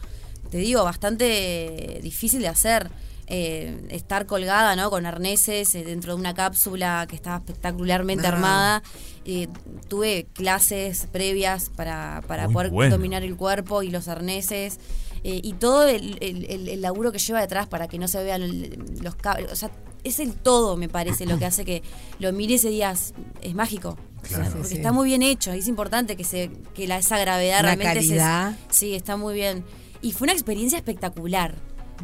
Speaker 13: te digo, bastante difícil de hacer. Eh, estar colgada, ¿no? Con arneses eh, dentro de una cápsula que estaba espectacularmente
Speaker 11: Ah.
Speaker 13: armada. Eh, tuve clases previas para, para
Speaker 11: Muy
Speaker 13: poder
Speaker 11: bueno.
Speaker 13: dominar el cuerpo y los arneses. eh, y todo el, el- el- el laburo que lleva detrás para que no se vean el- los cables. O sea, es el todo, me parece, lo que hace que lo mire ese día. Es, es mágico.
Speaker 2: Claro. Sí, sí,
Speaker 13: Porque
Speaker 2: sí.
Speaker 13: está muy bien hecho. Es importante que, se, que la, esa gravedad
Speaker 2: Una
Speaker 13: realmente se-
Speaker 2: calidad.
Speaker 13: sí, está muy bien. Y fue una experiencia espectacular.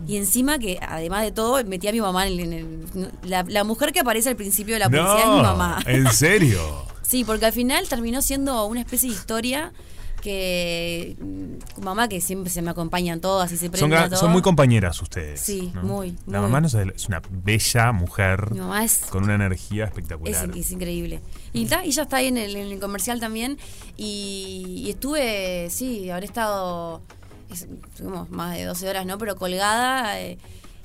Speaker 13: Y encima que, además de todo, metí a mi mamá en el... en el- la, la mujer que aparece al principio de la publicidad es mi mamá.
Speaker 3: ¿En serio?
Speaker 13: Sí, porque al final terminó siendo una especie de historia que mm, mamá que siempre se me acompañan todas y se
Speaker 3: Son,
Speaker 13: prende a
Speaker 3: gran-
Speaker 13: todo.
Speaker 3: son muy compañeras ustedes.
Speaker 13: Sí,
Speaker 3: ¿no?
Speaker 13: muy,
Speaker 3: La
Speaker 13: muy.
Speaker 3: mamá no se- es una bella mujer
Speaker 13: Mi mamá es-
Speaker 3: con una energía
Speaker 13: es,
Speaker 3: espectacular.
Speaker 13: in- es increíble. Y, ta- y ya está ahí en el, en el comercial también. Y, y estuve, sí, habré estado, es- estuvimos más de 12 horas, ¿no? Pero colgada eh,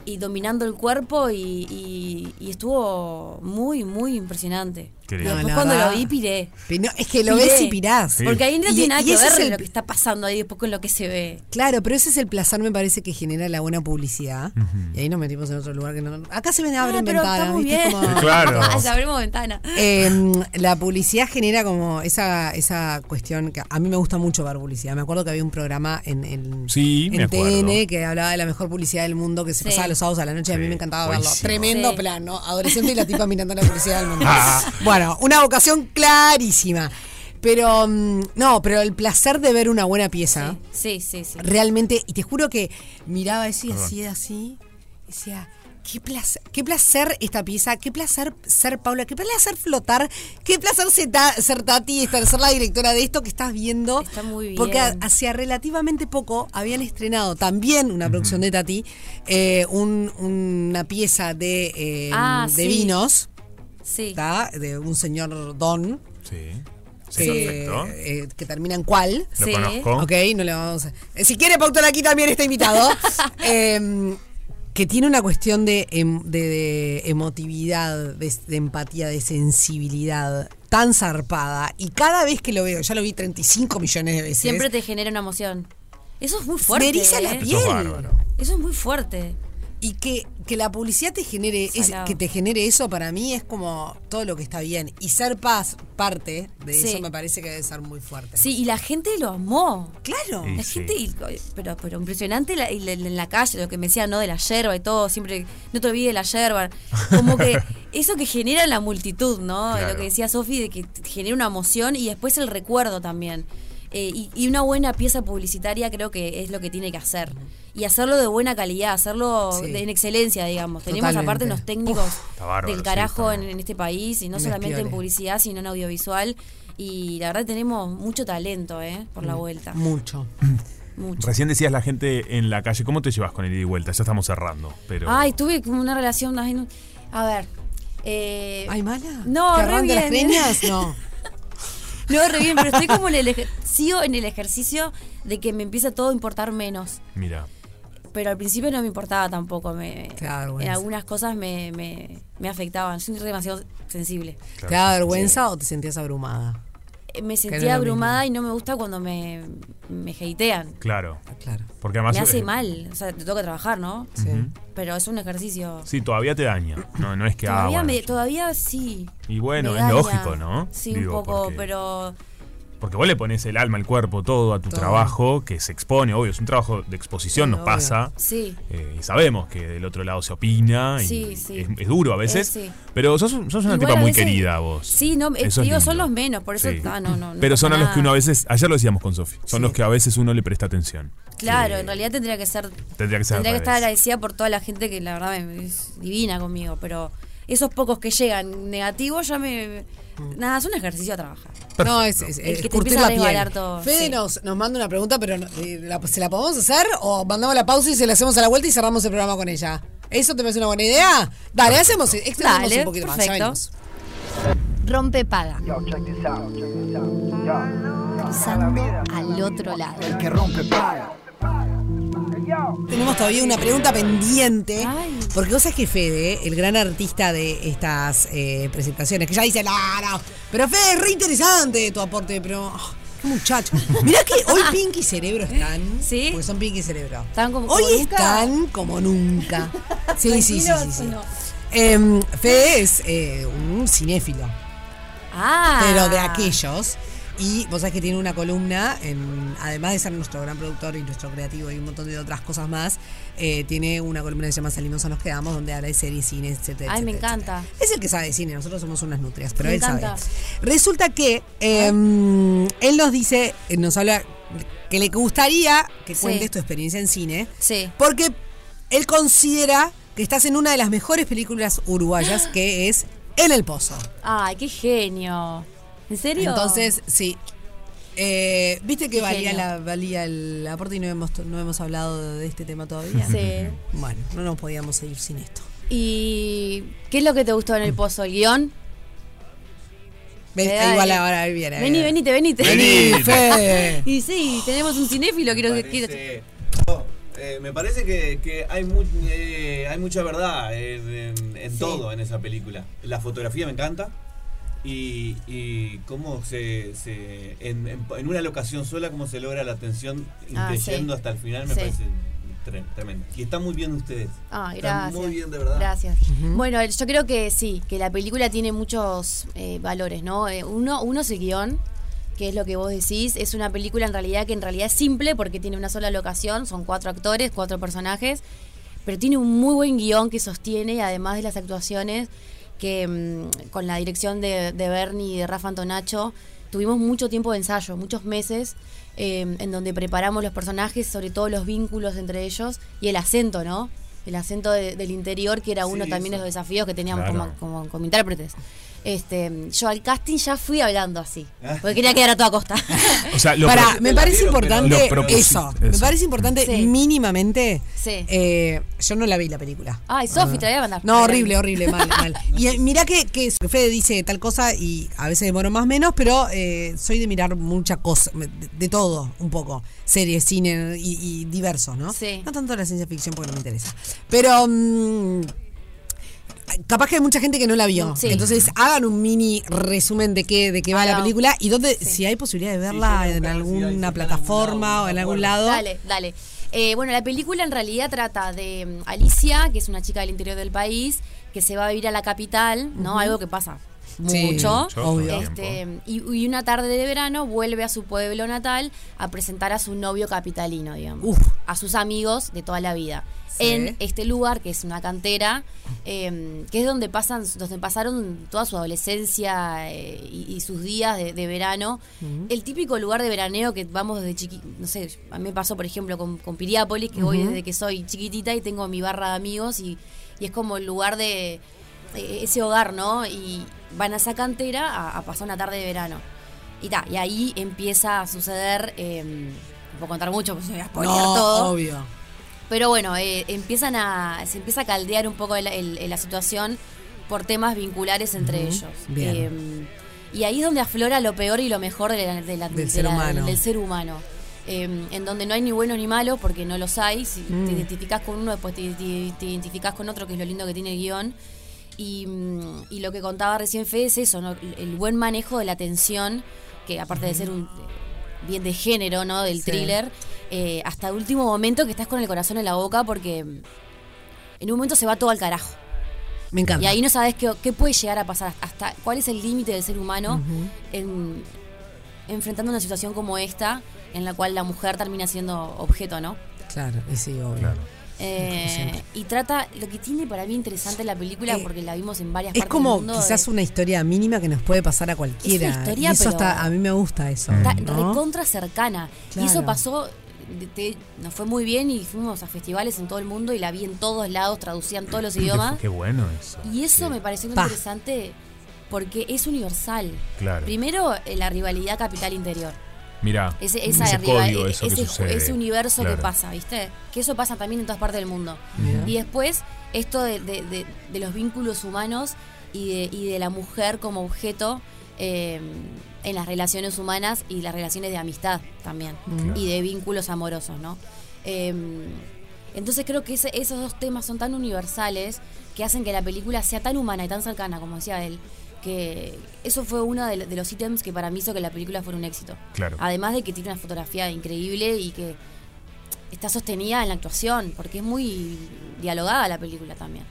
Speaker 13: y dominando el cuerpo y, y- y estuvo muy, muy impresionante.
Speaker 3: Qué
Speaker 13: Y
Speaker 3: lindo.
Speaker 13: después
Speaker 3: No, la
Speaker 13: cuando lo
Speaker 3: verdad.
Speaker 13: vi piré.
Speaker 2: Pi- no, es que lo ves y pirás. Sí.
Speaker 13: Porque ahí no
Speaker 2: Y-
Speaker 13: tiene nada
Speaker 2: y
Speaker 13: que
Speaker 2: ese es
Speaker 13: ver
Speaker 2: el-
Speaker 13: lo que está pasando ahí después con lo que se ve.
Speaker 2: Claro, pero ese es el placer, me parece, que genera la buena publicidad. Y ahí nos metimos en otro lugar que no. Acá se ven abren
Speaker 13: Ah, pero está
Speaker 2: ventanas,
Speaker 13: muy
Speaker 2: ¿viste?
Speaker 13: bien.
Speaker 2: Como-
Speaker 3: Claro.
Speaker 13: Ah, ya abrimos ventana.
Speaker 2: Eh, la publicidad genera como esa, esa cuestión que a mí me gusta mucho ver publicidad. Me acuerdo que había un programa en, en,
Speaker 3: Sí, me
Speaker 2: en
Speaker 3: acuerdo.
Speaker 2: TN que hablaba de la mejor publicidad del mundo que se
Speaker 13: Sí.
Speaker 2: pasaba los sábados a la noche. y a mí me encantaba verlo.
Speaker 3: buenísimo.
Speaker 2: Tremendo plan, ¿no? Adolescente y la tipa mirando la publicidad del mundo.
Speaker 3: Ah.
Speaker 2: Bueno, una vocación clarísima. Pero mm, no, pero el placer de ver una buena pieza
Speaker 13: Sí, sí, sí.
Speaker 2: realmente, y te juro que miraba eso y
Speaker 13: Perdón.
Speaker 2: hacía así, y decía, qué placer, qué placer esta pieza, qué placer ser Paula, qué placer flotar, qué placer ser, ta- ser Tati, estar, ser la directora de esto que estás viendo.
Speaker 13: Está muy bien.
Speaker 2: Porque ha- hacía relativamente poco habían estrenado también una producción de Tati, eh, un- una pieza de, eh,
Speaker 13: Ah,
Speaker 2: de
Speaker 13: sí.
Speaker 2: vinos,
Speaker 13: Sí.
Speaker 2: ¿tá? de un señor Don.
Speaker 3: Sí. Sí,
Speaker 2: Que,
Speaker 3: perfecto.
Speaker 2: eh, que termina en cuál.
Speaker 3: Lo Sí. conozco.
Speaker 2: Ok, no le vamos a. eh, si quiere, Pautola aquí también está invitado. Eh, que tiene una cuestión de, em- de- de emotividad, de, de empatía, de sensibilidad tan zarpada. Y cada vez que lo veo, ya lo vi 35 millones de veces.
Speaker 13: Siempre te genera una emoción. Eso es muy fuerte.
Speaker 2: Me eriza la
Speaker 13: ¿eh?
Speaker 2: piel. Eso es bárbaro.
Speaker 13: Eso es muy fuerte.
Speaker 2: Y que, que la publicidad te genere, es-
Speaker 13: Salado.
Speaker 2: que te genere eso para mí es como todo lo que está bien. Y ser paz, parte de
Speaker 13: Sí.
Speaker 2: eso me parece que debe ser muy fuerte.
Speaker 13: Sí, y la gente lo amó.
Speaker 2: Claro.
Speaker 13: La
Speaker 2: Y
Speaker 13: gente, y- eh, pero, pero impresionante la- y la- en la calle, lo que me decían, ¿no? De la yerba y todo, siempre, no te olvides de la yerba. Como que eso que genera en la multitud, ¿no?
Speaker 11: Claro.
Speaker 13: Lo que decía Sofi, de que te genera una emoción y después el recuerdo también. Eh, y, y una buena pieza publicitaria creo que es lo que tiene que hacer. Y hacerlo de buena calidad, hacerlo
Speaker 2: Sí.
Speaker 13: de- en excelencia, digamos. Tenemos
Speaker 2: Totalmente.
Speaker 13: aparte unos técnicos
Speaker 2: Está bárbaro,
Speaker 13: del
Speaker 2: sí,
Speaker 13: carajo en, en este país, y no
Speaker 2: Unos
Speaker 13: solamente en
Speaker 2: pioles.
Speaker 13: publicidad, sino en audiovisual. Y la verdad tenemos mucho talento, ¿eh? Por
Speaker 2: Mm.
Speaker 13: la vuelta.
Speaker 2: Mucho.
Speaker 13: Mucho.
Speaker 3: Recién decías la gente en la calle, ¿cómo te llevas con el ida y vuelta? Ya estamos cerrando, pero...
Speaker 13: Ay, tuve como una relación. ay, no. A ver. Eh, ¿Ay,
Speaker 2: mala?
Speaker 13: No, re
Speaker 2: ¿Te agarran de las
Speaker 13: bien.
Speaker 2: greñas? No.
Speaker 13: No, re bien, pero estoy como en el ejer- sigo en el ejercicio de que me empieza todo a importar menos.
Speaker 3: Mira.
Speaker 13: Pero al principio no me importaba tampoco. Me,
Speaker 2: Te da vergüenza.
Speaker 13: en algunas cosas me, me, me afectaban. Soy demasiado sensible.
Speaker 2: ¿Te da vergüenza o te sentías abrumada?
Speaker 13: Eh, Me
Speaker 2: no es
Speaker 13: sentía
Speaker 2: lo
Speaker 13: abrumada y no me gusta cuando me, me hatean.
Speaker 3: Ah, Claro.
Speaker 2: Claro.
Speaker 3: Porque además...
Speaker 13: me hace
Speaker 3: eh,
Speaker 13: mal. O sea, te toca trabajar, ¿no?
Speaker 3: Sí. Ujú.
Speaker 13: Pero es un ejercicio.
Speaker 3: Sí, todavía te daña. No, no es que... ah,
Speaker 13: Todavía,
Speaker 3: bueno.
Speaker 13: me- todavía sí.
Speaker 3: Y bueno,
Speaker 13: me
Speaker 3: es
Speaker 13: daña.
Speaker 3: lógico, ¿no?
Speaker 13: Sí,
Speaker 3: Digo,
Speaker 13: un poco,
Speaker 3: porque-
Speaker 13: pero
Speaker 3: Porque vos le pones el alma, el cuerpo, todo a tu
Speaker 13: Todo.
Speaker 3: trabajo, que se expone, obvio, es un trabajo de exposición, nos
Speaker 13: obvio.
Speaker 3: pasa.
Speaker 13: Sí.
Speaker 3: Eh, y sabemos que del otro lado se opina y
Speaker 13: Sí, sí.
Speaker 3: Es, es duro a veces.
Speaker 13: Eh, sí.
Speaker 3: Pero sos, un- sos una
Speaker 13: Igual
Speaker 3: tipa
Speaker 13: a
Speaker 3: muy
Speaker 13: veces-
Speaker 3: querida vos.
Speaker 13: Sí, no,
Speaker 3: Eso
Speaker 13: eh,
Speaker 3: es
Speaker 13: digo,
Speaker 3: lindo.
Speaker 13: son los menos, por eso.
Speaker 3: Sí.
Speaker 13: Ah, no, no, no
Speaker 3: pero
Speaker 13: pasa
Speaker 3: son a los que uno
Speaker 13: nada.
Speaker 3: a veces, ayer lo decíamos con Sofi, son los que a veces uno le presta atención.
Speaker 13: Claro, en realidad tendría que ser.
Speaker 3: Eh, Tendría que ser al
Speaker 13: Tendría que estar
Speaker 3: revés.
Speaker 13: agradecida por toda la gente que la verdad me- es divina conmigo, pero esos pocos que llegan negativos ya me. Nada, es un ejercicio a trabajar.
Speaker 2: No, es, es,
Speaker 13: El
Speaker 2: es
Speaker 13: que te
Speaker 2: curtir
Speaker 13: empieza a
Speaker 2: la piel.
Speaker 13: resbalar todo,
Speaker 2: Fede
Speaker 13: sí.
Speaker 2: nos, nos manda una pregunta, pero no- eh, la- ¿se la podemos hacer o mandamos la pausa y se la hacemos a la vuelta y cerramos el programa con ella? ¿Eso te parece una buena idea? Dale, hacemos, extendemos
Speaker 5: Dale,
Speaker 2: un poquito más. ya
Speaker 5: perfecto.
Speaker 2: venimos.
Speaker 5: Rompe paga. Cruzando al otro lado. El que rompe paga.
Speaker 2: Tenemos todavía una pregunta pendiente. Porque vos sabés que Fede, el gran artista de estas eh, presentaciones, que ya dice, no, no, pero Fede, es re interesante tu aporte, pero. oh, qué muchacho. Mirá que hoy Pinky y Cerebro están. Sí. Porque son Pinky y Cerebro.
Speaker 13: Están como,
Speaker 2: hoy
Speaker 13: como nunca.
Speaker 2: están como nunca. Sí, sí, sí, sí. sí. Em, Fede es eh, un cinéfilo
Speaker 13: Ah.
Speaker 2: pero de aquellos. Y vos sabés que tiene una columna, en- además de ser nuestro gran productor y nuestro creativo y un montón de otras cosas más, eh, tiene una columna que se llama Salimos o nos quedamos, donde habla de series, cine, etcétera,
Speaker 13: Ay, me
Speaker 2: etcétera,
Speaker 13: encanta.
Speaker 2: es el que sabe de cine, nosotros somos unas nutrias, pero
Speaker 13: Me
Speaker 2: él
Speaker 13: encanta.
Speaker 2: sabe. Resulta que eh, él nos dice, eh, nos habla que le gustaría que
Speaker 13: Sí.
Speaker 2: cuentes tu experiencia en cine. Porque él considera que estás en una de las mejores películas uruguayas, que es En el Pozo.
Speaker 13: Ay, qué genio. ¿En serio?
Speaker 2: Entonces, sí. Eh, ¿Viste que
Speaker 13: Qué
Speaker 2: valía,
Speaker 13: genio.
Speaker 2: la, valía el aporte y no hemos, no hemos hablado de este tema todavía?
Speaker 13: Sí.
Speaker 2: Bueno, no nos podíamos seguir sin esto.
Speaker 13: ¿Y qué es lo que te gustó en el pozo? ¿El guión?
Speaker 2: Ven,
Speaker 13: Me da-
Speaker 2: ah, igual ahora viene. ahí
Speaker 13: Vení,
Speaker 2: viene.
Speaker 13: venite, venite.
Speaker 2: Vení, Fede.
Speaker 13: Y sí, tenemos un cinéfilo, quiero quiero-
Speaker 14: Eh, me parece que, que hay, mu- eh, hay mucha verdad en, en- en todo en esa película. La fotografía me encanta y, y cómo se, se- en, en- en una locación sola cómo se logra la atención
Speaker 13: Ah,
Speaker 14: creyendo
Speaker 13: sí.
Speaker 14: hasta el final me
Speaker 13: Sí.
Speaker 14: parece tre- tremendo. Y está muy bien ustedes.
Speaker 13: Ah,
Speaker 14: Está
Speaker 13: gracias.
Speaker 14: muy bien de verdad.
Speaker 13: Gracias. Bueno, yo creo que sí, que la película tiene muchos eh, valores, ¿no? Eh, uno, uno es el guión, que es lo que vos decís. Es una película en realidad que en realidad es simple porque tiene una sola locación, son cuatro actores, cuatro personajes, pero tiene un muy buen guión que sostiene, y además de las actuaciones, que mm, con la dirección de, de Bernie y de Rafa Antonacho, tuvimos mucho tiempo de ensayo, muchos meses, eh, en donde preparamos los personajes, sobre todo los vínculos entre ellos y el acento, ¿no? El acento de- del interior, que era
Speaker 11: Sí,
Speaker 13: uno también de
Speaker 11: eso.
Speaker 13: los desafíos que teníamos
Speaker 11: Claro.
Speaker 13: como, como, como intérpretes. Este, yo al casting ya fui hablando así,
Speaker 11: Ah.
Speaker 13: porque quería quedar a toda costa.
Speaker 3: O sea, lo
Speaker 2: Pará,
Speaker 3: pro-
Speaker 2: me parece
Speaker 3: lo
Speaker 2: importante
Speaker 3: propusiste-
Speaker 2: eso. Me parece importante
Speaker 13: Sí.
Speaker 2: mínimamente.
Speaker 13: Sí.
Speaker 2: eh, yo no la vi la película. Ah.
Speaker 13: Ay, Sofi, te la voy a mandar.
Speaker 2: No, horrible, horrible, mal, mal. Y eh, mirá que, que Fede dice tal cosa y a veces demoro más o menos, pero eh, soy de mirar mucha cosa, me- de, de todo, un poco. Series, cine y, y diversos, ¿no?
Speaker 13: Sí.
Speaker 2: No tanto la ciencia ficción porque no me interesa. Pero. mm, Capaz que hay mucha gente que no la vio.
Speaker 13: Sí.
Speaker 2: Entonces hagan un mini resumen de qué, de qué va la
Speaker 13: Hagamos.
Speaker 2: película y dónde, si hay posibilidad de verla en alguna plataforma o en algún lado.
Speaker 13: Dale, dale. Eh, bueno, la película en realidad trata de mm, Alicia, que es una chica del interior del país, que se va a vivir a la capital, ¿no?
Speaker 11: Ujú.
Speaker 13: Algo que pasa
Speaker 2: Sí,
Speaker 13: mucho.
Speaker 2: mucho, todo el
Speaker 13: Este, y, y una tarde de verano vuelve a su pueblo natal a presentar a su novio capitalino, digamos. A sus amigos de toda la vida.
Speaker 15: Sí.
Speaker 13: En este lugar, que es una cantera, eh, que es donde pasan, donde pasaron toda su adolescencia eh, y, y sus días de, de verano. El típico lugar de veraneo que vamos desde chiqui, no sé, a mí me pasó por ejemplo con, con Piriápolis, que voy
Speaker 15: Ujú.
Speaker 13: desde que soy chiquitita y tengo mi barra de amigos y, y es como el lugar de eh, ese hogar, ¿no? Y van a esa cantera a, a pasar una tarde de verano. Y ta, y ahí empieza a suceder, eh, no puedo contar mucho, pues se voy a spoilear
Speaker 2: No,
Speaker 13: todo.
Speaker 2: obvio.
Speaker 13: Pero bueno, eh, empiezan a, se empieza a caldear un poco el- el- el- la situación por temas vinculares entre
Speaker 2: Ujú,
Speaker 13: ellos.
Speaker 2: bien.
Speaker 13: Eh, y ahí es donde aflora lo peor y lo mejor de la- de la-
Speaker 2: Del
Speaker 13: de
Speaker 2: ser
Speaker 13: la-
Speaker 2: humano.
Speaker 13: del ser humano. Eh, en donde no hay ni buenos ni malos, porque no los hay. Si
Speaker 2: Mm.
Speaker 13: te identificas con uno, después te, te- te identificas con otro, que es lo lindo que tiene el guión. Y, mm, y lo que contaba recién Fede es eso, ¿no? el buen manejo de la tensión, que aparte de ser un eh, bien de género, ¿no? Del
Speaker 15: Sí.
Speaker 13: thriller, eh, hasta el último momento que estás con el corazón en la boca porque mm, en un momento se va todo al carajo.
Speaker 2: Me encanta.
Speaker 13: Y ahí no sabes qué, qué puede llegar a pasar, hasta cuál es el límite del ser humano en- enfrentando una situación como esta, en la cual la mujer termina siendo objeto, ¿no?
Speaker 2: Claro, y sí, obvio.
Speaker 13: Eh,
Speaker 2: Inconsciente. Eh,
Speaker 13: y trata, lo que tiene para mí interesante la película, porque la vimos en varias
Speaker 2: Es
Speaker 13: partes
Speaker 2: como
Speaker 13: del mundo,
Speaker 2: quizás una historia mínima que nos puede pasar a cualquiera.
Speaker 13: Es una historia,
Speaker 2: y eso
Speaker 13: pero-
Speaker 2: está, a mí me gusta eso.
Speaker 13: está
Speaker 2: ¿no?
Speaker 13: recontra cercana.
Speaker 2: Claro.
Speaker 13: Y eso pasó, de- te- nos fue muy bien y fuimos a festivales en todo el mundo y la vi en todos lados, traducían todos los idiomas.
Speaker 3: Qué bueno eso.
Speaker 13: Y eso me pareció
Speaker 3: Pa.
Speaker 13: interesante porque es universal.
Speaker 3: Claro.
Speaker 13: Primero, eh, la rivalidad capital-interior.
Speaker 3: Mira,
Speaker 13: Ese, esa
Speaker 3: ese
Speaker 13: rival-
Speaker 3: código, eso
Speaker 13: ese,
Speaker 3: que sucede.
Speaker 13: ese universo
Speaker 3: Claro.
Speaker 13: que pasa, ¿viste? Que eso pasa también en todas partes del mundo.
Speaker 3: Mira.
Speaker 13: Y después, esto de, de- de- de los vínculos humanos y de, y de la mujer como objeto eh, en las relaciones humanas y las relaciones de amistad también.
Speaker 15: Claro.
Speaker 13: Y de vínculos amorosos, ¿no? Eh, entonces creo que ese- esos dos temas son tan universales que hacen que la película sea tan humana y tan cercana, como decía él, que eso fue uno de, lo- de los ítems que para mí hizo que la película fuera un éxito.
Speaker 15: Claro.
Speaker 13: Además de que tiene una fotografía increíble y que está sostenida en la actuación, porque es muy dialogada la película también.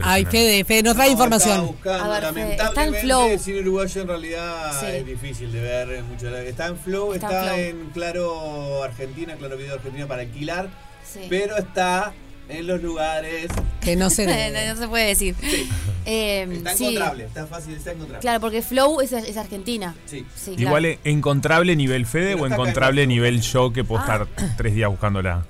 Speaker 2: Ay, Fede, Fede, nos trae
Speaker 14: No,
Speaker 2: información.
Speaker 14: estaba buscando,
Speaker 13: A ver, Fede, está en
Speaker 14: lamentablemente,
Speaker 13: Flow.
Speaker 14: El cine uruguayo en realidad
Speaker 13: Sí.
Speaker 14: es difícil de ver. es mucho- está en Flow,
Speaker 13: Está
Speaker 14: está,
Speaker 13: en Flow.
Speaker 14: en Claro Argentina, Claro Video Argentina para alquilar,
Speaker 13: Sí.
Speaker 14: pero está en los lugares.
Speaker 2: Que no
Speaker 13: se no, no se puede decir. Eh,
Speaker 14: Está
Speaker 13: sí.
Speaker 14: encontrable, está fácil, está encontrable.
Speaker 13: Claro, porque Flow es, es argentina.
Speaker 14: Sí.
Speaker 13: claro.
Speaker 3: Igual eh, encontrable nivel Fede
Speaker 13: Pero
Speaker 3: o
Speaker 13: está acá,
Speaker 3: encontrable nivel yo que puedo estar
Speaker 13: Ah.
Speaker 3: tres días buscándola.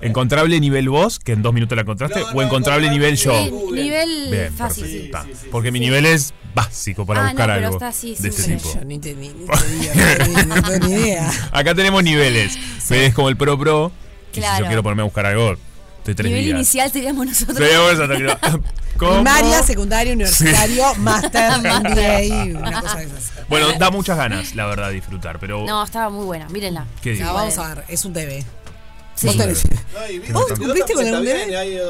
Speaker 13: Eh.
Speaker 3: Encontrable nivel vos, que en dos minutos la encontraste, o encontrable nivel yo.
Speaker 13: Sí, nivel
Speaker 3: Bien,
Speaker 13: fácil.
Speaker 3: perfecto, está. Porque mi nivel es básico para
Speaker 13: Ah,
Speaker 3: buscar
Speaker 13: no, pero
Speaker 3: algo
Speaker 13: está así,
Speaker 3: de
Speaker 13: sí,
Speaker 3: ese
Speaker 13: sí.
Speaker 3: tipo.
Speaker 2: Yo ni te- ni- ni te digo, no tengo ni idea.
Speaker 3: Acá tenemos niveles. Fede es como el pro pro. Que si
Speaker 13: Claro.
Speaker 3: yo quiero ponerme a buscar algo, estoy tres
Speaker 13: Nivel
Speaker 3: días.
Speaker 13: inicial seríamos nosotros.
Speaker 3: Sí, vamos a terminar. ¿Cómo?
Speaker 2: Primaria, secundaria, universitario,
Speaker 3: Sí.
Speaker 2: máster, MBA, una cosa de esas.
Speaker 3: Bueno, da muchas ganas, la verdad, disfrutar, pero
Speaker 13: No, estaba muy buena, mírenla.
Speaker 3: ¿Qué digo?
Speaker 2: La vamos a ver, es un TV.
Speaker 3: Sí.
Speaker 2: Vos tenés-
Speaker 14: No, y viste,
Speaker 2: ¿Vos
Speaker 14: está-
Speaker 2: cumpliste con
Speaker 14: está
Speaker 2: algún
Speaker 14: bien,
Speaker 2: deber?
Speaker 14: Hay eh,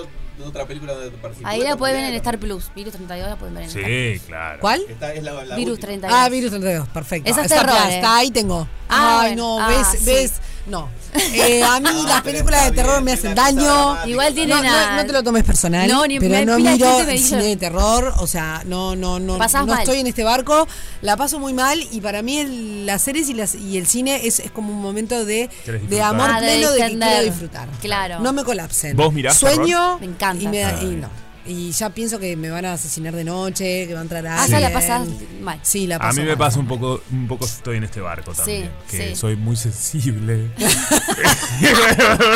Speaker 14: otra película donde participó
Speaker 13: Ahí la
Speaker 14: también,
Speaker 13: pueden ver en
Speaker 14: ¿no?
Speaker 13: Star Plus. Virus 32 la pueden ver en Star Plus.
Speaker 3: Sí, claro.
Speaker 2: ¿Cuál?
Speaker 14: Esta es la, la
Speaker 13: Virus
Speaker 14: última.
Speaker 13: 32.
Speaker 2: Ah, Virus 32, perfecto.
Speaker 13: Esa es
Speaker 2: Está
Speaker 13: terror,
Speaker 2: atrás,
Speaker 13: eh.
Speaker 2: está ahí tengo.
Speaker 13: Ah,
Speaker 2: Ay,
Speaker 13: bueno.
Speaker 2: no,
Speaker 13: Ah,
Speaker 2: ves,
Speaker 13: sí.
Speaker 2: ves. No. Eh, a mí
Speaker 13: No,
Speaker 2: las
Speaker 13: pero
Speaker 2: películas de terror me hacen daño.
Speaker 13: Igual tienen
Speaker 2: No, no,
Speaker 13: a-
Speaker 2: no te lo tomes personal,
Speaker 13: No, ni-
Speaker 2: pero
Speaker 13: me-
Speaker 2: no
Speaker 13: pila de
Speaker 2: miro
Speaker 13: gente me dice-
Speaker 2: cine de terror, o sea, no no no
Speaker 13: Pasás
Speaker 2: no
Speaker 13: mal.
Speaker 2: estoy en este barco, la paso muy mal y para mí el- las series y las y el cine es, es como un momento de,
Speaker 3: Querés
Speaker 2: de
Speaker 3: disfrutar.
Speaker 2: amor
Speaker 13: Ah, de
Speaker 2: pleno de que
Speaker 13: distender.
Speaker 2: quiero disfrutar.
Speaker 13: Claro.
Speaker 2: No me colapsen.
Speaker 3: ¿Vos mirás
Speaker 2: Sueño
Speaker 3: terror?
Speaker 13: Me encanta.
Speaker 2: y me da- y
Speaker 3: Ay.
Speaker 2: no. Y ya pienso que me van a asesinar de noche, que va a entrar
Speaker 13: Ah, ya
Speaker 2: alguien.
Speaker 13: la pasás mal.
Speaker 2: Sí, la
Speaker 3: A
Speaker 2: paso
Speaker 3: mí me
Speaker 2: mal.
Speaker 3: pasa un poco, un poco estoy en este barco también,
Speaker 13: Sí,
Speaker 3: que
Speaker 13: sí.
Speaker 3: soy muy sensible.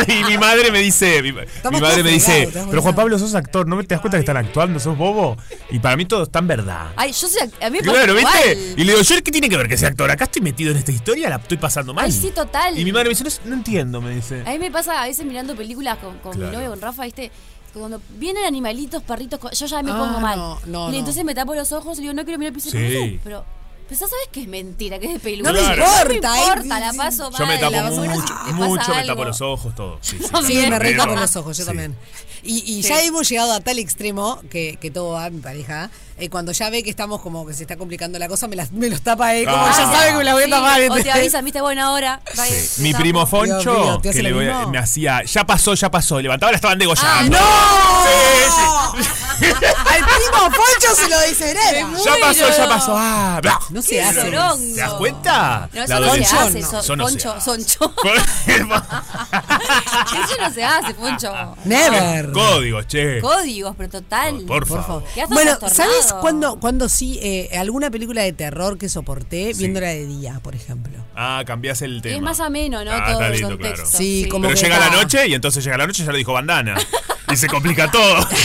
Speaker 3: y mi madre me dice, mi, mi madre
Speaker 13: todos
Speaker 3: me dice,
Speaker 13: fregados, estamos
Speaker 3: pero Juan Pablo, sos actor, ¿no te das cuenta que están actuando? ¿Sos bobo? Y para mí todo está en verdad.
Speaker 13: Ay, yo soy. act- A mí me pasa
Speaker 3: Claro, ¿viste?
Speaker 13: igual.
Speaker 3: Y le digo, ¿yo qué tiene que ver que sea actor? Acá estoy metido en esta historia, la estoy pasando mal.
Speaker 13: Ay, sí, total.
Speaker 3: Y mi madre me dice, no, no entiendo, me dice.
Speaker 13: A mí me pasa a veces mirando películas con, con mi
Speaker 3: Claro.
Speaker 13: novio, con Rafa, ¿viste? Cuando vienen animalitos, perritos, co- yo ya me
Speaker 2: Ah,
Speaker 13: pongo mal.
Speaker 2: no, no,
Speaker 13: y
Speaker 2: no.
Speaker 13: entonces me tapo los ojos y digo, no quiero mirar el piso.
Speaker 3: Sí.
Speaker 13: Pero, pero, pero ya sabes que es mentira, que es de peluca.
Speaker 3: No me Claro.
Speaker 13: No me
Speaker 2: importa, eh,
Speaker 13: importa, la paso mal.
Speaker 3: Yo me tapo
Speaker 13: la paso mal.
Speaker 3: mucho,
Speaker 13: Te pasa
Speaker 3: mucho me
Speaker 13: algo.
Speaker 3: tapo los ojos, todo. Sí, sí,
Speaker 2: Sí, me
Speaker 3: también,
Speaker 2: re
Speaker 3: pero-
Speaker 2: tapo los ojos, yo
Speaker 3: Sí.
Speaker 2: también. Y, y
Speaker 13: Sí.
Speaker 2: ya hemos llegado a tal extremo que, que todo va, mi pareja. eh, cuando ya ve que estamos como que se está complicando la cosa, me, las- me los tapa él. Como
Speaker 3: Ah.
Speaker 2: ya sabe que me la voy a
Speaker 13: Sí,
Speaker 2: tapar.
Speaker 13: O te
Speaker 2: ¿entendés?
Speaker 13: avisan, viste, buena hora.
Speaker 3: Mi primo Foncho,
Speaker 2: Dios mío, ¿te hace
Speaker 3: que le
Speaker 2: lo
Speaker 3: voy a-
Speaker 2: mismo?
Speaker 3: me hacía, ya pasó, ya pasó, levantaba la estaban degollando.
Speaker 2: ¡No!
Speaker 3: Sí, sí.
Speaker 2: Al primo Poncho se lo dice Grela.
Speaker 3: Ya pasó, ya pasó. Ah, bla.
Speaker 2: No se
Speaker 3: Qué
Speaker 2: hace.
Speaker 3: sorongo. ¿Te das cuenta?
Speaker 13: No,
Speaker 3: La
Speaker 13: eso no se
Speaker 3: adolescencia.
Speaker 13: hace, so-
Speaker 3: Eso no se
Speaker 13: Poncho,
Speaker 3: hace.
Speaker 13: soncho. Eso no se hace, Poncho.
Speaker 2: Never.
Speaker 3: Códigos, che.
Speaker 13: Códigos, pero total.
Speaker 3: Por favor.
Speaker 13: Quedás
Speaker 2: Bueno,
Speaker 13: trastornado.
Speaker 2: ¿sabes cuándo, cuándo sí? eh, alguna película de terror que soporté viéndola de día, por ejemplo.
Speaker 3: Ah, cambiás el tema.
Speaker 13: Es más ameno, ¿no?
Speaker 3: Ah,
Speaker 13: Todo
Speaker 3: está
Speaker 13: el
Speaker 3: lindo,
Speaker 13: contexto.
Speaker 3: claro.
Speaker 2: Sí, sí. como
Speaker 3: Pero
Speaker 2: que
Speaker 3: llega
Speaker 2: está-
Speaker 3: la noche y entonces llega la noche y ya lo dijo bandana. Y se complica todo.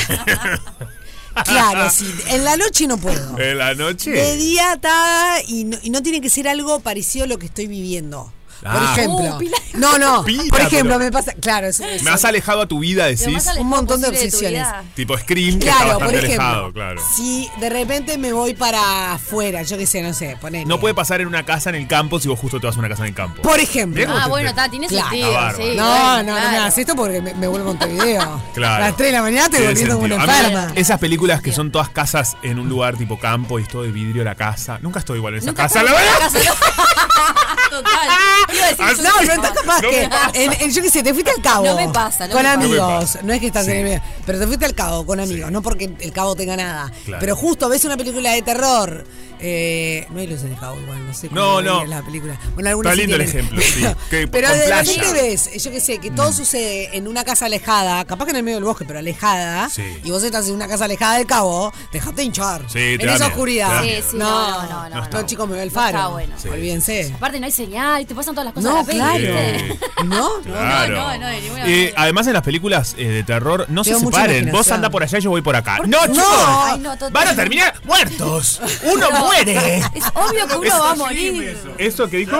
Speaker 2: Claro, sí. En la noche no puedo.
Speaker 3: En la noche.
Speaker 2: De día está y no, y no tiene que ser algo parecido a lo que estoy viviendo. Por
Speaker 3: Ah.
Speaker 2: ejemplo.
Speaker 3: Uh,
Speaker 2: no, no.
Speaker 3: Pila,
Speaker 2: por ejemplo,
Speaker 3: pero-
Speaker 2: me pasa. Claro, es, es-
Speaker 3: Me has alejado a tu vida,
Speaker 2: Lo más
Speaker 3: decís.
Speaker 2: alejado Un montón de posible de tu obsesiones. vida.
Speaker 3: Tipo Scream, que
Speaker 2: Claro,
Speaker 3: está bastante
Speaker 2: por ejemplo.
Speaker 3: alejado, claro.
Speaker 2: Si de repente me voy para afuera, yo qué sé, no sé, poner.
Speaker 3: No puede pasar en una casa en el campo si vos justo te vas a una casa en el campo.
Speaker 2: Por ejemplo.
Speaker 3: Mirá cómo te-
Speaker 13: está, Ah, tiene
Speaker 2: Claro.
Speaker 3: sentido, Está Ah, sí, bárbaro.
Speaker 2: No,
Speaker 3: bueno,
Speaker 2: no,
Speaker 3: claro.
Speaker 2: no, haces esto porque me, me vuelvo a Montevideo.
Speaker 3: Claro.
Speaker 2: A las 3 de la mañana te
Speaker 3: Tiene
Speaker 2: volviendo como una
Speaker 3: sentido. A mí,
Speaker 2: enferma.
Speaker 3: Esas películas que son todas casas en un lugar tipo campo y es todo de vidrio la casa. Nunca estoy igual en esa
Speaker 2: Nunca
Speaker 3: casa, la
Speaker 2: estoy
Speaker 3: verdad.
Speaker 2: igual en
Speaker 13: Total. Iba a decir,
Speaker 3: Ah,
Speaker 13: yo
Speaker 2: No, no
Speaker 13: soy-
Speaker 2: estás capaz
Speaker 13: No
Speaker 2: que.
Speaker 13: me pasa.
Speaker 2: en- en- yo qué sé, te fuiste al cabo.
Speaker 13: No me pasa, no
Speaker 2: Con
Speaker 13: me pasa.
Speaker 2: amigos.
Speaker 13: No me
Speaker 2: No, es que estás en el medio. Pero te fuiste al cabo con amigos. No porque el cabo tenga nada.
Speaker 3: Claro.
Speaker 2: Pero justo ves una película de terror. eh, no hay luz en el cabo igual, no sé cómo
Speaker 3: No,
Speaker 2: viene
Speaker 3: no.
Speaker 2: la película. Bueno, algunas
Speaker 3: Está
Speaker 2: sí
Speaker 3: lindo el
Speaker 2: tienen.
Speaker 3: ejemplo, sí. Que-
Speaker 2: Pero
Speaker 3: con
Speaker 2: de
Speaker 3: playa. Mm.
Speaker 2: repente ves, yo qué sé, que todo sucede en una casa alejada, capaz que en el medio del bosque, pero alejada,
Speaker 3: Sí.
Speaker 2: y vos estás en una casa alejada del cabo, dejate hinchar.
Speaker 3: Sí, te
Speaker 2: en
Speaker 3: da
Speaker 2: esa
Speaker 3: miedo, te da
Speaker 2: oscuridad.
Speaker 3: miedo. Sí, sí,
Speaker 2: no,
Speaker 13: no, no, no,
Speaker 2: no, chicos, me ve el
Speaker 13: No está
Speaker 2: faro.
Speaker 13: bueno. Sí.
Speaker 2: Olvídense.
Speaker 13: Aparte no hay señal, te pasan todas las cosas
Speaker 2: No,
Speaker 13: a la vez,
Speaker 2: claro.
Speaker 13: ¿viste?
Speaker 2: No,
Speaker 3: Claro.
Speaker 13: No, no, no, de ninguna
Speaker 3: Eh, además en las películas eh, de terror no
Speaker 13: Tengo
Speaker 3: se
Speaker 13: mucha
Speaker 3: separen.
Speaker 13: imaginación.
Speaker 3: Vos anda por allá y yo voy por acá.
Speaker 13: ¿Por
Speaker 3: No,
Speaker 13: qué?
Speaker 3: chicos.
Speaker 13: No. Ay, no, total.
Speaker 3: Van a terminar muertos. Uno
Speaker 13: No.
Speaker 3: muere.
Speaker 13: Es obvio que uno
Speaker 3: Eso
Speaker 13: va a
Speaker 3: es
Speaker 13: morir.
Speaker 3: ¿Eso que dijo?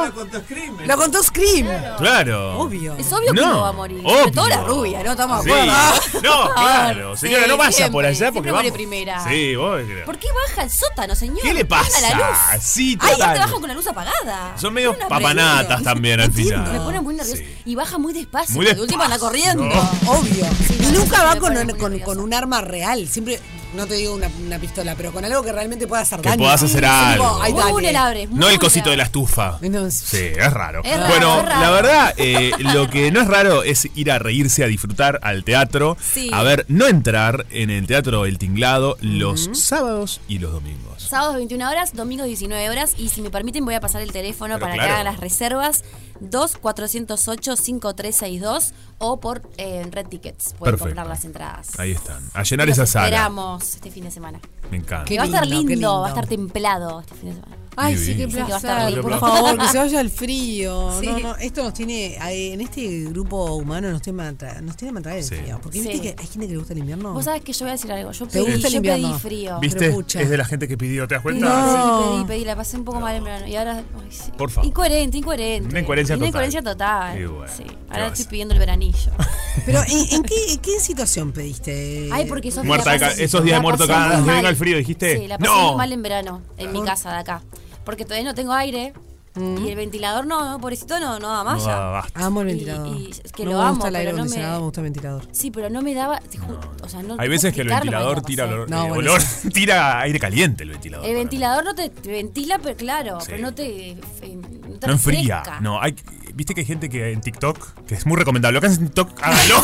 Speaker 2: Lo contó Scream.
Speaker 3: Claro.
Speaker 2: Obvio.
Speaker 13: Es obvio que
Speaker 3: No,
Speaker 13: uno va a morir.
Speaker 3: obvio.
Speaker 13: Sobre todo la rubia, ¿no? Estamos
Speaker 3: Sí.
Speaker 13: de acuerdo.
Speaker 3: No, claro.
Speaker 13: Sí,
Speaker 3: Señora, no vaya por
Speaker 13: siempre,
Speaker 3: allá porque
Speaker 13: siempre muere
Speaker 3: vamos.
Speaker 13: primera.
Speaker 3: Sí, vos.
Speaker 13: ¿Por qué baja el sótano, señor?
Speaker 3: ¿Qué le
Speaker 13: Prenda la
Speaker 3: pasa?
Speaker 13: luz.
Speaker 3: Sí,
Speaker 13: Ay,
Speaker 3: total.
Speaker 13: aparte bajan con la luz apagada.
Speaker 3: Son medios
Speaker 13: Una
Speaker 3: papanatas
Speaker 13: presión.
Speaker 3: también al
Speaker 13: Me
Speaker 3: final.
Speaker 13: pone muy nerviosa. Y baja muy despacio.
Speaker 3: Muy
Speaker 13: Muy De última anda
Speaker 3: despacio.
Speaker 13: corriendo.
Speaker 2: Obvio. Y nunca
Speaker 13: eso
Speaker 2: va
Speaker 13: me
Speaker 2: con,
Speaker 13: pone
Speaker 2: con- con un arma real. Siempre, no te digo una, una pistola, pero con algo que realmente pueda hacer
Speaker 3: Que
Speaker 2: daño.
Speaker 3: puedas hacer
Speaker 2: Sí,
Speaker 3: algo.
Speaker 2: tipo, ay, dale.
Speaker 3: No el cosito de la estufa. Sí, es raro.
Speaker 2: Es raro,
Speaker 3: bueno,
Speaker 2: es raro.
Speaker 3: la verdad, eh, lo que no es raro es ir a reírse, a disfrutar al teatro.
Speaker 13: Sí.
Speaker 3: A ver, no entrar en el teatro El Tinglado los
Speaker 13: Ujú.
Speaker 3: sábados y los domingos.
Speaker 13: Sábados 21 horas, domingos 19 horas. Y si me permiten, voy a pasar el teléfono
Speaker 3: Pero
Speaker 13: para
Speaker 3: claro.
Speaker 13: que hagan las reservas. 2-408-5362 o por eh, Red Tickets. Pueden
Speaker 3: Perfecto.
Speaker 13: comprar las entradas.
Speaker 3: Ahí están. A llenar
Speaker 13: Los
Speaker 3: esa sala.
Speaker 13: Esperamos este fin de semana.
Speaker 3: Me encanta.
Speaker 13: Que va a estar
Speaker 2: lindo, qué
Speaker 13: lindo, va a
Speaker 2: lindo.
Speaker 13: estar templado este fin de semana.
Speaker 2: Ay, sí, qué
Speaker 13: Dicen que va a estar
Speaker 2: placer.
Speaker 13: lindo.
Speaker 2: Por favor, que se vaya el frío.
Speaker 13: Sí.
Speaker 2: No, no, esto nos tiene. ay, En este grupo humano nos tiene matra- nos tiene maltraer el frío. Porque viste
Speaker 13: Sí.
Speaker 2: que hay gente que le gusta el invierno.
Speaker 13: Vos sabés que yo voy a decir algo. Yo
Speaker 2: ¿Te
Speaker 13: pedí,
Speaker 2: gusta el
Speaker 13: yo pedí
Speaker 2: invierno?
Speaker 13: frío.
Speaker 3: ¿Viste?
Speaker 2: Pero pucha.
Speaker 3: Es de la gente que pidió, ¿te das
Speaker 13: Pedí,
Speaker 3: cuenta?
Speaker 13: Sí, pedí, pedí. La pasé un poco mal en verano. Y ahora. ay, sí.
Speaker 3: Por favor.
Speaker 13: Incoherente, incoherente.
Speaker 3: Una incoherencia
Speaker 13: Una
Speaker 3: total.
Speaker 13: incoherencia total.
Speaker 3: Y bueno,
Speaker 13: sí.
Speaker 3: ¿qué
Speaker 13: Ahora
Speaker 3: vas?
Speaker 13: estoy pidiendo el veranillo.
Speaker 2: Pero ¿en, en qué, en qué situación pediste?
Speaker 13: Ay, porque sos
Speaker 3: Muerta de ca- esos días de muerto cada vez que venga el frío, dijiste,
Speaker 13: Sí, la pasé
Speaker 3: "No".
Speaker 13: muy mal en verano, en
Speaker 2: Ah.
Speaker 13: mi casa de acá. Porque todavía no tengo aire.
Speaker 2: Mm.
Speaker 13: Y el ventilador no, pobrecito, no, no da más.
Speaker 3: No
Speaker 13: ya.
Speaker 3: da abasto.
Speaker 2: Amo el
Speaker 13: Y-
Speaker 2: ventilador.
Speaker 13: y es que
Speaker 2: no
Speaker 13: lo
Speaker 2: me
Speaker 13: amo,
Speaker 2: gusta el aire
Speaker 13: pero no me-
Speaker 2: acondicionado, me gusta el ventilador.
Speaker 13: Sí, pero no me daba. te ju- O sea, no
Speaker 3: Hay
Speaker 13: puedo
Speaker 3: veces que el
Speaker 13: explicar lo
Speaker 3: ventilador
Speaker 13: mal
Speaker 3: tira
Speaker 13: la
Speaker 3: olor,
Speaker 13: pasé.
Speaker 3: eh, olor- tira aire caliente el ventilador.
Speaker 13: El ventilador no te, te ventila, pero claro, pero no te. eh, no te
Speaker 3: No enfría.
Speaker 13: refresca.
Speaker 3: No, hay, viste que hay gente que en TikTok, que es muy recomendable, lo que haces en TikTok, hágalo.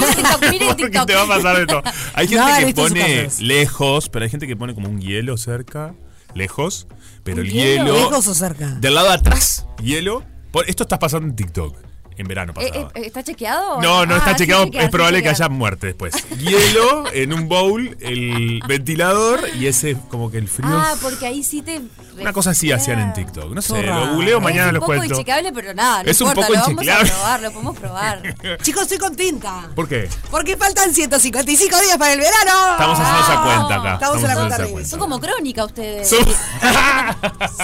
Speaker 3: porque te va a pasar de todo. Hay gente
Speaker 13: No,
Speaker 3: que
Speaker 13: listo,
Speaker 3: pone
Speaker 13: supongo.
Speaker 3: lejos, pero hay gente que pone como un hielo cerca, lejos, pero el hielo.
Speaker 2: ¿Lejos o cerca?
Speaker 3: Del lado de atrás, hielo. Por- Esto está pasando en TikTok, en verano
Speaker 13: Eh,
Speaker 3: pasado.
Speaker 13: eh, ¿Está chequeado?
Speaker 3: No, no
Speaker 13: Ah,
Speaker 3: está
Speaker 13: sí,
Speaker 3: chequeado.
Speaker 13: chequear,
Speaker 3: es probable
Speaker 13: sí,
Speaker 3: que haya
Speaker 13: chequear.
Speaker 3: muerte después. Hielo en un bowl, el ventilador y ese como que el frío.
Speaker 13: Ah, porque ahí sí te.
Speaker 3: una cosa así hacían en TikTok. No sé,
Speaker 2: Zorra.
Speaker 3: lo googleo, mañana
Speaker 13: es un
Speaker 3: lo
Speaker 13: poco
Speaker 3: cuento.
Speaker 13: inchecable, pero nada, no
Speaker 3: Es un
Speaker 13: importa,
Speaker 3: poco
Speaker 13: lo vamos a
Speaker 3: inchequeable.
Speaker 13: probar, lo podemos probar.
Speaker 2: Chicos, estoy contenta.
Speaker 3: ¿Por qué?
Speaker 2: Porque faltan 155 días para el verano.
Speaker 3: Estamos haciendo esa cuenta acá.
Speaker 2: Estamos en la cuenta
Speaker 3: haciendo
Speaker 2: regresiva.
Speaker 13: Son como crónica ustedes.
Speaker 3: Somos-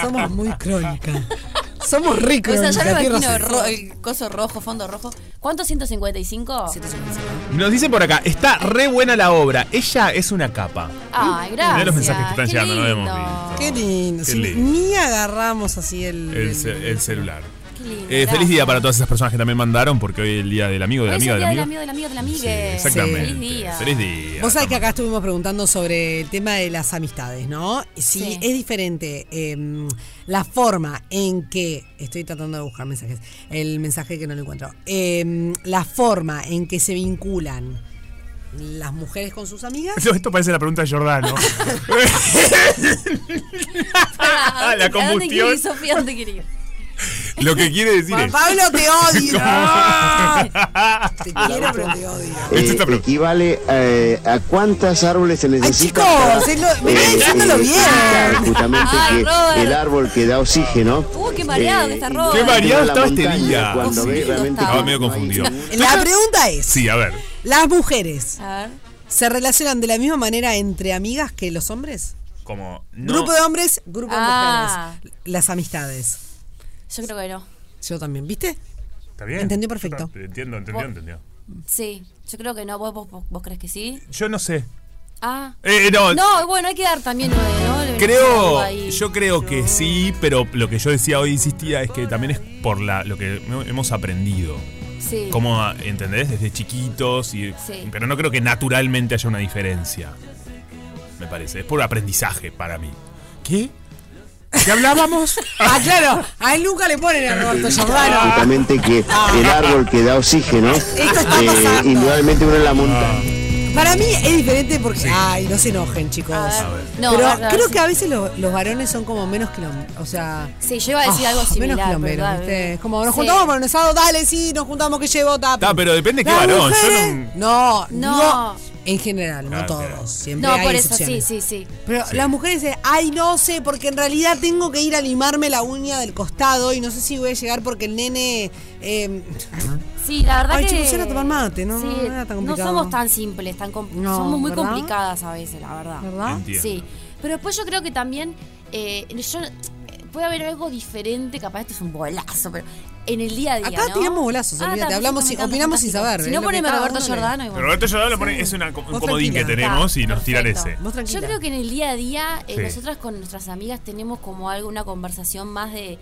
Speaker 2: Somos muy crónica. Somos ricos.
Speaker 13: O sea, ya me imagino ro- el coso rojo, fondo rojo. ¿Cuánto? 155?
Speaker 3: Nos dicen por acá, está re buena la obra. Ella es una capa.
Speaker 13: Ay, Ah, gracias.
Speaker 3: Mirá los mensajes que están
Speaker 13: Qué
Speaker 3: llegando, no
Speaker 13: lindo.
Speaker 3: vemos bien.
Speaker 2: Qué lindo.
Speaker 3: Qué
Speaker 2: sí,
Speaker 3: lindo.
Speaker 2: ni agarramos así el.
Speaker 3: El, ce- el celular.
Speaker 13: Qué lindo,
Speaker 3: Eh, feliz
Speaker 13: gracias.
Speaker 3: día para todas esas personas que también mandaron, porque hoy es el día del amigo, de la
Speaker 13: Hoy es el
Speaker 3: amiga, del
Speaker 13: día del
Speaker 3: amigo.
Speaker 13: amigo, del amigo, del amigo.
Speaker 3: Exactamente.
Speaker 13: Feliz día.
Speaker 3: Feliz día.
Speaker 2: Vos sabés que acá estuvimos preguntando sobre el tema de las amistades, ¿no? Si
Speaker 13: Sí.
Speaker 2: es diferente eh, la forma en que. Estoy tratando de buscar mensajes. em, El mensaje que no lo encuentro. Eh, la forma en que se vinculan las mujeres con sus amigas.
Speaker 15: Esto parece la pregunta de Jordano.
Speaker 13: Ah,
Speaker 15: la
Speaker 13: ¿A dónde
Speaker 15: combustión.
Speaker 13: querés, Sofía? ¿Dónde querés? ir?
Speaker 3: Lo que quiere decir
Speaker 2: Juan
Speaker 3: es.
Speaker 2: Ah, Pablo, te odio.
Speaker 16: equivale eh, a cuántas árboles se necesita.
Speaker 2: chicos,
Speaker 16: para,
Speaker 2: es lo- mirá, pensándolo bien.
Speaker 16: indicar Justamente
Speaker 13: Ah. Ay,
Speaker 16: que
Speaker 13: Robert.
Speaker 16: el árbol que da oxígeno. eh,
Speaker 13: Uh, qué mareado que está Robert.
Speaker 3: Qué variado
Speaker 16: la
Speaker 3: estaba este
Speaker 16: montaña,
Speaker 3: día.
Speaker 16: cuando ve realmente
Speaker 3: Estaba medio confundido.
Speaker 2: La pregunta es,
Speaker 3: Sí, a ver.
Speaker 2: ¿las mujeres
Speaker 13: A ver.
Speaker 2: se relacionan de la misma manera entre amigas que los hombres?
Speaker 3: Como.
Speaker 2: Grupo de hombres, grupo
Speaker 13: Ah.
Speaker 2: de mujeres. Las amistades.
Speaker 13: Yo creo que no.
Speaker 2: Yo también, ¿viste?
Speaker 15: Está bien.
Speaker 2: Entendió perfecto.
Speaker 15: Entiendo, entendió, entendió.
Speaker 13: Sí, yo creo que no. ¿Vos, vos, vos- vos crees que sí?
Speaker 15: Yo no sé.
Speaker 13: Ah.
Speaker 3: Eh, no.
Speaker 13: No, bueno, hay que dar también uno de ¿no? Le- algo
Speaker 3: Creo,
Speaker 13: ahí.
Speaker 3: yo creo que sí, pero lo que yo decía hoy insistía es que también es por la, lo que hemos aprendido.
Speaker 13: Sí.
Speaker 3: Como, a- ¿entendés? Desde chiquitos. Y,
Speaker 13: Sí.
Speaker 3: Pero no creo que naturalmente haya una diferencia. Me parece. Es por aprendizaje para mí. ¿Qué? ¿Qué hablábamos?
Speaker 2: Ah, claro, a él nunca le ponen a Roberto Giordano.
Speaker 16: Justamente que el árbol que da oxígeno. eh,
Speaker 2: está pasando.
Speaker 16: indudablemente uno en la montaña.
Speaker 2: Para mí es diferente porque. Ay, no se enojen, chicos.
Speaker 13: No,
Speaker 2: pero
Speaker 13: a ver,
Speaker 2: creo
Speaker 13: sí.
Speaker 2: que a veces lo- los varones son como menos quilomberos. O sea.
Speaker 13: Sí, yo iba a decir
Speaker 2: ah,
Speaker 13: algo similar,
Speaker 2: Menos quilomberos,
Speaker 13: ¿verdad?
Speaker 2: ¿viste? Es como, nos
Speaker 13: Sí.
Speaker 2: juntamos para un asado, dale, sí, nos juntamos que llevo tapa.
Speaker 3: Ta, pero depende qué
Speaker 2: Las
Speaker 3: varón, yo Ah,
Speaker 2: mujeres- no, no,
Speaker 13: No.
Speaker 2: En general, no
Speaker 3: Claro,
Speaker 2: todos. Siempre
Speaker 13: No,
Speaker 2: hay
Speaker 13: por eso sí,
Speaker 2: excepciones.
Speaker 13: sí, sí.
Speaker 2: Pero
Speaker 13: Sí.
Speaker 2: las mujeres dicen, ay, no sé, porque en realidad tengo que ir a limarme la uña del costado y no sé si voy a llegar porque el nene. eh,
Speaker 13: Sí, la verdad
Speaker 2: Ay,
Speaker 13: que.
Speaker 2: chicos, yo era tomar mate, no- no era tan complicado.
Speaker 13: somos tan simples, tan com-
Speaker 2: No,
Speaker 13: somos muy
Speaker 2: ¿verdad?
Speaker 13: complicadas a veces, la verdad.
Speaker 2: ¿Verdad?
Speaker 3: Entiendo.
Speaker 13: Sí. Pero después yo creo que también. eh, yo, eh, puede haber algo diferente, capaz esto es un bolazo, pero. En el día a día.
Speaker 2: Acá
Speaker 13: ¿no?
Speaker 2: tiramos bolazos,
Speaker 13: Ah,
Speaker 2: olvídate,
Speaker 13: está,
Speaker 2: hablamos sin-
Speaker 13: perfecto, me
Speaker 2: opinamos
Speaker 13: encanta,
Speaker 2: sin
Speaker 13: fantástico.
Speaker 2: saber,
Speaker 13: Si
Speaker 2: es
Speaker 13: no
Speaker 2: lo
Speaker 13: ponemos
Speaker 2: que
Speaker 13: a
Speaker 2: cada
Speaker 13: Roberto
Speaker 2: uno le-
Speaker 13: Giordano y
Speaker 15: Pero
Speaker 13: bueno.
Speaker 15: Roberto Llorado lo pone, es una, un
Speaker 13: Vos
Speaker 15: comodín que
Speaker 13: tranquila.
Speaker 15: tenemos y nos tiran
Speaker 13: Perfecto.
Speaker 15: ese.
Speaker 13: Yo creo que en el día a día, eh,
Speaker 15: Sí.
Speaker 13: nosotras con nuestras amigas tenemos como algo, una conversación más de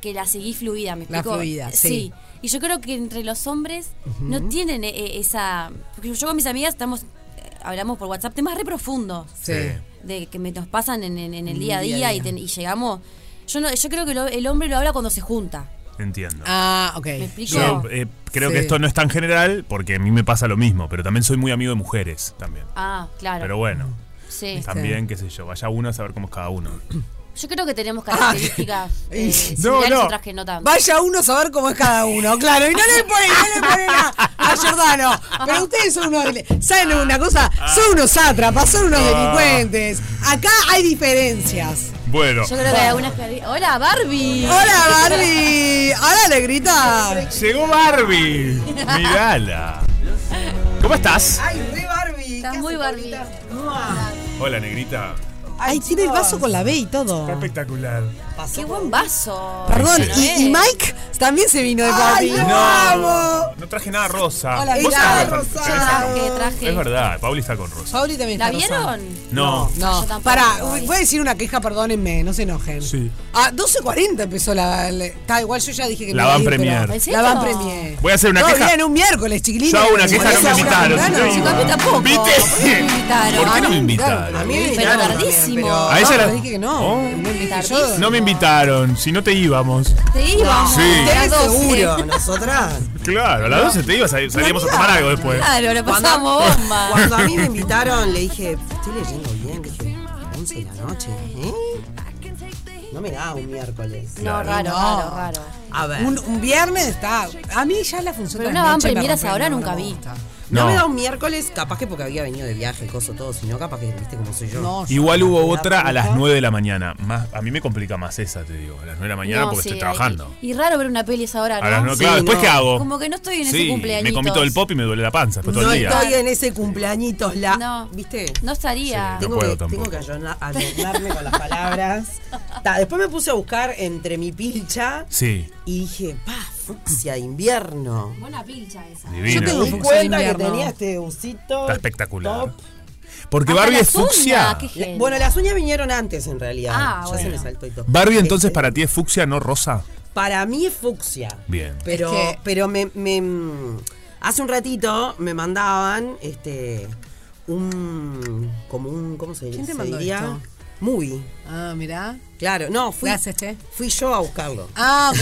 Speaker 13: que la seguí fluida, ¿me
Speaker 2: La
Speaker 13: explico?
Speaker 2: fluida,
Speaker 13: Eh,
Speaker 2: sí.
Speaker 13: Y yo creo que entre los hombres no
Speaker 2: Ujú.
Speaker 13: tienen eh, esa. Porque yo con mis amigas estamos. eh, Hablamos por WhatsApp temas re profundos.
Speaker 2: Sí.
Speaker 13: De que me- nos pasan en, en- en el día a día, y, ten- y llegamos. Yo no, yo creo que lo- el hombre lo habla cuando se junta.
Speaker 3: Entiendo.
Speaker 2: Ah, ok.
Speaker 13: ¿Me explico?
Speaker 3: Yo eh, creo que
Speaker 13: Sí.
Speaker 3: esto no es tan general porque a mí me pasa lo mismo, pero también soy muy amigo de mujeres también.
Speaker 13: Ah, claro.
Speaker 3: Pero bueno,
Speaker 13: Sí.
Speaker 3: también, qué sé yo, vaya uno a saber cómo es cada uno.
Speaker 13: Yo creo Ah, que tenemos características eh,
Speaker 2: No,
Speaker 13: similares,
Speaker 2: no.
Speaker 13: otras que no tanto.
Speaker 2: Vaya uno a saber cómo es cada uno, claro. Y no le ponen, no le ponen a, a Giordano. Pero ustedes son unos. ¿Saben una cosa? Son unos sátrapas, son unos
Speaker 3: Ah.
Speaker 2: delincuentes. Acá hay diferencias.
Speaker 3: Bueno.
Speaker 13: Yo creo que hay algunas que- ¡Hola, Barbie!
Speaker 2: ¡Hola, Barbie! ¡Hola, negrita!
Speaker 3: Llegó Barbie. Mirala. ¿Cómo estás?
Speaker 2: ¡Ay, re Barbie!
Speaker 13: Estás muy Barbie.
Speaker 3: Hola, negrita.
Speaker 2: Ay, tiene el vaso con la B y todo.
Speaker 15: Está espectacular.
Speaker 13: ¡Qué buen vaso!
Speaker 2: Perdón,
Speaker 3: Sí.
Speaker 2: y, y Mike también se vino de
Speaker 13: Ay,
Speaker 2: Barbie.
Speaker 13: no.
Speaker 3: No, no traje nada rosa.
Speaker 2: Hola,
Speaker 3: Ah, ¿Vos
Speaker 2: mirá,
Speaker 3: sabés, Pauli,
Speaker 2: rosa.
Speaker 3: tenés acá?
Speaker 2: Traje,
Speaker 13: traje.
Speaker 3: Es verdad, Pauli está con rosa.
Speaker 2: Pauli también
Speaker 13: ¿La
Speaker 2: está rosa.
Speaker 13: vieron?
Speaker 3: No.
Speaker 2: No,
Speaker 13: Yo tampoco,
Speaker 2: para,
Speaker 13: ay.
Speaker 2: voy a decir una queja, perdónenme, no se enojen.
Speaker 3: Sí.
Speaker 2: A 12.40 empezó la. la- Está igual, yo ya dije que
Speaker 3: La
Speaker 2: me iba a
Speaker 3: van
Speaker 2: ir, pero-
Speaker 3: premier. ¿En
Speaker 2: La
Speaker 3: serio?
Speaker 2: van premier.
Speaker 3: Voy a hacer una
Speaker 2: no,
Speaker 3: queja.
Speaker 2: en un miércoles, chiquilines.
Speaker 3: Yo hago una queja, no
Speaker 2: Por
Speaker 3: me
Speaker 2: eso ahora
Speaker 3: invitaron,
Speaker 2: temprano.
Speaker 3: si no iba.
Speaker 13: tampoco.
Speaker 3: ¿Viste?
Speaker 13: Me invitaron.
Speaker 3: ¿Por qué no me
Speaker 2: A
Speaker 3: invitaron?
Speaker 2: mí me
Speaker 13: Pero
Speaker 2: invitaron también,
Speaker 13: tardísimo.
Speaker 2: pero-
Speaker 3: A ella
Speaker 2: no,
Speaker 3: la-
Speaker 2: pero dije que no.
Speaker 3: Oh.
Speaker 2: No me invité yo.
Speaker 3: No me invitaron, si no te íbamos.
Speaker 13: Te íbamos.
Speaker 3: Sí.
Speaker 13: a las
Speaker 2: Ustedes
Speaker 13: 12.
Speaker 2: seguro, nosotras.
Speaker 3: Claro, a las 12 te ibas, sal- salíamos a tomar algo después.
Speaker 13: Claro, lo pasamos bomba.
Speaker 17: Cuando a mí me invitaron, le dije, estoy leyendo bien, dije, 11 de la noche, ¿eh? No me da un miércoles.
Speaker 13: No, raro,
Speaker 2: No.
Speaker 13: raro, raro.
Speaker 17: A ver.
Speaker 2: Un, un viernes está. A mí ya la función
Speaker 13: Pero
Speaker 2: de
Speaker 13: una
Speaker 2: las
Speaker 13: van
Speaker 2: noches me
Speaker 13: premieras
Speaker 2: rompe,
Speaker 13: ahora
Speaker 2: no,
Speaker 13: nunca
Speaker 2: no.
Speaker 13: vi.
Speaker 17: No.
Speaker 3: No.
Speaker 17: me da un miércoles, capaz que porque había venido de viaje, coso todo, sino capaz que viste como soy yo.
Speaker 2: No,
Speaker 3: Igual hubo otra a las 9 de la mañana. Más, a mí me complica más esa, te digo. A las 9 de la mañana
Speaker 13: No,
Speaker 3: porque
Speaker 13: sí,
Speaker 3: estoy trabajando.
Speaker 13: hay- Y, raro ver una peli a esa hora, Ah, ¿no?
Speaker 3: A las 9, claro, ¿después qué hago?
Speaker 13: Como que no estoy en
Speaker 3: sí,
Speaker 13: ese cumpleaños.
Speaker 3: me comí todo el pop y me duele la panza después todo
Speaker 17: No
Speaker 3: el día.
Speaker 17: estoy en ese cumpleañitos, la.
Speaker 13: No.
Speaker 17: ¿Viste?
Speaker 13: No estaría.
Speaker 17: Tengo,
Speaker 3: puedo
Speaker 17: que, tengo
Speaker 3: tampoco.
Speaker 17: que allorna- adornarme con las palabras. Ta, después me puse a buscar entre mi pilcha
Speaker 3: Sí,
Speaker 17: y dije, pa, fucsia de invierno.
Speaker 13: Buena pincha esa.
Speaker 3: divina.
Speaker 2: Yo tengo
Speaker 17: Me di
Speaker 2: fucsia de
Speaker 17: cuenta que
Speaker 2: invierno.
Speaker 17: tenía este usito.
Speaker 3: Está espectacular.
Speaker 17: top.
Speaker 3: Porque
Speaker 13: Hasta
Speaker 3: Barbie
Speaker 13: las
Speaker 3: es fucsia.
Speaker 13: uñas, qué
Speaker 17: La-
Speaker 13: genio.
Speaker 17: Bueno, las uñas vinieron antes en realidad.
Speaker 13: Ah,
Speaker 17: ya
Speaker 13: bueno.
Speaker 17: se me saltó y todo. Este,
Speaker 3: Barbie entonces para ti es fucsia, no rosa.
Speaker 17: Para mí es fucsia.
Speaker 3: Bien.
Speaker 17: Pero,
Speaker 2: Es que-
Speaker 17: pero me, me- mm, Hace un ratito me mandaban este. Un. Como un. ¿Cómo se,
Speaker 2: ¿Quién te
Speaker 17: se
Speaker 2: mandó
Speaker 17: diría?
Speaker 2: esto?
Speaker 17: Muy.
Speaker 2: Ah, mirá.
Speaker 17: Claro, no, fui.
Speaker 2: Gracias, che.
Speaker 17: Fui yo a buscarlo.
Speaker 2: Ah, ok.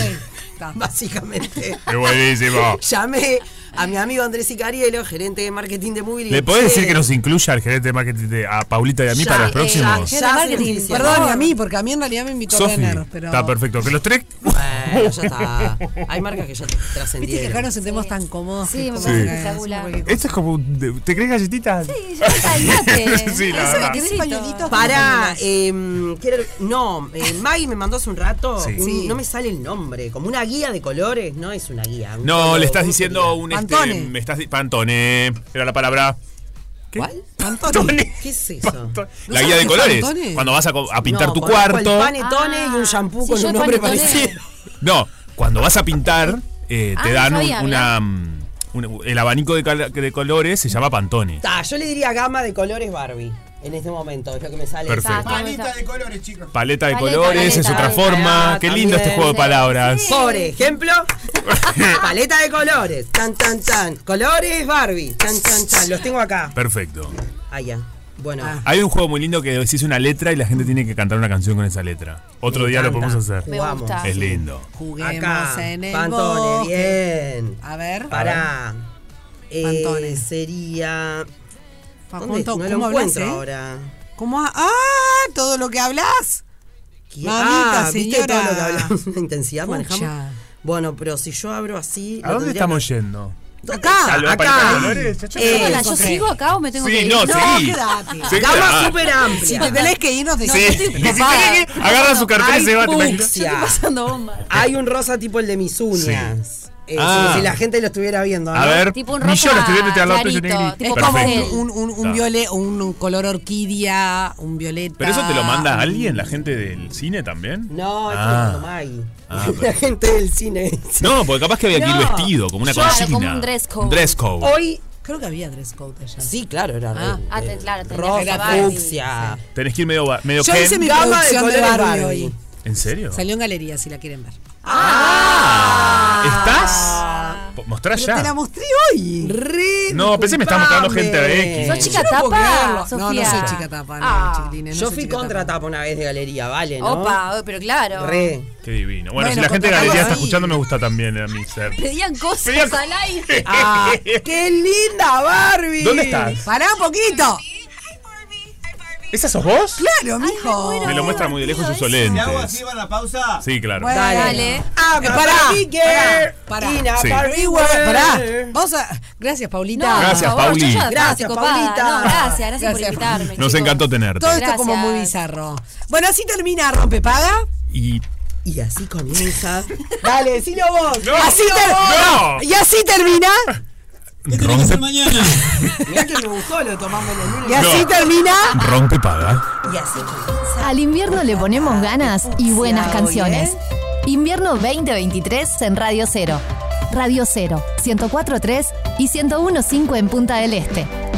Speaker 2: Está.
Speaker 17: Básicamente.
Speaker 3: Es buenísimo.
Speaker 17: Llamé a mi amigo Andrés Sicarielo, gerente de marketing de Movil.
Speaker 3: ¿Le podés decir que nos incluya al gerente de marketing de, a Paulita y a mí para
Speaker 2: eh,
Speaker 3: los próximos?
Speaker 17: ya marketing,
Speaker 2: Perdón, a mí, porque a mí en realidad me invitó
Speaker 3: Sofi,
Speaker 2: Renner, pero.
Speaker 3: está perfecto. Que los tres.
Speaker 17: Bueno, ya está. Hay marcas que ya
Speaker 2: Viste que acá
Speaker 17: trascendieron.
Speaker 2: nos sentimos tan cómodos.
Speaker 13: Sí, me
Speaker 2: que-
Speaker 13: parece
Speaker 3: Sí.
Speaker 13: espectacular.
Speaker 3: Esto es como. un de- ¿Te crees galletitas? Sí,
Speaker 13: ya
Speaker 17: salgate.
Speaker 3: sí, la
Speaker 17: Eso
Speaker 3: verdad.
Speaker 2: ¿Querés pañuelitos?
Speaker 17: Pará, eh, quiero- no, eh, Maggie me mandó hace un rato,
Speaker 3: Sí.
Speaker 17: un-
Speaker 3: Sí.
Speaker 17: no me sale el nombre, como una guía de colores, no es una guía. un
Speaker 3: No,
Speaker 17: todo-
Speaker 3: le estás
Speaker 17: ¿cómo
Speaker 3: diciendo
Speaker 17: sería?
Speaker 3: un. este, me estás di- Pantone. Era la palabra.
Speaker 17: ¿Cuál? ¿Qué es eso?
Speaker 3: La guía de colores. Cuando vas a, co- a pintar tu cuarto.
Speaker 17: panetone y un shampoo con
Speaker 2: yo
Speaker 17: un nombre
Speaker 2: panetone.
Speaker 17: parecido.
Speaker 3: No, cuando vas a pintar, eh, te
Speaker 17: Ah,
Speaker 3: dan
Speaker 17: no
Speaker 3: un-
Speaker 17: sabía,
Speaker 3: una, mm, un- El abanico de, cala- de colores se llama Pantone.
Speaker 17: Ta, yo le diría gama de colores Barbie en este momento, es lo que me sale.
Speaker 3: Perfecto.
Speaker 17: Paleta de colores, chicos.
Speaker 3: Paleta de
Speaker 17: Paleta,
Speaker 3: colores es
Speaker 17: paleta,
Speaker 3: otra
Speaker 17: paleta,
Speaker 3: forma. Qué lindo este
Speaker 17: Ah, también.
Speaker 3: juego de palabras.
Speaker 17: Por ejemplo, paleta de colores, tan tan tan, colores Barbie, tan tan tan, los tengo acá.
Speaker 3: Perfecto.
Speaker 17: Ah, ya. Bueno,
Speaker 3: Hay un juego muy lindo que decís una letra y la gente tiene que cantar una canción con esa letra. Otro día lo
Speaker 17: encanta.
Speaker 3: podemos hacer.
Speaker 17: Me gusta.
Speaker 3: Es lindo.
Speaker 2: Juguemos
Speaker 17: Acá,
Speaker 2: en el
Speaker 17: Pantone,
Speaker 2: bosque.
Speaker 17: bien.
Speaker 2: A ver.
Speaker 17: Pará. Eh,
Speaker 2: Pantone.
Speaker 17: sería. ¿Dónde?
Speaker 2: Facundo,
Speaker 17: No
Speaker 2: ¿cómo
Speaker 17: lo
Speaker 2: hablas,
Speaker 17: encuentro
Speaker 2: eh?
Speaker 17: ahora.
Speaker 2: ¿Cómo? ha- ¡Ah! Todo lo que hablas.
Speaker 17: ¿Qué?
Speaker 2: Mamita,
Speaker 17: ah, ¿viste
Speaker 2: señora.
Speaker 17: todo lo que hablamos? Una intensidad
Speaker 2: Pucha.
Speaker 17: manejamos. Bueno, pero si yo abro así.
Speaker 3: ¿A
Speaker 17: lo
Speaker 3: dónde
Speaker 17: tendría que-
Speaker 3: estamos yendo?
Speaker 17: Acá,
Speaker 3: ¿Salvo para
Speaker 17: acá.
Speaker 3: colores?
Speaker 13: Eh, Hola, ¿Yo sigo acá o me tengo
Speaker 3: Sí,
Speaker 13: que ir?
Speaker 3: no, seguí.
Speaker 2: quédate.
Speaker 3: Seguí.
Speaker 17: Gama
Speaker 3: Ah.
Speaker 17: súper amplia.
Speaker 2: Si te tenés que ir, nos decís.
Speaker 3: Sí.
Speaker 2: No, yo
Speaker 3: Y
Speaker 2: estoy
Speaker 3: si
Speaker 2: copada.
Speaker 3: tenés que- agarra su cartera y
Speaker 17: Hay
Speaker 3: se va. ¿te imaginas?
Speaker 17: fucsia. Hay un rosa tipo el de mis uñas. Eh,
Speaker 3: Ah.
Speaker 17: si, si la gente lo estuviera viendo.
Speaker 3: A
Speaker 17: ¿no?
Speaker 3: ver, Tipo un rosa millones de estudiantes te hablan clarito, de ese negrito.
Speaker 2: Es
Speaker 3: tipo pastel.
Speaker 2: como un, un, un
Speaker 3: Está.
Speaker 2: viole- un, un color orquídea, un violeta.
Speaker 3: ¿Pero eso te lo manda alguien, la gente del cine también?
Speaker 17: No, esto
Speaker 3: Ah.
Speaker 17: es como Maggie.
Speaker 3: Ah,
Speaker 17: La
Speaker 3: perfecto.
Speaker 17: gente del cine.
Speaker 3: No, porque capaz que había que ir
Speaker 17: No.
Speaker 3: vestido, como una
Speaker 17: Claro,
Speaker 3: consigna.
Speaker 17: como un dress code.
Speaker 3: Un dress code.
Speaker 2: Oh.
Speaker 17: Hoy.
Speaker 2: Creo que había dress code allá.
Speaker 17: Sí, claro, era
Speaker 2: Ah,
Speaker 17: re-
Speaker 2: ah,
Speaker 17: eh,
Speaker 2: claro, tenía que
Speaker 17: rosa,
Speaker 2: ser Barbie.
Speaker 17: fucsia.
Speaker 3: Tenés que ir medio, ba- medio
Speaker 2: Yo
Speaker 3: Ken.
Speaker 2: hice mi
Speaker 17: Gama de
Speaker 2: producción de,
Speaker 17: colores
Speaker 2: Barbie,
Speaker 17: Barbie.
Speaker 2: hoy.
Speaker 3: ¿En serio?
Speaker 2: Salió en galería, si la quieren ver.
Speaker 3: Ah. ¿Estás? Po- Mostrá
Speaker 2: Pero te la
Speaker 3: ya.
Speaker 2: mostré hoy.
Speaker 3: No, pensé me estaba mostrando gente de X.
Speaker 2: ¿Sos
Speaker 17: Yo
Speaker 2: chica
Speaker 17: no puedo
Speaker 2: tapa,
Speaker 17: creerlo.
Speaker 2: No, no soy chica tapa, no,
Speaker 17: Ah.
Speaker 2: chiquilines, no
Speaker 17: Yo
Speaker 2: soy
Speaker 17: fui
Speaker 2: chica
Speaker 17: contra tapa una vez de galería, vale, ¿no?
Speaker 13: Opa, oh, pero claro.
Speaker 17: Re.
Speaker 2: Eh,
Speaker 3: Qué divino. Bueno,
Speaker 17: Bueno,
Speaker 3: si la gente de
Speaker 17: contratamos
Speaker 3: galería está
Speaker 17: ahí.
Speaker 3: escuchando, me gusta también a mí ser.
Speaker 13: Pedían cosas al aire.
Speaker 17: Ah, ¡Qué linda Barbie!
Speaker 3: ¿Dónde estás?
Speaker 2: Pará un poquito.
Speaker 3: ¿Esa sos vos?
Speaker 2: Claro, mijo.
Speaker 3: Me lo muestra muy de lejos sus lentes.
Speaker 14: van la pausa?
Speaker 3: Sí, claro.
Speaker 2: Bueno,
Speaker 17: Dale.
Speaker 2: Ah,
Speaker 17: Pará,
Speaker 2: pará.
Speaker 17: Pará.
Speaker 2: Pará.
Speaker 17: Ina
Speaker 3: Sí.
Speaker 17: Barbie World.
Speaker 2: Pará. Vamos a- Gracias, Paulita.
Speaker 3: No, Gracias, por favor, Pauli. yo ya-
Speaker 2: Gracias, Paulita.
Speaker 13: No, gracias, gracias, por
Speaker 2: Gracias.
Speaker 13: invitarme.
Speaker 3: Nos encantó tenerte.
Speaker 2: Todo esto como muy bizarro. Bueno, así termina Rompe Paga.
Speaker 3: Y
Speaker 17: Y así comienza. Dale, decilo vos.
Speaker 3: No,
Speaker 2: así
Speaker 17: no,
Speaker 2: ter-
Speaker 3: no.
Speaker 2: Y así termina.
Speaker 17: mañana. Mirá que me gustó, lo tomamos los lunes.
Speaker 2: Y así
Speaker 3: No.
Speaker 2: termina.
Speaker 3: rompe paga.
Speaker 17: Y así comienza.
Speaker 5: Al invierno le ponemos ganas y buenas
Speaker 2: ah,
Speaker 5: canciones. Invierno 2023 en Radio Cero. Radio Cero, 104.3 y 101.5 en Punta del Este.